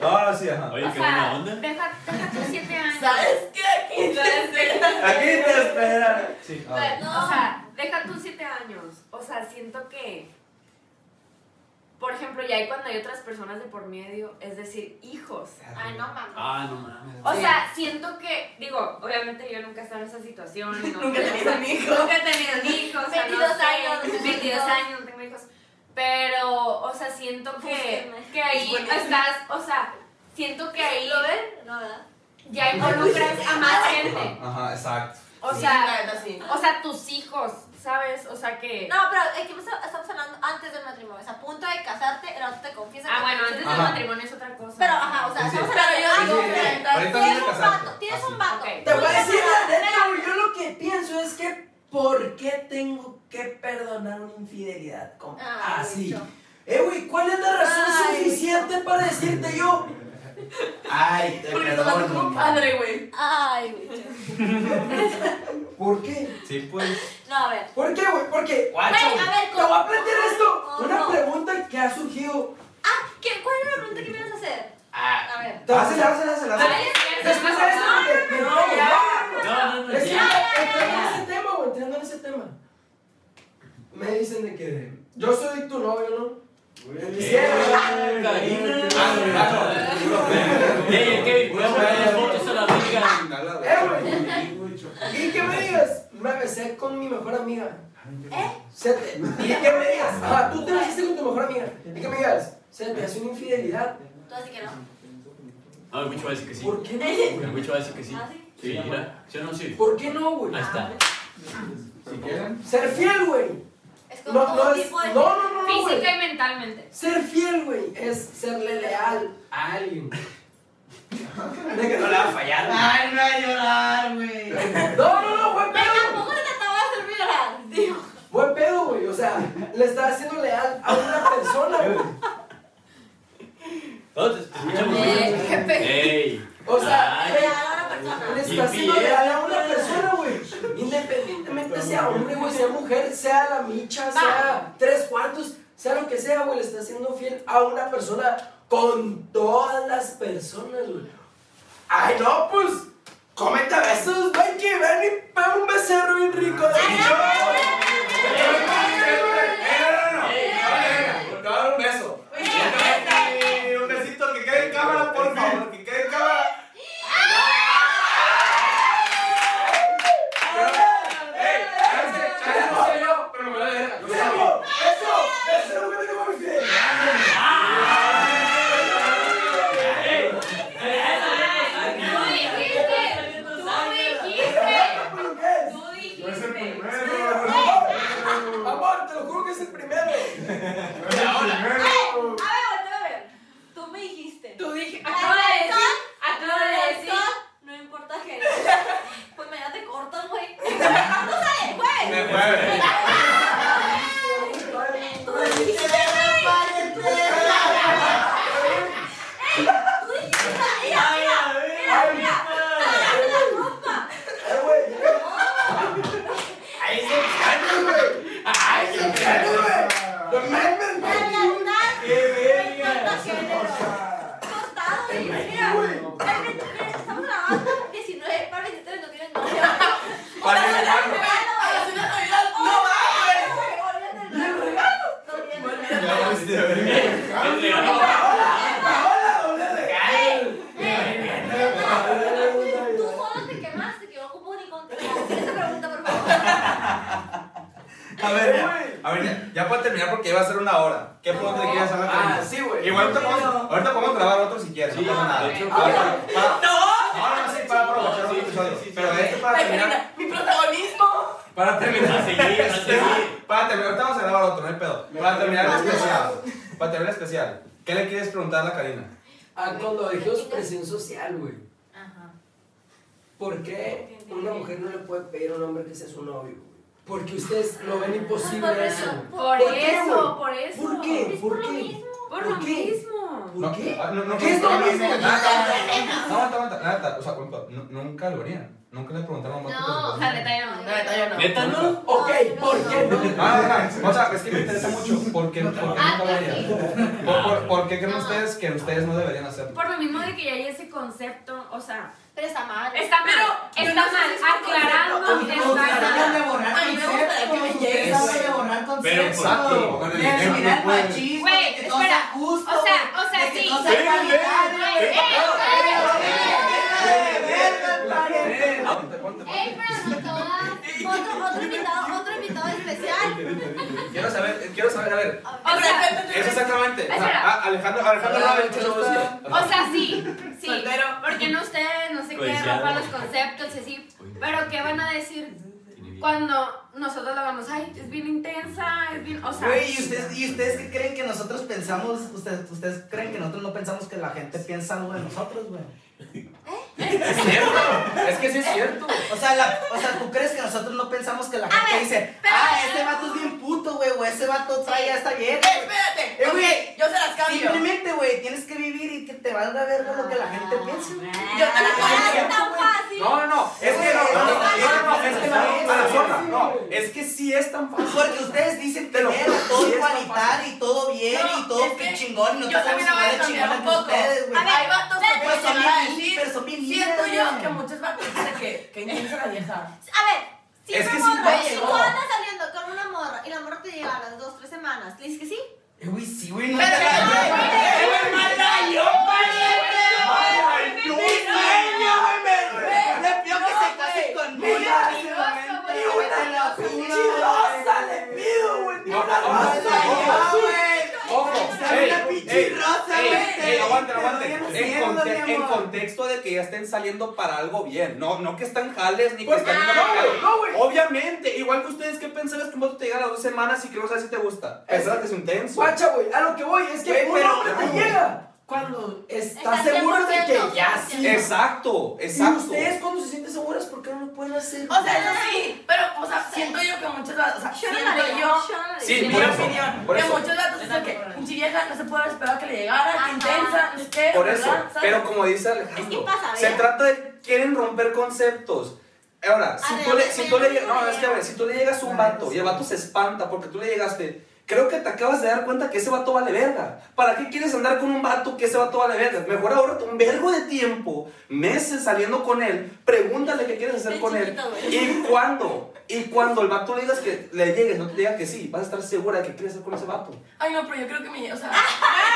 Speaker 2: Ahora sí, ajá.
Speaker 8: Oye, qué buena onda.
Speaker 7: deja, deja tus siete años.
Speaker 6: ¿Sabes qué? Aquí
Speaker 7: ¿Sabes qué?
Speaker 2: Aquí te esperan.
Speaker 7: Pues, O sea, deja tus siete años. O sea, siento que. Por ejemplo, ya hay cuando hay otras personas de por medio, es decir, hijos.
Speaker 3: Ay, no mames.
Speaker 8: Ah, no mames.
Speaker 7: O sea, siento que, digo, obviamente yo nunca he estado en esa situación. no
Speaker 6: Nunca he
Speaker 7: tengo-
Speaker 6: tenido un hijo.
Speaker 7: Nunca he tenido hijos. o sea,
Speaker 3: 22
Speaker 7: no sé,
Speaker 3: años, no tengo
Speaker 7: 22
Speaker 3: hijos.
Speaker 7: años, no tengo hijos. Pero, o sea, siento que,
Speaker 3: Búsquenme.
Speaker 7: que ahí
Speaker 6: Búsquenme.
Speaker 7: estás, o sea, siento que ahí
Speaker 3: ¿Lo ven? No, ¿verdad?
Speaker 7: ya involucras a más gente.
Speaker 2: Ajá, exacto.
Speaker 7: O
Speaker 6: Sí,
Speaker 7: sea,
Speaker 6: la neta, sí.
Speaker 7: o sea, tus hijos, ¿sabes? O sea, que...
Speaker 3: No, pero es que estamos hablando antes del matrimonio. O sea, a punto de casarte, el otro te confiesa.
Speaker 7: Ah,
Speaker 3: que-
Speaker 7: bueno, antes del
Speaker 2: Ajá.
Speaker 7: matrimonio es otra cosa.
Speaker 3: Pero, ajá, o sea,
Speaker 2: Sí, sí.
Speaker 3: estamos hablando
Speaker 6: Pero
Speaker 3: de
Speaker 6: yo digo
Speaker 3: algo
Speaker 6: que
Speaker 3: que-
Speaker 6: ahorita
Speaker 3: Tienes un
Speaker 2: casarte.
Speaker 3: vato, tienes
Speaker 2: Así.
Speaker 3: un vato.
Speaker 7: Ok.
Speaker 5: Te voy a decir la neta, güey. Yo lo que pienso es que, ¿por qué tengo que perdonar una infidelidad? Como
Speaker 3: Ah,
Speaker 5: así.
Speaker 3: mucho.
Speaker 5: Eh, güey, ¿cuál es la razón
Speaker 3: Ay,
Speaker 5: suficiente para decirte yo? Ay, te
Speaker 6: Porque estaba como un padre, güey.
Speaker 3: Ay, güey.
Speaker 5: ¿Por qué?
Speaker 2: Sí, pues.
Speaker 3: No, a ver.
Speaker 5: ¿Por qué, güey? Porque,
Speaker 3: Güey,
Speaker 5: guacho,
Speaker 3: a ver,
Speaker 5: te voy a plantear esto.
Speaker 3: ¿cómo? Oh,
Speaker 5: Una pregunta que ha surgido.
Speaker 3: Ah, ¿qué, ¿cuál era la pregunta que me ibas a hacer? A ver.
Speaker 2: Hazla, hazla, hazla, hazla.
Speaker 7: Ay, es cierto,
Speaker 5: Después
Speaker 7: es
Speaker 5: de
Speaker 7: verdad.
Speaker 5: eso, porque- no, no, no, no.
Speaker 8: No, no, no,
Speaker 5: Es que
Speaker 8: ya.
Speaker 5: entrando en ese tema, güey, entrando en ese tema. Me dicen de que yo soy tu novio, ¿no?
Speaker 8: Eh, Karina.
Speaker 5: Ah,
Speaker 8: Ey, Kevin, voy a poner las fotos a la verga.
Speaker 5: Eh, güey. Y que me digas, me besé con mi mejor amiga.
Speaker 3: ¿Eh?
Speaker 5: Se te- y que me digas, ah, tú te besaste con tu mejor amiga. Y que me digas, se te hace una infidelidad.
Speaker 3: Tú así que no.
Speaker 8: Ah, el bicho va a decir que sí.
Speaker 5: ¿Por qué no?
Speaker 8: El bicho va a decir que sí.
Speaker 3: ¿Ah, sí?
Speaker 8: Sí, mira. ¿Sí o no? Sí.
Speaker 5: ¿Por qué no, güey?
Speaker 8: Ahí está.
Speaker 2: Si quieren.
Speaker 5: Ser fiel, güey.
Speaker 3: Es con
Speaker 5: No, no
Speaker 3: todo
Speaker 5: es.
Speaker 3: tipo de.
Speaker 5: No, no, no, no, güey.
Speaker 7: Física y mentalmente.
Speaker 5: Ser fiel, güey, es serle leal a alguien. De que no le va a fallar. güey.
Speaker 2: Ay, no a llorar, güey.
Speaker 5: No, no, no, buen
Speaker 3: Venga,
Speaker 5: pedo.
Speaker 3: tampoco te acababa de hacer violar, tío.
Speaker 5: Buen pedo, güey. O sea, le estás haciendo leal a una persona, güey.
Speaker 8: Entonces, Oh, te escuchamos.
Speaker 3: Eh, jefe.
Speaker 8: Ey.
Speaker 5: O sea, eh,
Speaker 8: Ay.
Speaker 5: güey,
Speaker 3: Regalar a una persona.
Speaker 5: Le está haciendo leal a una persona, güey. Independientemente sea hombre, güey, sea mujer, sea la micha, sea tres cuartos, sea lo que sea, güey, le está haciendo fiel a una persona con todas las personas, güey. Ay, no, pues, cómete besos, güey, que ven y pega un becerro bien rico. de
Speaker 2: Te voy a dar un beso. Un besito que quede en cámara, por favor. Que quede en cámara. ¡Ey! ¡Cállate! Pero me la deja.
Speaker 5: ¡Beso! ¡Beso! ¡Beso! ¡Beso! güey, güey, güey!
Speaker 7: Tú dijiste, tú dijiste,
Speaker 5: ¿Por qué?
Speaker 7: tú
Speaker 13: No es el
Speaker 7: dijiste.
Speaker 13: primero.
Speaker 5: Vamos
Speaker 3: pues, La verdad,
Speaker 5: ¡Qué
Speaker 3: me encanta que eres tostado. y Mira, realmente, mira, estamos grabando 19 para 23, no tienes novio.
Speaker 2: Para el regalo.
Speaker 6: A la cena de Navidad, no
Speaker 3: Olvídate
Speaker 6: mames.
Speaker 3: del regalo. No tienes regalo.
Speaker 13: Ya viste, a ver.
Speaker 1: El regalo.
Speaker 5: ¡Paola, doble regalo!
Speaker 3: Tú solo te quemaste, que yo no ocupo ni contestar. Siguiente pregunta, por favor.
Speaker 2: A ver, ya, a ver, ya, ya para terminar porque iba a ser una hora. ¿Qué pregunta le quieres hacer a la
Speaker 5: Ah,
Speaker 2: pregunta?
Speaker 5: sí, güey.
Speaker 2: Igual ahorita podemos, ahorita podemos grabar otro si quieres,
Speaker 1: Sí,
Speaker 2: no pasa nada.
Speaker 1: de hecho,
Speaker 2: Ahora, para-
Speaker 6: No.
Speaker 2: ahora no sí, para aprovechar
Speaker 1: Sí,
Speaker 2: otro
Speaker 1: sí,
Speaker 2: episodio.
Speaker 1: sí, sí,
Speaker 2: Pero
Speaker 1: sí.
Speaker 2: esto para
Speaker 6: Ay,
Speaker 2: terminar.
Speaker 6: Karina, mi protagonismo.
Speaker 2: Para
Speaker 1: A
Speaker 2: terminar.
Speaker 1: seguir, a
Speaker 2: este
Speaker 1: seguir.
Speaker 2: Para terminar, ahorita vamos a grabar otro, no hay pedo. Para terminar el especial. Para terminar el especial. ¿Qué le quieres preguntar a la Karina?
Speaker 5: Ah, con lo de presión social, güey.
Speaker 3: Ajá.
Speaker 5: ¿Por qué una mujer no le puede pedir a un hombre que sea su novio, güey? Porque ustedes lo ven
Speaker 11: Ah,
Speaker 5: imposible eso. güey.
Speaker 7: Por
Speaker 5: ¿Por qué,
Speaker 7: eso,
Speaker 5: güey?
Speaker 7: por eso.
Speaker 5: ¿Por qué?
Speaker 3: Es por
Speaker 5: ¿Por
Speaker 3: lo
Speaker 5: qué?
Speaker 3: mismo.
Speaker 7: Por lo
Speaker 5: ¿Por qué?
Speaker 7: mismo.
Speaker 5: ¿Por qué?
Speaker 2: No, no, no,
Speaker 5: ¿Qué es lo
Speaker 2: no, no,
Speaker 5: mismo?
Speaker 2: no, Nada, aguanta, aguanta, nada, o sea, bueno, no- nunca lo harían, nunca le preguntaron más.
Speaker 14: No,
Speaker 7: O sea, detalle no.
Speaker 6: detalle
Speaker 3: Ah,
Speaker 6: no.
Speaker 1: ¿Neta no?
Speaker 5: Ok, ¿por qué no?
Speaker 2: Ah, no, no, o sea, es que me interesa mucho, ¿por qué, por qué
Speaker 7: Ah,
Speaker 2: nunca lo harían? ¿Por, por, por qué creen
Speaker 14: No.
Speaker 2: ustedes que ustedes no deberían hacerlo?
Speaker 7: Por lo mismo de que ya hay ese concepto, o sea,
Speaker 3: Pero está mal.
Speaker 7: está mal,
Speaker 6: Pero yo
Speaker 7: está
Speaker 6: no sé
Speaker 7: mal,
Speaker 6: si es un
Speaker 7: aclarando,
Speaker 6: concepto.
Speaker 7: está mal.
Speaker 6: A mí me gustaría que me llegues a borrar
Speaker 1: Pero
Speaker 2: Exacto.
Speaker 1: por
Speaker 2: Con el
Speaker 1: qué.
Speaker 2: dinero no pueden.
Speaker 7: Güey, espera, o sea, o sea, sí. Güey, eh,
Speaker 2: Eh, Ponte, ponte, ponte.
Speaker 14: Ey, pero no todas.
Speaker 3: Otro, otro invitado, otro invitado especial.
Speaker 2: Quiero saber, eh, quiero saber, a ver,
Speaker 7: o sea,
Speaker 2: es exactamente. o sea,
Speaker 7: Espera.
Speaker 2: ah, Alejandro, Alejandro,
Speaker 5: Hola,
Speaker 2: no, de hecho, no
Speaker 5: ¿cómo
Speaker 2: decía.
Speaker 7: O sea, sí, sí.
Speaker 6: Soltero.
Speaker 7: Porque no ustedes, no sé qué,
Speaker 1: Codiciado.
Speaker 7: ropa los conceptos y así. Pero ¿qué van a decir cuando nosotros la vamos? Ay, es bien intensa, es bien. O sea.
Speaker 11: Güey, ¿y ustedes, ¿y ustedes qué creen que nosotros pensamos? ¿Ustedes, ¿Ustedes creen que nosotros no pensamos que la gente piensa algo de nosotros, güey?
Speaker 2: Es cierto, es que sí es cierto.
Speaker 11: O sea, la- o sea, ¿tú crees que nosotros no pensamos que la gente dice, ah, este vato es bien puto, güey, o ese vato trae hasta bien?
Speaker 6: Espérate, ok, yo se las cambio.
Speaker 11: Simplemente, güey, tienes que vivir y que te valga verga lo que la gente piense. güey.
Speaker 6: Yo te las
Speaker 3: Ah,
Speaker 6: cambio.
Speaker 3: es tan fácil.
Speaker 2: No, no, no, es que no, no, no, no, no, es que no, a la zorra, no, es que sí es tan fácil.
Speaker 11: Porque ustedes dicen que
Speaker 2: Te lo
Speaker 11: era
Speaker 2: juro,
Speaker 11: todo
Speaker 2: sí es tan
Speaker 11: igualitario y todo bien
Speaker 6: No,
Speaker 11: y todo
Speaker 6: es que
Speaker 11: chingón y no
Speaker 6: Yo también la voy a
Speaker 11: más
Speaker 6: cambiar
Speaker 11: chingona
Speaker 6: un
Speaker 11: que
Speaker 6: poco.
Speaker 11: ustedes, güey.
Speaker 6: Hay vatos que
Speaker 11: Pero son
Speaker 6: pueden
Speaker 11: bien
Speaker 6: llegar a
Speaker 11: lindas,
Speaker 6: decir,
Speaker 11: pero son bien
Speaker 6: Siento
Speaker 11: lindas,
Speaker 6: yo que
Speaker 11: güey.
Speaker 6: muchos vatos dicen que, que intensa la vieja.
Speaker 3: A ver, si
Speaker 2: Es
Speaker 3: una
Speaker 2: que sí
Speaker 3: morra,
Speaker 2: puede,
Speaker 3: si
Speaker 2: ¿no?
Speaker 3: tú andas saliendo con una morra y la morra te llega a las dos, tres semanas, ¿le dices que sí?
Speaker 11: Eh, Güey, sí, güey, no
Speaker 6: Pero
Speaker 11: te la-
Speaker 6: no, güey.
Speaker 11: Le pido que se case conmigo en ese momento. güey, te la juro.
Speaker 2: No, ojo, ojo,
Speaker 11: Dame
Speaker 2: ey,
Speaker 11: una
Speaker 2: ey,
Speaker 11: pinche rosa,
Speaker 2: ey,
Speaker 11: güey.
Speaker 2: ey,
Speaker 11: te-
Speaker 2: aguante,
Speaker 11: te
Speaker 2: aguante.
Speaker 11: doy el
Speaker 2: En,
Speaker 11: cielo,
Speaker 2: conte-
Speaker 11: mi
Speaker 2: en
Speaker 11: amor.
Speaker 2: contexto de que ya estén saliendo para algo bien, no, no que están jales ni que
Speaker 5: Pues
Speaker 2: estén.
Speaker 11: ah.
Speaker 5: no, güey, no, güey.
Speaker 2: Obviamente, igual que ustedes, ¿qué pensabas que un vato te llega a las dos semanas y que no sabes si te gusta? Pensabas que es intenso.
Speaker 5: Guacha, güey, a lo que voy es que
Speaker 2: Güey,
Speaker 5: un
Speaker 2: pero-
Speaker 5: hombre te llega cuando estás
Speaker 3: Estás
Speaker 5: seguro de que
Speaker 3: 100%.
Speaker 5: ya sí.
Speaker 2: Exacto,
Speaker 5: Y
Speaker 2: exacto.
Speaker 5: ustedes cuando se sienten seguras, ¿por qué no lo pueden hacer?
Speaker 6: O sea, eso sí, pero, o sea, siento yo que muchos vatos, o sea,
Speaker 3: Yo no la
Speaker 6: siento
Speaker 3: veo,
Speaker 6: yo,
Speaker 3: yo no la
Speaker 2: Sí,
Speaker 6: en
Speaker 3: veo.
Speaker 6: mi
Speaker 2: por eso,
Speaker 6: opinión,
Speaker 2: por
Speaker 6: que
Speaker 2: eso.
Speaker 6: muchos vatos dicen que pinche vieja no se puede haber esperado que le llegara,
Speaker 3: Ajá.
Speaker 6: que intensa, no sé qué,
Speaker 2: Por eso,
Speaker 6: ¿verdad? ¿Sabes?
Speaker 2: pero como dice Alejandro,
Speaker 3: Es que pasa,
Speaker 2: se
Speaker 3: ¿verdad?
Speaker 2: trata de quieren romper conceptos. Ahora, si tú le, si tú le
Speaker 3: Alejandro,
Speaker 2: no, es que a ver, si tú le llegas a un vato y el vato se espanta porque tú le llegaste, creo que te acabas de dar cuenta que ese vato vale verga. ¿Para qué quieres andar con un vato que ese vato vale verga? Mejor ahorrate un vergo de tiempo, meses saliendo con él, pregúntale qué quieres hacer
Speaker 3: El
Speaker 2: con él.
Speaker 3: chiquito, güey.
Speaker 2: Y cuando, y cuando el vato le digas que le llegues, no te diga que sí, vas a estar segura de que quieres hacer con ese vato.
Speaker 6: Ay, no, pero yo creo que mi, o sea,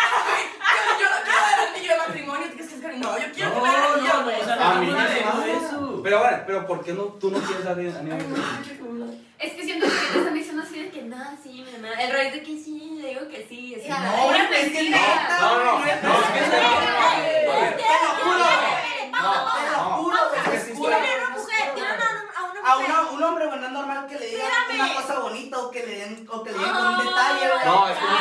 Speaker 6: yo, yo no quiero dar anillo de matrimonio, ¿tú crees que es que no? Yo quiero que me hagan
Speaker 8: No,
Speaker 6: anillo,
Speaker 8: no, no,
Speaker 6: güey.
Speaker 8: o sea,
Speaker 2: A
Speaker 8: la
Speaker 2: mí
Speaker 8: cultura
Speaker 2: me
Speaker 8: de
Speaker 2: mama.
Speaker 8: eso.
Speaker 2: Pero bueno, pero ¿por qué no tú no quieres dar a
Speaker 6: Ay, no, yo quiero que me hagan-
Speaker 7: Es que siento que te están diciendo así de que nada, sí, mi mamá. El rey de que sí, le digo que sí. Así,
Speaker 3: Ya,
Speaker 7: no,
Speaker 11: güey,
Speaker 7: una
Speaker 11: es que
Speaker 7: mentira.
Speaker 2: No, no, no, no,
Speaker 11: no,
Speaker 2: es que no, no, no, no.
Speaker 3: Ustedes quieren- Pausa,
Speaker 11: Te lo
Speaker 3: pausa.
Speaker 11: juro, güey,
Speaker 2: Es
Speaker 11: te
Speaker 2: que
Speaker 11: juro.
Speaker 3: Tienen una mujer, tienen a- a
Speaker 11: A
Speaker 3: una
Speaker 11: una-
Speaker 3: mujer.
Speaker 11: un hombre, güey, no es normal que le digan
Speaker 3: Espérame.
Speaker 11: una cosa bonita o que le den, o que le den con
Speaker 3: Ah.
Speaker 11: un detalle, güey.
Speaker 2: No, es que no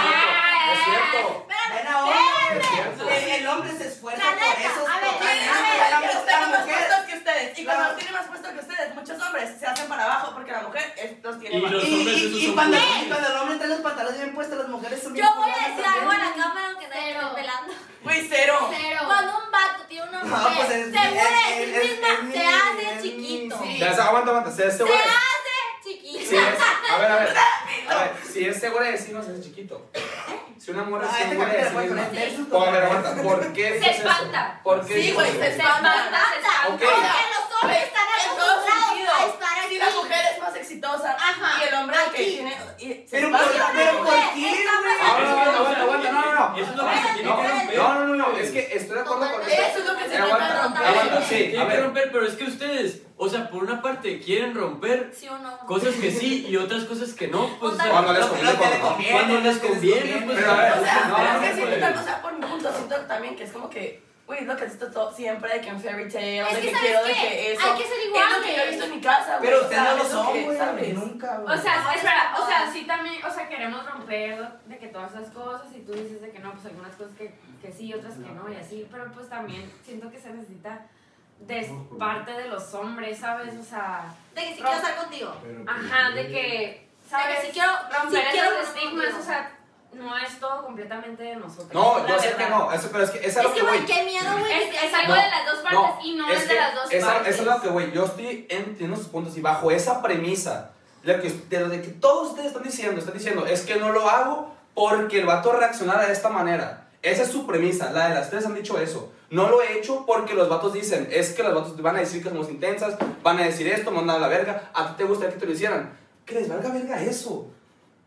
Speaker 2: es cierto.
Speaker 3: Espérame,
Speaker 11: Buena
Speaker 2: No
Speaker 11: onda,
Speaker 2: es cierto.
Speaker 11: güey. El, el hombre se esfuerza
Speaker 3: La
Speaker 11: por
Speaker 3: neta,
Speaker 11: eso.
Speaker 3: a ver,
Speaker 11: por
Speaker 3: a ver,
Speaker 11: eso,
Speaker 3: a ver,
Speaker 6: Yo
Speaker 11: güey, la mujer-
Speaker 6: tengo
Speaker 11: la
Speaker 6: más
Speaker 11: mujer-
Speaker 6: puestos que ustedes. Y
Speaker 11: Claro.
Speaker 6: cuando tiene más puestos que ustedes, muchos hombres se hacen para abajo porque la mujer es- los tiene
Speaker 1: Y
Speaker 6: más.
Speaker 1: los-
Speaker 11: Y,
Speaker 1: hombres esos
Speaker 11: y- y
Speaker 1: son
Speaker 11: cuando,
Speaker 1: culeros.
Speaker 11: y cuando el hombre trae los pantalones bien puestos, las mujeres son bien
Speaker 3: Yo voy a
Speaker 11: culeras
Speaker 3: decir algo a
Speaker 11: también.
Speaker 3: la cámara aunque nadie me esté pelando.
Speaker 6: Güey, cero.
Speaker 14: Cero.
Speaker 3: Cuando un vato tiene una
Speaker 11: No,
Speaker 3: mujer,
Speaker 11: pues es-
Speaker 3: segura de
Speaker 11: es- es-
Speaker 3: sí misma,
Speaker 11: es-
Speaker 3: se
Speaker 11: es-
Speaker 3: hace
Speaker 11: es-
Speaker 3: chiquito.
Speaker 11: sí.
Speaker 2: Ya, o sea, aguanta, aguanta. Si ese
Speaker 3: Se
Speaker 2: güey.
Speaker 3: hace chiquito.
Speaker 2: este Si es, a ver, a ver. A ver, si ese güey sí no es chiquito. Si una morra
Speaker 11: Ah,
Speaker 2: se
Speaker 11: este
Speaker 2: muere de sí
Speaker 11: capítulo
Speaker 2: misma.
Speaker 11: puede poner versus
Speaker 2: Por,
Speaker 11: con-
Speaker 2: pero aguanta, ¿por qué
Speaker 11: Se
Speaker 2: dices eso?
Speaker 11: espanta.
Speaker 2: ¿Por qué
Speaker 6: Sí,
Speaker 2: dices
Speaker 6: güey,
Speaker 2: eso? Ah,
Speaker 6: se espanta.
Speaker 2: Ok.
Speaker 3: Porque los hombres están
Speaker 6: En todo
Speaker 3: acostumbrados
Speaker 6: sentido.
Speaker 3: a estar aquí.
Speaker 6: Si la mujer es más exitosa
Speaker 3: Ajá.
Speaker 6: y el hombre que
Speaker 3: Aquí.
Speaker 6: tiene. y- se
Speaker 11: Pero
Speaker 6: pasa.
Speaker 11: ¿por pero por qué, güey?
Speaker 2: Ahora, aguanta, aguanta, aguanta, no, no, no.
Speaker 8: Eso es lo que se tiene que romper.
Speaker 2: No, no, no, no, es que estoy de acuerdo con
Speaker 6: Eso es lo que
Speaker 2: Eh,
Speaker 6: se trata de
Speaker 2: aguanta,
Speaker 6: romper.
Speaker 2: aguanta,
Speaker 8: Se
Speaker 2: sí, a
Speaker 8: tiene que
Speaker 2: ver.
Speaker 8: romper, pero es que ustedes, o sea, por una parte quieren romper
Speaker 3: ¿Sí o no?
Speaker 8: cosas que sí y otras cosas que no, pues. o sea,
Speaker 2: Cuando les
Speaker 8: la-
Speaker 2: conviene,
Speaker 11: Lo que le
Speaker 2: cuando-
Speaker 11: conviene,
Speaker 8: cuando
Speaker 11: lo
Speaker 8: les
Speaker 11: que
Speaker 8: conviene, pues.
Speaker 2: Pero a ver,
Speaker 6: O sea,
Speaker 2: no,
Speaker 6: pero es
Speaker 2: no,
Speaker 6: que siento
Speaker 2: güey.
Speaker 6: tam- o sea, por mi punto, siento también que es como que, güey, es lo que siento todo, siempre de que en fairy tale,
Speaker 3: Es
Speaker 6: de
Speaker 3: que,
Speaker 6: que
Speaker 3: ¿sabes
Speaker 6: quiero, de
Speaker 3: qué?
Speaker 6: que eso.
Speaker 3: Hay que ser
Speaker 6: Es lo que yo he
Speaker 3: iguales.
Speaker 6: visto en mi casa, güey.
Speaker 11: Pero
Speaker 6: o
Speaker 11: ustedes
Speaker 6: sea,
Speaker 11: no lo
Speaker 6: es
Speaker 11: son,
Speaker 6: que,
Speaker 11: güey.
Speaker 6: ¿sabes?
Speaker 11: Nunca, güey.
Speaker 7: O sea, espera, o sea, sí también, o sea, queremos romper de que todas esas cosas y tú dices de que no, pues algunas cosas que, que sí, otras que no y así, pero pues también siento que se necesita de parte de los hombres, ¿sabes? O sea,
Speaker 3: De que si quiero estar contigo.
Speaker 13: pues,
Speaker 2: pues,
Speaker 7: ajá, de que, ¿sabes?
Speaker 3: si quiero-
Speaker 7: romper
Speaker 3: si quiero
Speaker 7: esos
Speaker 3: romper
Speaker 7: estigmas,
Speaker 3: contigo.
Speaker 7: o sea, no es todo completamente de nosotros.
Speaker 2: No, yo
Speaker 7: la
Speaker 2: sé
Speaker 7: verdad.
Speaker 2: que no, eso, pero es que es a
Speaker 3: Es
Speaker 2: lo
Speaker 3: que,
Speaker 2: que
Speaker 3: güey,
Speaker 2: voy.
Speaker 3: qué miedo, güey. que
Speaker 7: Es,
Speaker 3: te-
Speaker 7: es algo de las dos partes y no es, de
Speaker 2: que
Speaker 7: las dos
Speaker 2: esa-
Speaker 7: partes.
Speaker 2: Eso es lo que, güey, yo estoy entiendo sus puntos y bajo esa premisa, lo que, de lo de que todos ustedes están diciendo, están diciendo, es que no lo hago porque el vato reaccionara de esta manera. Esa es su premisa, la de las tres han dicho eso. No lo he hecho porque los vatos dicen, es que los vatos van a decir que somos intensas, van a decir esto, mandan a la verga, a ti te gusta que te lo hicieran. Que les valga verga eso.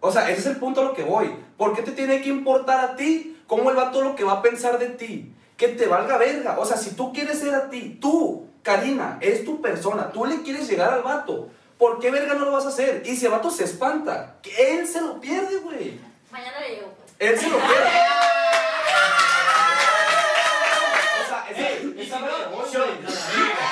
Speaker 2: O sea, ese es el punto a lo que voy. ¿Por qué te tiene que importar a ti cómo el vato lo que va a pensar de ti? Que te valga verga. O sea, si tú quieres ser a ti, tú, Karina, es tu persona, tú le quieres llegar al vato. ¿Por qué verga no lo vas a hacer? Y si el vato se espanta, que él se lo pierde, güey.
Speaker 3: Mañana le llego.
Speaker 2: Él se lo pierde. O sea, ese-
Speaker 8: Y si
Speaker 2: esa
Speaker 8: no,
Speaker 2: verga voy,
Speaker 8: yo-
Speaker 2: güey.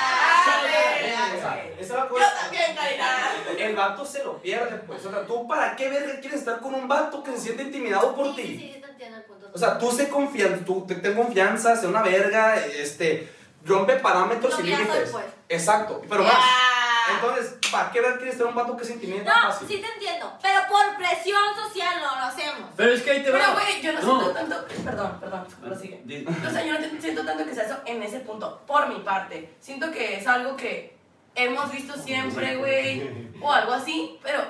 Speaker 2: Ah, O sea, esa va a
Speaker 6: Ah, Yo también, Karina.
Speaker 2: el vato se lo pierde, pues. O sea, ¿tú para qué verga quieres estar con un vato que se siente intimidado por
Speaker 3: Sí,
Speaker 2: ti?
Speaker 3: sí, sí, sí, te entiendo el punto.
Speaker 2: O sea, tú sé confianza, tú te ten confianza, sé una verga, este, rompe parámetros
Speaker 3: Lo
Speaker 2: y
Speaker 3: que ya soy,
Speaker 2: límites.
Speaker 3: pues.
Speaker 2: Exacto, pero más. Entonces, ¿para qué ver quieres tener un vato que se intimida tan
Speaker 3: No,
Speaker 2: fácil?
Speaker 3: sí te entiendo. Pero por presión social no lo hacemos.
Speaker 8: Pero es que ahí te va.
Speaker 6: Pero, güey, yo no,
Speaker 8: No.
Speaker 6: siento tanto. Perdón, perdón, pero sigue.
Speaker 8: Di-
Speaker 6: O sea, yo no te- siento tanto que sea eso en ese punto, por mi parte. Siento que es algo que hemos visto siempre, güey, o algo así, pero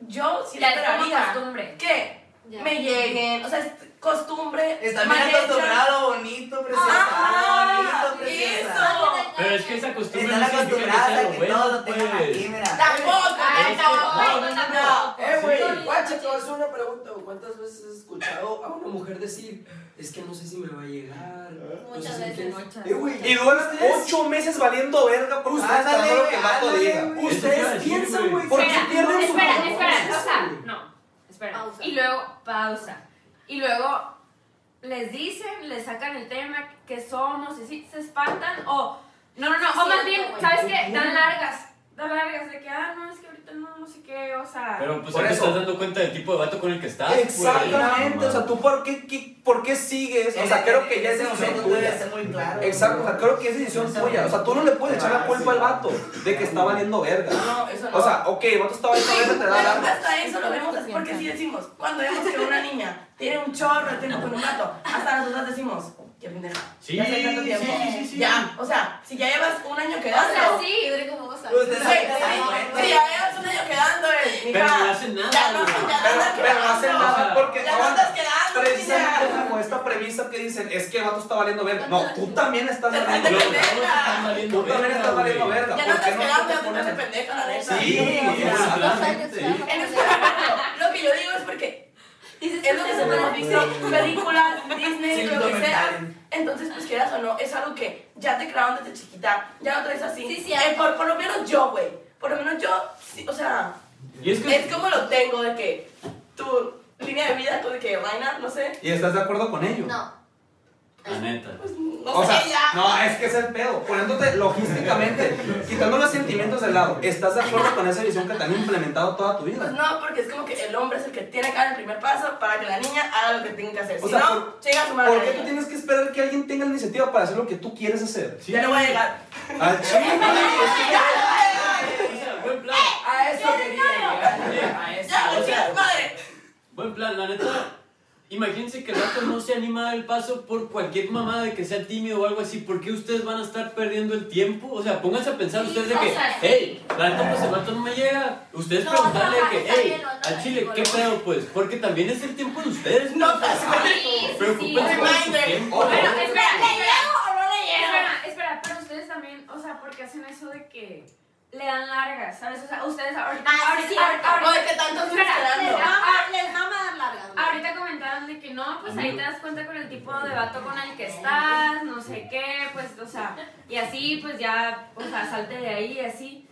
Speaker 6: yo sí
Speaker 7: Ya es como
Speaker 6: esperaría
Speaker 7: costumbre.
Speaker 6: que
Speaker 3: Ya.
Speaker 6: me lleguen, o sea, es costumbre.
Speaker 11: Está
Speaker 6: mal
Speaker 11: bien
Speaker 6: hecha.
Speaker 11: acostumbrado, bonito,
Speaker 6: Ajá,
Speaker 11: precioso, bonito,
Speaker 6: eso.
Speaker 11: precioso.
Speaker 8: Pero es que esa costumbre
Speaker 11: Están
Speaker 8: no significa que
Speaker 11: acostumbrados
Speaker 8: sea
Speaker 11: a
Speaker 8: lo
Speaker 11: que
Speaker 8: bueno,
Speaker 11: todos lo tengan
Speaker 8: pues.
Speaker 11: aquí, mira.
Speaker 6: Tampoco,
Speaker 7: Ay,
Speaker 6: tampoco.
Speaker 7: no, no, no,
Speaker 6: no.
Speaker 5: Eh, güey,
Speaker 3: Sí.
Speaker 5: guacha, te voy a hacer una pregunta. güey. ¿Cuántas veces has escuchado a una mujer decir, es que no sé si me va a llegar? no
Speaker 3: Muchas
Speaker 5: sé si
Speaker 3: veces.
Speaker 5: que no"? Eh, güey,
Speaker 2: Y duelas
Speaker 5: ustedes-
Speaker 2: ocho meses valiendo verga por ustedes
Speaker 11: Ándale,
Speaker 2: dando lo que el vato
Speaker 11: ándale,
Speaker 2: diga.
Speaker 11: güey.
Speaker 8: Eso te iba a
Speaker 5: Ustedes
Speaker 8: decir,
Speaker 5: piensan,
Speaker 8: güey.
Speaker 5: güey.
Speaker 2: ¿Por qué
Speaker 7: espera,
Speaker 2: pierden su
Speaker 7: espera,
Speaker 2: valor?
Speaker 7: espera, o sea,
Speaker 5: güey.
Speaker 7: no, espera.
Speaker 3: Pausa.
Speaker 7: Y luego, pausa. Y luego les dicen, les sacan el tema que somos, y sí, se espantan, o no, no, no,
Speaker 3: Sí,
Speaker 7: o más
Speaker 3: cierto,
Speaker 7: bien,
Speaker 3: güey.
Speaker 7: ¿sabes qué? Dan largas, dan largas de que, ah, no, es que ahorita no, no sé qué, o sea.
Speaker 8: Pero pues
Speaker 2: Por
Speaker 8: ahí te
Speaker 2: eso.
Speaker 8: estás dando cuenta del tipo de vato con el que estás. pues.
Speaker 2: Exactamente, o sea, ¿tú por qué, qué- por qué sigues? O sea, creo que ya es decisión
Speaker 11: Eh, momento debe
Speaker 2: tuya.
Speaker 11: ser muy claro.
Speaker 2: Exacto, Ah, o sea, creo que es decisión tuya. O sea, tú no le puedes echar la culpa al vato de que está valiendo verga.
Speaker 6: No, eso no.
Speaker 2: O sea, ok, el vato está valiendo verga, te da
Speaker 6: Bueno,
Speaker 2: larga.
Speaker 6: hasta eso lo vemos así, porque si decimos, cuando vemos que una niña tiene un chorro de tiempo con un gato, hasta nosotras decimos, qué pendeja.
Speaker 8: Sí,
Speaker 6: ya hace tanto tiempo.
Speaker 8: sí, sí, sí.
Speaker 6: Ya, o sea, si ya llevas un año
Speaker 3: O
Speaker 6: quedando.
Speaker 3: sea, sí. Y duré como dos años.
Speaker 11: Ustedes
Speaker 6: Sí,
Speaker 11: saben
Speaker 6: sí,
Speaker 11: que se dan cuenta.
Speaker 6: sí, ya llevas un año quedando, eh,
Speaker 8: Pero
Speaker 6: mija.
Speaker 8: no hacen nada,
Speaker 6: Ya no,
Speaker 8: güey.
Speaker 6: ya
Speaker 2: Pero,
Speaker 6: andas
Speaker 2: pero no hacen
Speaker 6: quedando.
Speaker 2: nada porque
Speaker 6: Ya
Speaker 2: ahora,
Speaker 6: andas quedando,
Speaker 2: precisamente
Speaker 6: mija.
Speaker 2: como esta premisa que dicen es que el vato está valiendo verga. No, tú también estás
Speaker 6: Te
Speaker 2: valiendo
Speaker 8: Los
Speaker 6: Pero-
Speaker 8: dos
Speaker 2: verga.
Speaker 8: están valiendo
Speaker 2: Tú también
Speaker 8: verga,
Speaker 2: estás valiendo
Speaker 8: güey.
Speaker 2: verga.
Speaker 6: Ya no
Speaker 2: ¿Por qué
Speaker 6: andas quedando,
Speaker 2: te
Speaker 6: ya te
Speaker 2: pones-
Speaker 6: hace pendeja, la neta.
Speaker 2: Sí,
Speaker 6: O sea,
Speaker 8: exactamente.
Speaker 6: en ese momento, lo que yo digo es porque
Speaker 3: Dices,
Speaker 6: Es lo que se nos dice, películas, Disney,
Speaker 11: Sí,
Speaker 6: lo que sea.
Speaker 11: documentales.
Speaker 6: Entonces, pues quieras o no, es algo que ya te crearon desde chiquita, ya lo traes así.
Speaker 3: Sí, sí,
Speaker 6: Eh,
Speaker 3: hay-
Speaker 6: por, por lo menos yo, güey. Por lo menos yo, sí, o sea,
Speaker 8: Y es que
Speaker 6: es como lo tengo de que tu línea de vida, tú de que vaina, no sé.
Speaker 2: ¿Y estás de acuerdo con ello?
Speaker 3: No.
Speaker 8: La neta.
Speaker 6: Pues no
Speaker 2: O
Speaker 6: sé,
Speaker 2: sea,
Speaker 6: ya.
Speaker 2: no, es que es el pedo. Poniéndote logísticamente, quitando los sentimientos de lado, ¿estás de acuerdo con esa visión que te han implementado toda tu
Speaker 6: Pues
Speaker 2: vida?
Speaker 6: no, porque es como que el hombre es el que tiene que dar el primer paso para que la niña haga lo que tenga que hacer.
Speaker 2: O
Speaker 6: Si
Speaker 2: sea,
Speaker 6: no, llega a su madre.
Speaker 2: ¿Por qué
Speaker 6: la
Speaker 2: tú
Speaker 6: niña.
Speaker 2: tienes que esperar que alguien tenga la iniciativa para hacer lo que tú quieres hacer?
Speaker 8: Sí,
Speaker 6: Ya no voy a llegar.
Speaker 2: Al chile,
Speaker 8: o sea, buen plan.
Speaker 5: A eso quería llegar. A eso.
Speaker 6: Ya,
Speaker 8: O sea,
Speaker 6: chinga, madre.
Speaker 8: Buen plan, la neta.
Speaker 1: Imagínense que el vato no se anima a dar el paso por cualquier mamada de que sea tímido o algo así. ¿Por qué ustedes van a estar perdiendo el tiempo? O sea, pónganse a pensar ustedes de
Speaker 11: o
Speaker 1: que,
Speaker 11: sea,
Speaker 1: hey, la neta, pues el vato no me llega. Ustedes
Speaker 11: No,
Speaker 1: preguntarle
Speaker 11: ajá,
Speaker 1: de que,
Speaker 11: está
Speaker 1: hey,
Speaker 11: bien, no, no,
Speaker 1: a Chile,
Speaker 11: no,
Speaker 1: ¿qué
Speaker 11: no.
Speaker 1: pedo? Pues, porque también es el tiempo de ustedes. No, Preocúpense por su tiempo.
Speaker 7: Bueno, espera,
Speaker 11: ¿Le llego o no le llego?
Speaker 7: Espera, espera, pero ustedes también, o sea, porque hacen eso de que le dan largas, ¿sabes? O sea, ustedes ahorita.
Speaker 11: Ah, sí,
Speaker 7: ahorita-
Speaker 11: sí, ahorita.
Speaker 7: ahorita-
Speaker 6: Oye, que tanto estuviste
Speaker 7: Espera,
Speaker 6: dando.
Speaker 7: les- ah,
Speaker 11: Ah, Les mama dar largas. güey.
Speaker 7: Ahorita comentaron de que no, pues ahí te das cuenta con el tipo de vato con el que estás, no sé qué, pues, o sea, y así, pues ya, o sea, salte de ahí y así.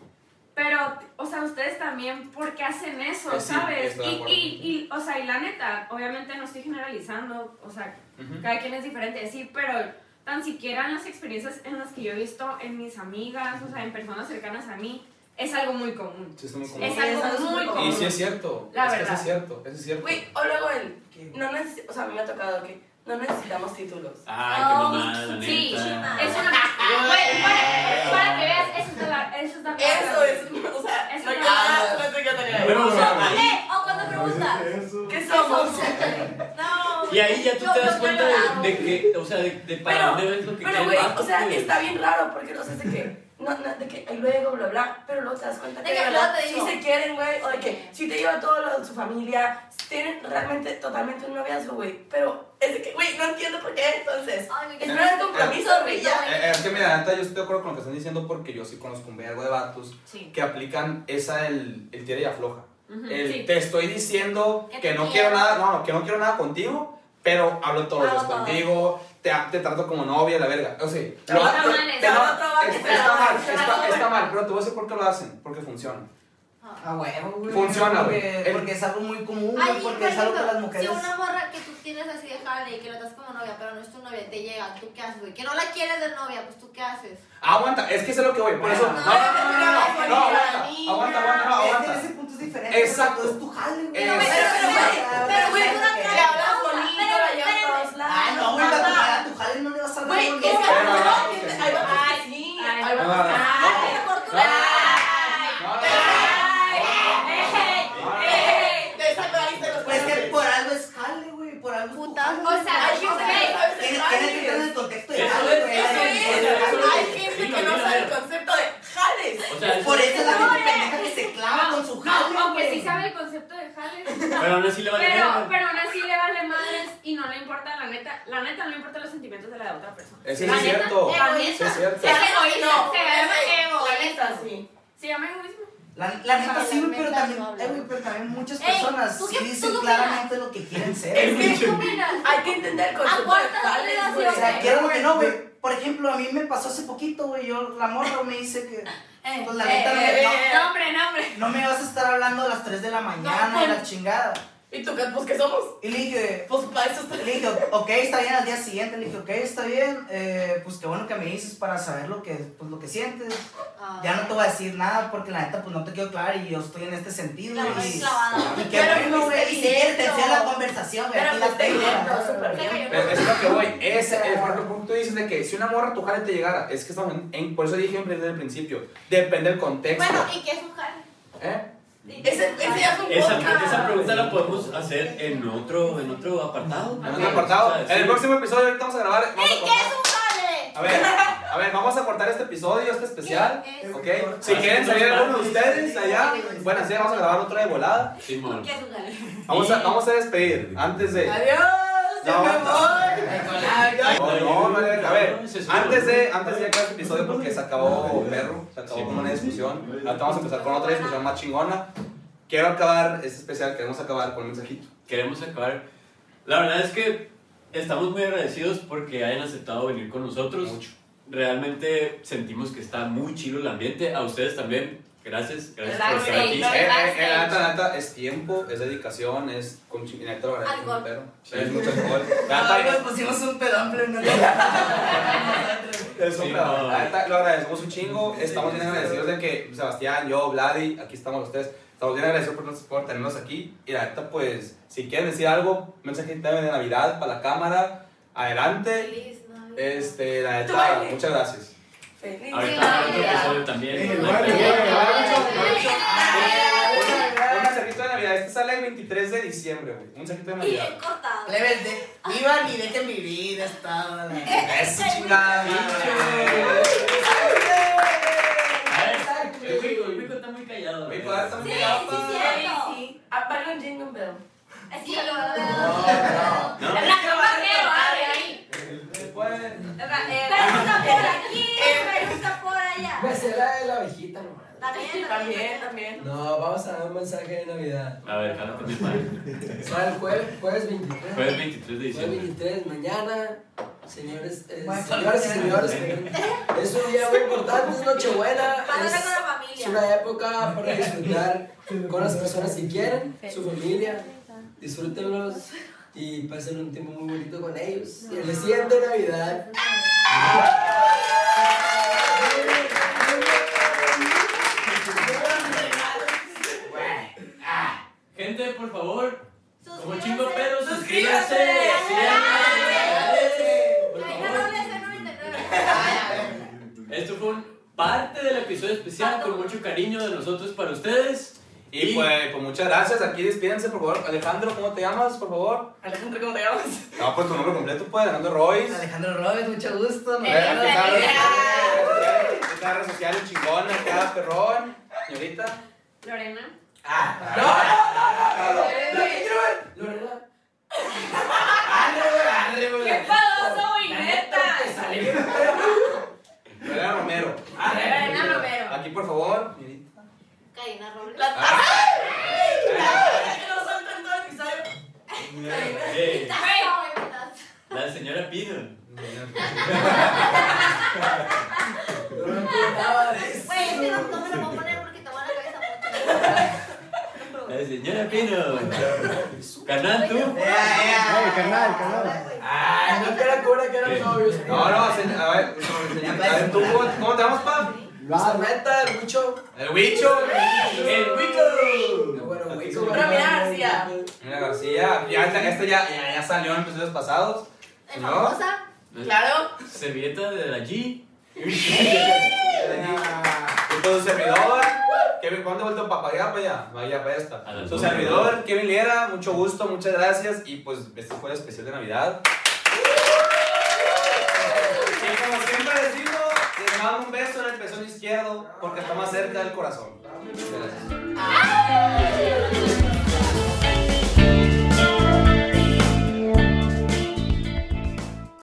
Speaker 7: Pero, o sea, ustedes también, ¿por qué hacen eso,
Speaker 2: Pues sí,
Speaker 7: sabes?
Speaker 2: estoy
Speaker 7: Y,
Speaker 2: de acuerdo.
Speaker 7: y, y, o sea, y la neta, obviamente no estoy generalizando, o sea, cada quien es diferente, sí, pero tan siquiera en las experiencias en las que yo he visto en mis amigas, o sea, en personas cercanas a mí, es algo muy común.
Speaker 2: Sí, está muy
Speaker 7: Es
Speaker 2: cómodo.
Speaker 6: Sí, es
Speaker 7: algo
Speaker 6: algo
Speaker 7: muy
Speaker 6: súper
Speaker 7: común.
Speaker 2: Y sí es cierto.
Speaker 7: La
Speaker 2: es que
Speaker 7: verdad.
Speaker 2: sí es cierto. Eso es cierto.
Speaker 6: Güey, o luego el. No neces- o sea, a mí me ha tocado que no necesitamos títulos.
Speaker 1: Ay, qué mamada, la neta.
Speaker 7: Sí, es una. Bueno, para, para que veas, eso es de la- Eso es de la-
Speaker 6: Eso es. O sea,
Speaker 7: Es
Speaker 6: no hay
Speaker 7: una-
Speaker 6: que hablar, no hay que tener.
Speaker 1: Pero, o sea, ahí-
Speaker 11: Eh, o cuando preguntas.
Speaker 13: eso.
Speaker 6: ¿Qué somos?
Speaker 11: No.
Speaker 1: Y ahí ya tú
Speaker 11: Yo-
Speaker 1: te
Speaker 11: yo
Speaker 1: das
Speaker 11: no
Speaker 1: cuenta
Speaker 11: he
Speaker 1: de,
Speaker 11: llorado.
Speaker 1: de que, o sea, de, de para
Speaker 6: Pero-
Speaker 1: dónde ves lo que quiere
Speaker 6: Pero,
Speaker 1: el
Speaker 6: güey,
Speaker 1: vato,
Speaker 6: o sea,
Speaker 1: pues.
Speaker 6: está bien raro porque no sé de que. No, no, de que y luego, bla, bla, pero luego te das cuenta
Speaker 11: De
Speaker 6: que,
Speaker 11: que
Speaker 6: de verdad
Speaker 11: luego te
Speaker 6: sí
Speaker 11: digo.
Speaker 6: se quieren, güey, o de que sí te lleva todo lo de su familia, si tienen realmente totalmente un noviazgo, güey, pero es de que, güey, no entiendo por qué, entonces,
Speaker 11: Ay, mi
Speaker 6: es
Speaker 11: Dios.
Speaker 6: un gran compromiso, güey, ya.
Speaker 2: Eh, eh, es que mira, la neta, yo estoy de acuerdo con lo que están diciendo porque yo sí conozco un vergo de vatos
Speaker 7: Sí.
Speaker 2: que aplican esa, el, el tira y afloja.
Speaker 7: Ujú,
Speaker 2: El,
Speaker 7: sí.
Speaker 2: Te estoy diciendo
Speaker 11: Que
Speaker 2: que,
Speaker 11: te
Speaker 2: no
Speaker 11: quiero.
Speaker 2: quiero nada, no, que no quiero nada contigo, pero hablo todos los
Speaker 11: Hablo
Speaker 2: días
Speaker 11: todo.
Speaker 2: contigo, te, te trato como novia, la verga. O sea,
Speaker 7: Está
Speaker 2: lo-
Speaker 7: mal
Speaker 2: lo-
Speaker 7: eso.
Speaker 2: te- no,
Speaker 6: Está mal,
Speaker 2: es-
Speaker 6: está
Speaker 2: está
Speaker 6: mal,
Speaker 2: mal,
Speaker 6: está
Speaker 2: está-
Speaker 6: mal.
Speaker 2: está mal, pero te voy a decir por qué lo hacen, porque funciona.
Speaker 5: A huevo, güey.
Speaker 2: Funciona, güey.
Speaker 5: porque,
Speaker 2: El-
Speaker 5: porque es algo muy común,
Speaker 11: Ay,
Speaker 5: güey, porque
Speaker 11: por
Speaker 5: es algo que
Speaker 11: ejemplo,
Speaker 5: las mujeres.
Speaker 11: Si una morra que tú tienes así de jale y que lo das como novia, pero no es tu novia, te llega, ¿tú qué haces, güey? Que no la quieres de novia, pues ¿tú qué haces?
Speaker 2: Aguanta, es que eso es lo que voy, por eso. No, no, no, no, no, no, aguanta, aguanta, aguanta, no,
Speaker 5: Es que
Speaker 2: aguanta.
Speaker 5: ese punto es diferente.
Speaker 2: Exacto.
Speaker 5: porque tú Es tu jale, güey.
Speaker 2: Pero,
Speaker 5: O
Speaker 2: güey,
Speaker 5: sea,
Speaker 6: pero, güey,
Speaker 5: o sea, o sea,
Speaker 11: pero, güey,
Speaker 5: que-
Speaker 11: tú la
Speaker 6: Le hablas bonito, la llevas a todos lados.
Speaker 5: Ah, no, güey,
Speaker 6: Ajá.
Speaker 5: a tu jale no le vas a hablar
Speaker 6: Güey, es
Speaker 5: bonito.
Speaker 6: que hay
Speaker 2: Pero,
Speaker 6: vatos
Speaker 2: no,
Speaker 6: que-
Speaker 2: que sí.
Speaker 6: hay vatos que sí,
Speaker 7: Ay,
Speaker 6: hay
Speaker 2: no,
Speaker 6: vatos que
Speaker 2: no,
Speaker 6: sí.
Speaker 11: ¡Ay, mejor tú!
Speaker 6: Ay,
Speaker 2: No, no,
Speaker 7: eh,
Speaker 6: ay, ay, te sacaste los
Speaker 5: Pues que
Speaker 6: colores.
Speaker 5: por algo es jale, güey. Por algo es tu
Speaker 11: Puta,
Speaker 5: jale.
Speaker 7: O sea,
Speaker 6: Hay gente que no
Speaker 7: ok.
Speaker 6: sabe ser
Speaker 5: Tienes tienes que entrar en
Speaker 6: jales.
Speaker 5: el contexto de
Speaker 1: Eso
Speaker 6: Eso
Speaker 5: jale,
Speaker 6: es,
Speaker 5: güey.
Speaker 6: eso es. Hay gente que no sabe el concepto de jales.
Speaker 1: O sea,
Speaker 5: Por eso es la
Speaker 7: No,
Speaker 5: gente pendeja que se clava Ah, con su jale,
Speaker 7: No, aunque
Speaker 5: güey.
Speaker 7: sí sabe el concepto de jale.
Speaker 1: pero aún así le vale
Speaker 7: Pero,
Speaker 1: verga.
Speaker 7: pero aún así le vale madres y no le importa, la neta, la neta no le importan los sentimientos de la otra persona.
Speaker 2: Ese
Speaker 7: La
Speaker 2: es
Speaker 7: neta,
Speaker 2: cierto.
Speaker 7: la
Speaker 2: Sí,
Speaker 7: neta,
Speaker 2: es cierto.
Speaker 7: Se llama egoísmo,
Speaker 6: No,
Speaker 7: se llama
Speaker 6: ese-
Speaker 7: ego,
Speaker 6: la
Speaker 7: la
Speaker 6: neta,
Speaker 7: neta.
Speaker 6: sí.
Speaker 7: Se llama egoísmo.
Speaker 5: La, la neta
Speaker 11: Para
Speaker 5: sí, güey,
Speaker 11: las
Speaker 5: pero
Speaker 11: metas
Speaker 5: también,
Speaker 11: no hablan.
Speaker 5: eh, güey, pero también muchas
Speaker 11: Ey,
Speaker 5: personas
Speaker 11: ¿tú
Speaker 5: sí
Speaker 11: qué- tú
Speaker 5: dicen
Speaker 11: qué opinas?
Speaker 5: claramente lo que quieren ser.
Speaker 6: Es
Speaker 5: güey.
Speaker 6: que
Speaker 11: ¿Qué opinas?
Speaker 6: hay que entender el concepto de
Speaker 11: ¿Aguantas la
Speaker 6: jales,
Speaker 11: relación?
Speaker 5: o sea,
Speaker 6: güey.
Speaker 5: quiero lo que no, güey. Por ejemplo, a mí me pasó hace poquito, güey. Yo, la morra me dice que.
Speaker 11: Eh,
Speaker 5: Pues la
Speaker 11: eh,
Speaker 5: neta, no,
Speaker 11: eh,
Speaker 5: me-
Speaker 7: No, hombre, no, hombre.
Speaker 5: no, no me vas a estar hablando a las 3 de la mañana y
Speaker 6: pues.
Speaker 5: la chingada.
Speaker 6: ¿Y tú qué? Pues, ¿qué somos?
Speaker 5: Y le dije,
Speaker 6: Pues, para eso está-
Speaker 5: Le dije, ok, está bien al día siguiente. Le dije, ok, está bien. eh, pues qué bueno que me dices para saber lo que, pues, lo que sientes.
Speaker 11: ah,
Speaker 5: Ya no te voy a decir nada porque la neta, pues no te quedo clara y yo estoy en este sentido.
Speaker 11: La
Speaker 5: y,
Speaker 11: más clavada.
Speaker 5: y qué
Speaker 6: Pero
Speaker 5: bueno,
Speaker 6: fuiste
Speaker 5: güey. Y si quieres, te
Speaker 6: directo.
Speaker 5: enseño la conversación, güey.
Speaker 6: Pero
Speaker 5: aquí la
Speaker 6: fuiste
Speaker 5: tengo,
Speaker 6: directo,
Speaker 5: la-
Speaker 6: súper bien.
Speaker 2: Pero Es lo que voy, ese, eh, por ejemplo, como tú dices de que si una morra tu jale te llegara, es que estamos en, en- por eso dije siempre desde el principio, depende del contexto.
Speaker 11: Bueno, ¿y qué es un jale?
Speaker 2: ¿eh?
Speaker 6: Ese, ese ya fue un
Speaker 1: Esa,
Speaker 6: podcast.
Speaker 1: esa pregunta la podemos hacer en otro, en otro apartado.
Speaker 2: En otro apartado,
Speaker 1: O sea,
Speaker 2: en el
Speaker 1: sí.
Speaker 2: próximo episodio ahorita vamos a grabar.
Speaker 11: ¿Y
Speaker 2: Vamos a,
Speaker 11: qué es
Speaker 2: cortar.
Speaker 11: un jale?
Speaker 2: a ver, a ver, vamos a cortar este episodio, este especial,
Speaker 11: ¿Qué es?
Speaker 2: ¿ok?
Speaker 13: pues.
Speaker 2: Si quieren salir alguno de ustedes allá, bueno, sí, vamos a grabar otro de volada.
Speaker 1: Simón.
Speaker 11: ¿Qué es un jale?
Speaker 2: Vamos a, vamos a despedir antes de...
Speaker 6: Adiós, ya
Speaker 2: No,
Speaker 6: me
Speaker 2: no.
Speaker 6: voy.
Speaker 2: No, no, no, a ver,
Speaker 1: Se supone.
Speaker 2: antes de, antes de acabar este episodio, porque se acabó perro, se acabó como una discusión, ahorita vamos a empezar con otra discusión más chingona. Quiero acabar este especial, queremos acabar con un mensajito.
Speaker 1: Queremos acabar. La verdad es que estamos muy agradecidos porque hayan aceptado venir con nosotros.
Speaker 2: Mucho.
Speaker 1: Realmente sentimos que está muy chido el ambiente. A ustedes también. Gracias, gracias por
Speaker 7: Gracias.
Speaker 1: estar aquí.
Speaker 2: Eh,
Speaker 7: No,
Speaker 2: eh,
Speaker 7: backstage.
Speaker 2: eh, la neta, la neta, es tiempo, es dedicación, es con chineta, la verdad, es
Speaker 11: Alcohol.
Speaker 2: un perro. Es mucho alcohol. La neta,
Speaker 5: Ah, nos pusimos un pedample en
Speaker 2: es un
Speaker 1: Sí,
Speaker 2: pedo.
Speaker 1: no.
Speaker 2: La neta, lo agradecemos un chingo. Estamos bien agradecidos de que Sebastián, yo, Vladi, aquí estamos los tres. Estamos bien agradecidos por, por tenernos aquí. Y la neta, pues, si quieren decir algo, mensajito de Navidad para la cámara, adelante.
Speaker 11: Feliz Navidad.
Speaker 2: Este, la
Speaker 6: Tu
Speaker 2: neta,
Speaker 6: baile.
Speaker 2: muchas gracias.
Speaker 6: Feliz
Speaker 1: Ahorita habrá otro
Speaker 6: Navidad.
Speaker 1: episodio también.
Speaker 13: Eh,
Speaker 1: No hay
Speaker 13: vale,
Speaker 1: problema.
Speaker 13: vale, vale.
Speaker 2: Un mensajito de Navidad este sale el 23 de diciembre, güey. Un saquito de
Speaker 3: Y bien
Speaker 2: Navidad.
Speaker 3: cortado.
Speaker 11: Plebes, de, vivan y dejen vivir, está.
Speaker 2: Eso, chingada madre.
Speaker 1: El Wico, el Wico está muy callado.
Speaker 2: Güey,
Speaker 1: güey.
Speaker 2: pues, está muy
Speaker 3: Sí,
Speaker 2: guapa.
Speaker 3: sí, cierto.
Speaker 6: Sí, apaga un jingle bell.
Speaker 3: Así lo veo.
Speaker 1: No.
Speaker 7: La cama quiero, abre ahí.
Speaker 2: Pues,
Speaker 3: Me gusta por aquí, me gusta por allá.
Speaker 5: Me será de la abejita nomás.
Speaker 3: También,
Speaker 6: También,
Speaker 3: también.
Speaker 6: también.
Speaker 5: No, vamos a dar un mensaje de Navidad.
Speaker 1: A ver, jálate mi padre.
Speaker 5: Para el jueves, jueves 23.
Speaker 1: Fue el 23 de
Speaker 5: Jueves
Speaker 1: diciembre.
Speaker 5: 23, mañana. Señores, eh,
Speaker 6: Bueno,
Speaker 5: señoras y señores, eh, es un día muy importante, es Nochebuena.
Speaker 3: Pásala
Speaker 5: es-
Speaker 3: con la
Speaker 5: Es
Speaker 3: familia.
Speaker 5: una época para disfrutar con las personas que quieren, su familia. Disfrútenlos y pasen un tiempo muy bonito con ellos. Y el siguiente Navidad.
Speaker 1: Gente, por favor, como
Speaker 3: Suscríbanse.
Speaker 1: chingo pero suscríbanse.
Speaker 6: Suscríbanse.
Speaker 3: Ay,
Speaker 1: Suscríbanse. Por
Speaker 3: no, no,
Speaker 1: favor.
Speaker 3: no, no, no, no, no.
Speaker 1: Esto fue un parte del episodio especial con mucho cariño de nosotros para ustedes.
Speaker 2: Y pues, pues muchas gracias. Aquí despídense, por favor. Alejandro, ¿cómo te llamas, por favor?
Speaker 6: Alejandro, ¿cómo te llamas?
Speaker 2: No, pues tu nombre completo, pues, Alejandro Royce.
Speaker 11: Alejandro Robes, mucho gusto. nos
Speaker 2: Eh,
Speaker 11: vemos.
Speaker 2: ¿qué tal? ¿Qué tal redes sociales chingona, acá, perrón? Señorita.
Speaker 7: Lorena.
Speaker 5: Lorena,
Speaker 7: ¡Qué padoso, güey, neta!
Speaker 2: Lorena Romero.
Speaker 7: Lorena Romero.
Speaker 2: Aquí, por favor. señorita.
Speaker 3: Karina Robles.
Speaker 6: La taza. Que no saltan todo el episodio.
Speaker 1: Eh,
Speaker 3: Ay, no,
Speaker 1: la señora Pino.
Speaker 5: yo no importaba de eso.
Speaker 3: Güey, este no, no me lo voy a poner porque te va a la cabeza.
Speaker 1: La señora Pino. Canal, tú.
Speaker 11: Ya, ya.
Speaker 13: canal, canal.
Speaker 5: Ay, no que era cura, que eran novios.
Speaker 2: No, no, se- a ver, señor, a ver, tú, ¿cómo cómo te llamas, pa?
Speaker 5: Nuestra meta, el mucho.
Speaker 2: El Huicho.
Speaker 1: El Wico.
Speaker 5: Bueno, güey,
Speaker 6: Pero mira, García.
Speaker 2: Mira, García. Ya, esta- esta ya, ya, ya salió en episodios pasados.
Speaker 3: El
Speaker 2: ¿No?
Speaker 3: famosa.
Speaker 6: Claro.
Speaker 1: Servilleta de la G.
Speaker 2: Y con su servidor, Kevin, ¿cuándo vuelto para allá, para allá? Vaya, para
Speaker 1: A
Speaker 2: esta.
Speaker 1: las
Speaker 2: Su
Speaker 1: dos,
Speaker 2: servidor, Kevin Liera, mucho gusto, muchas gracias. Y pues este fue el especial de Navidad. Y como siempre decimos, les mando un beso en el pezón izquierdo porque está más cerca del corazón. Gracias.
Speaker 3: Ay.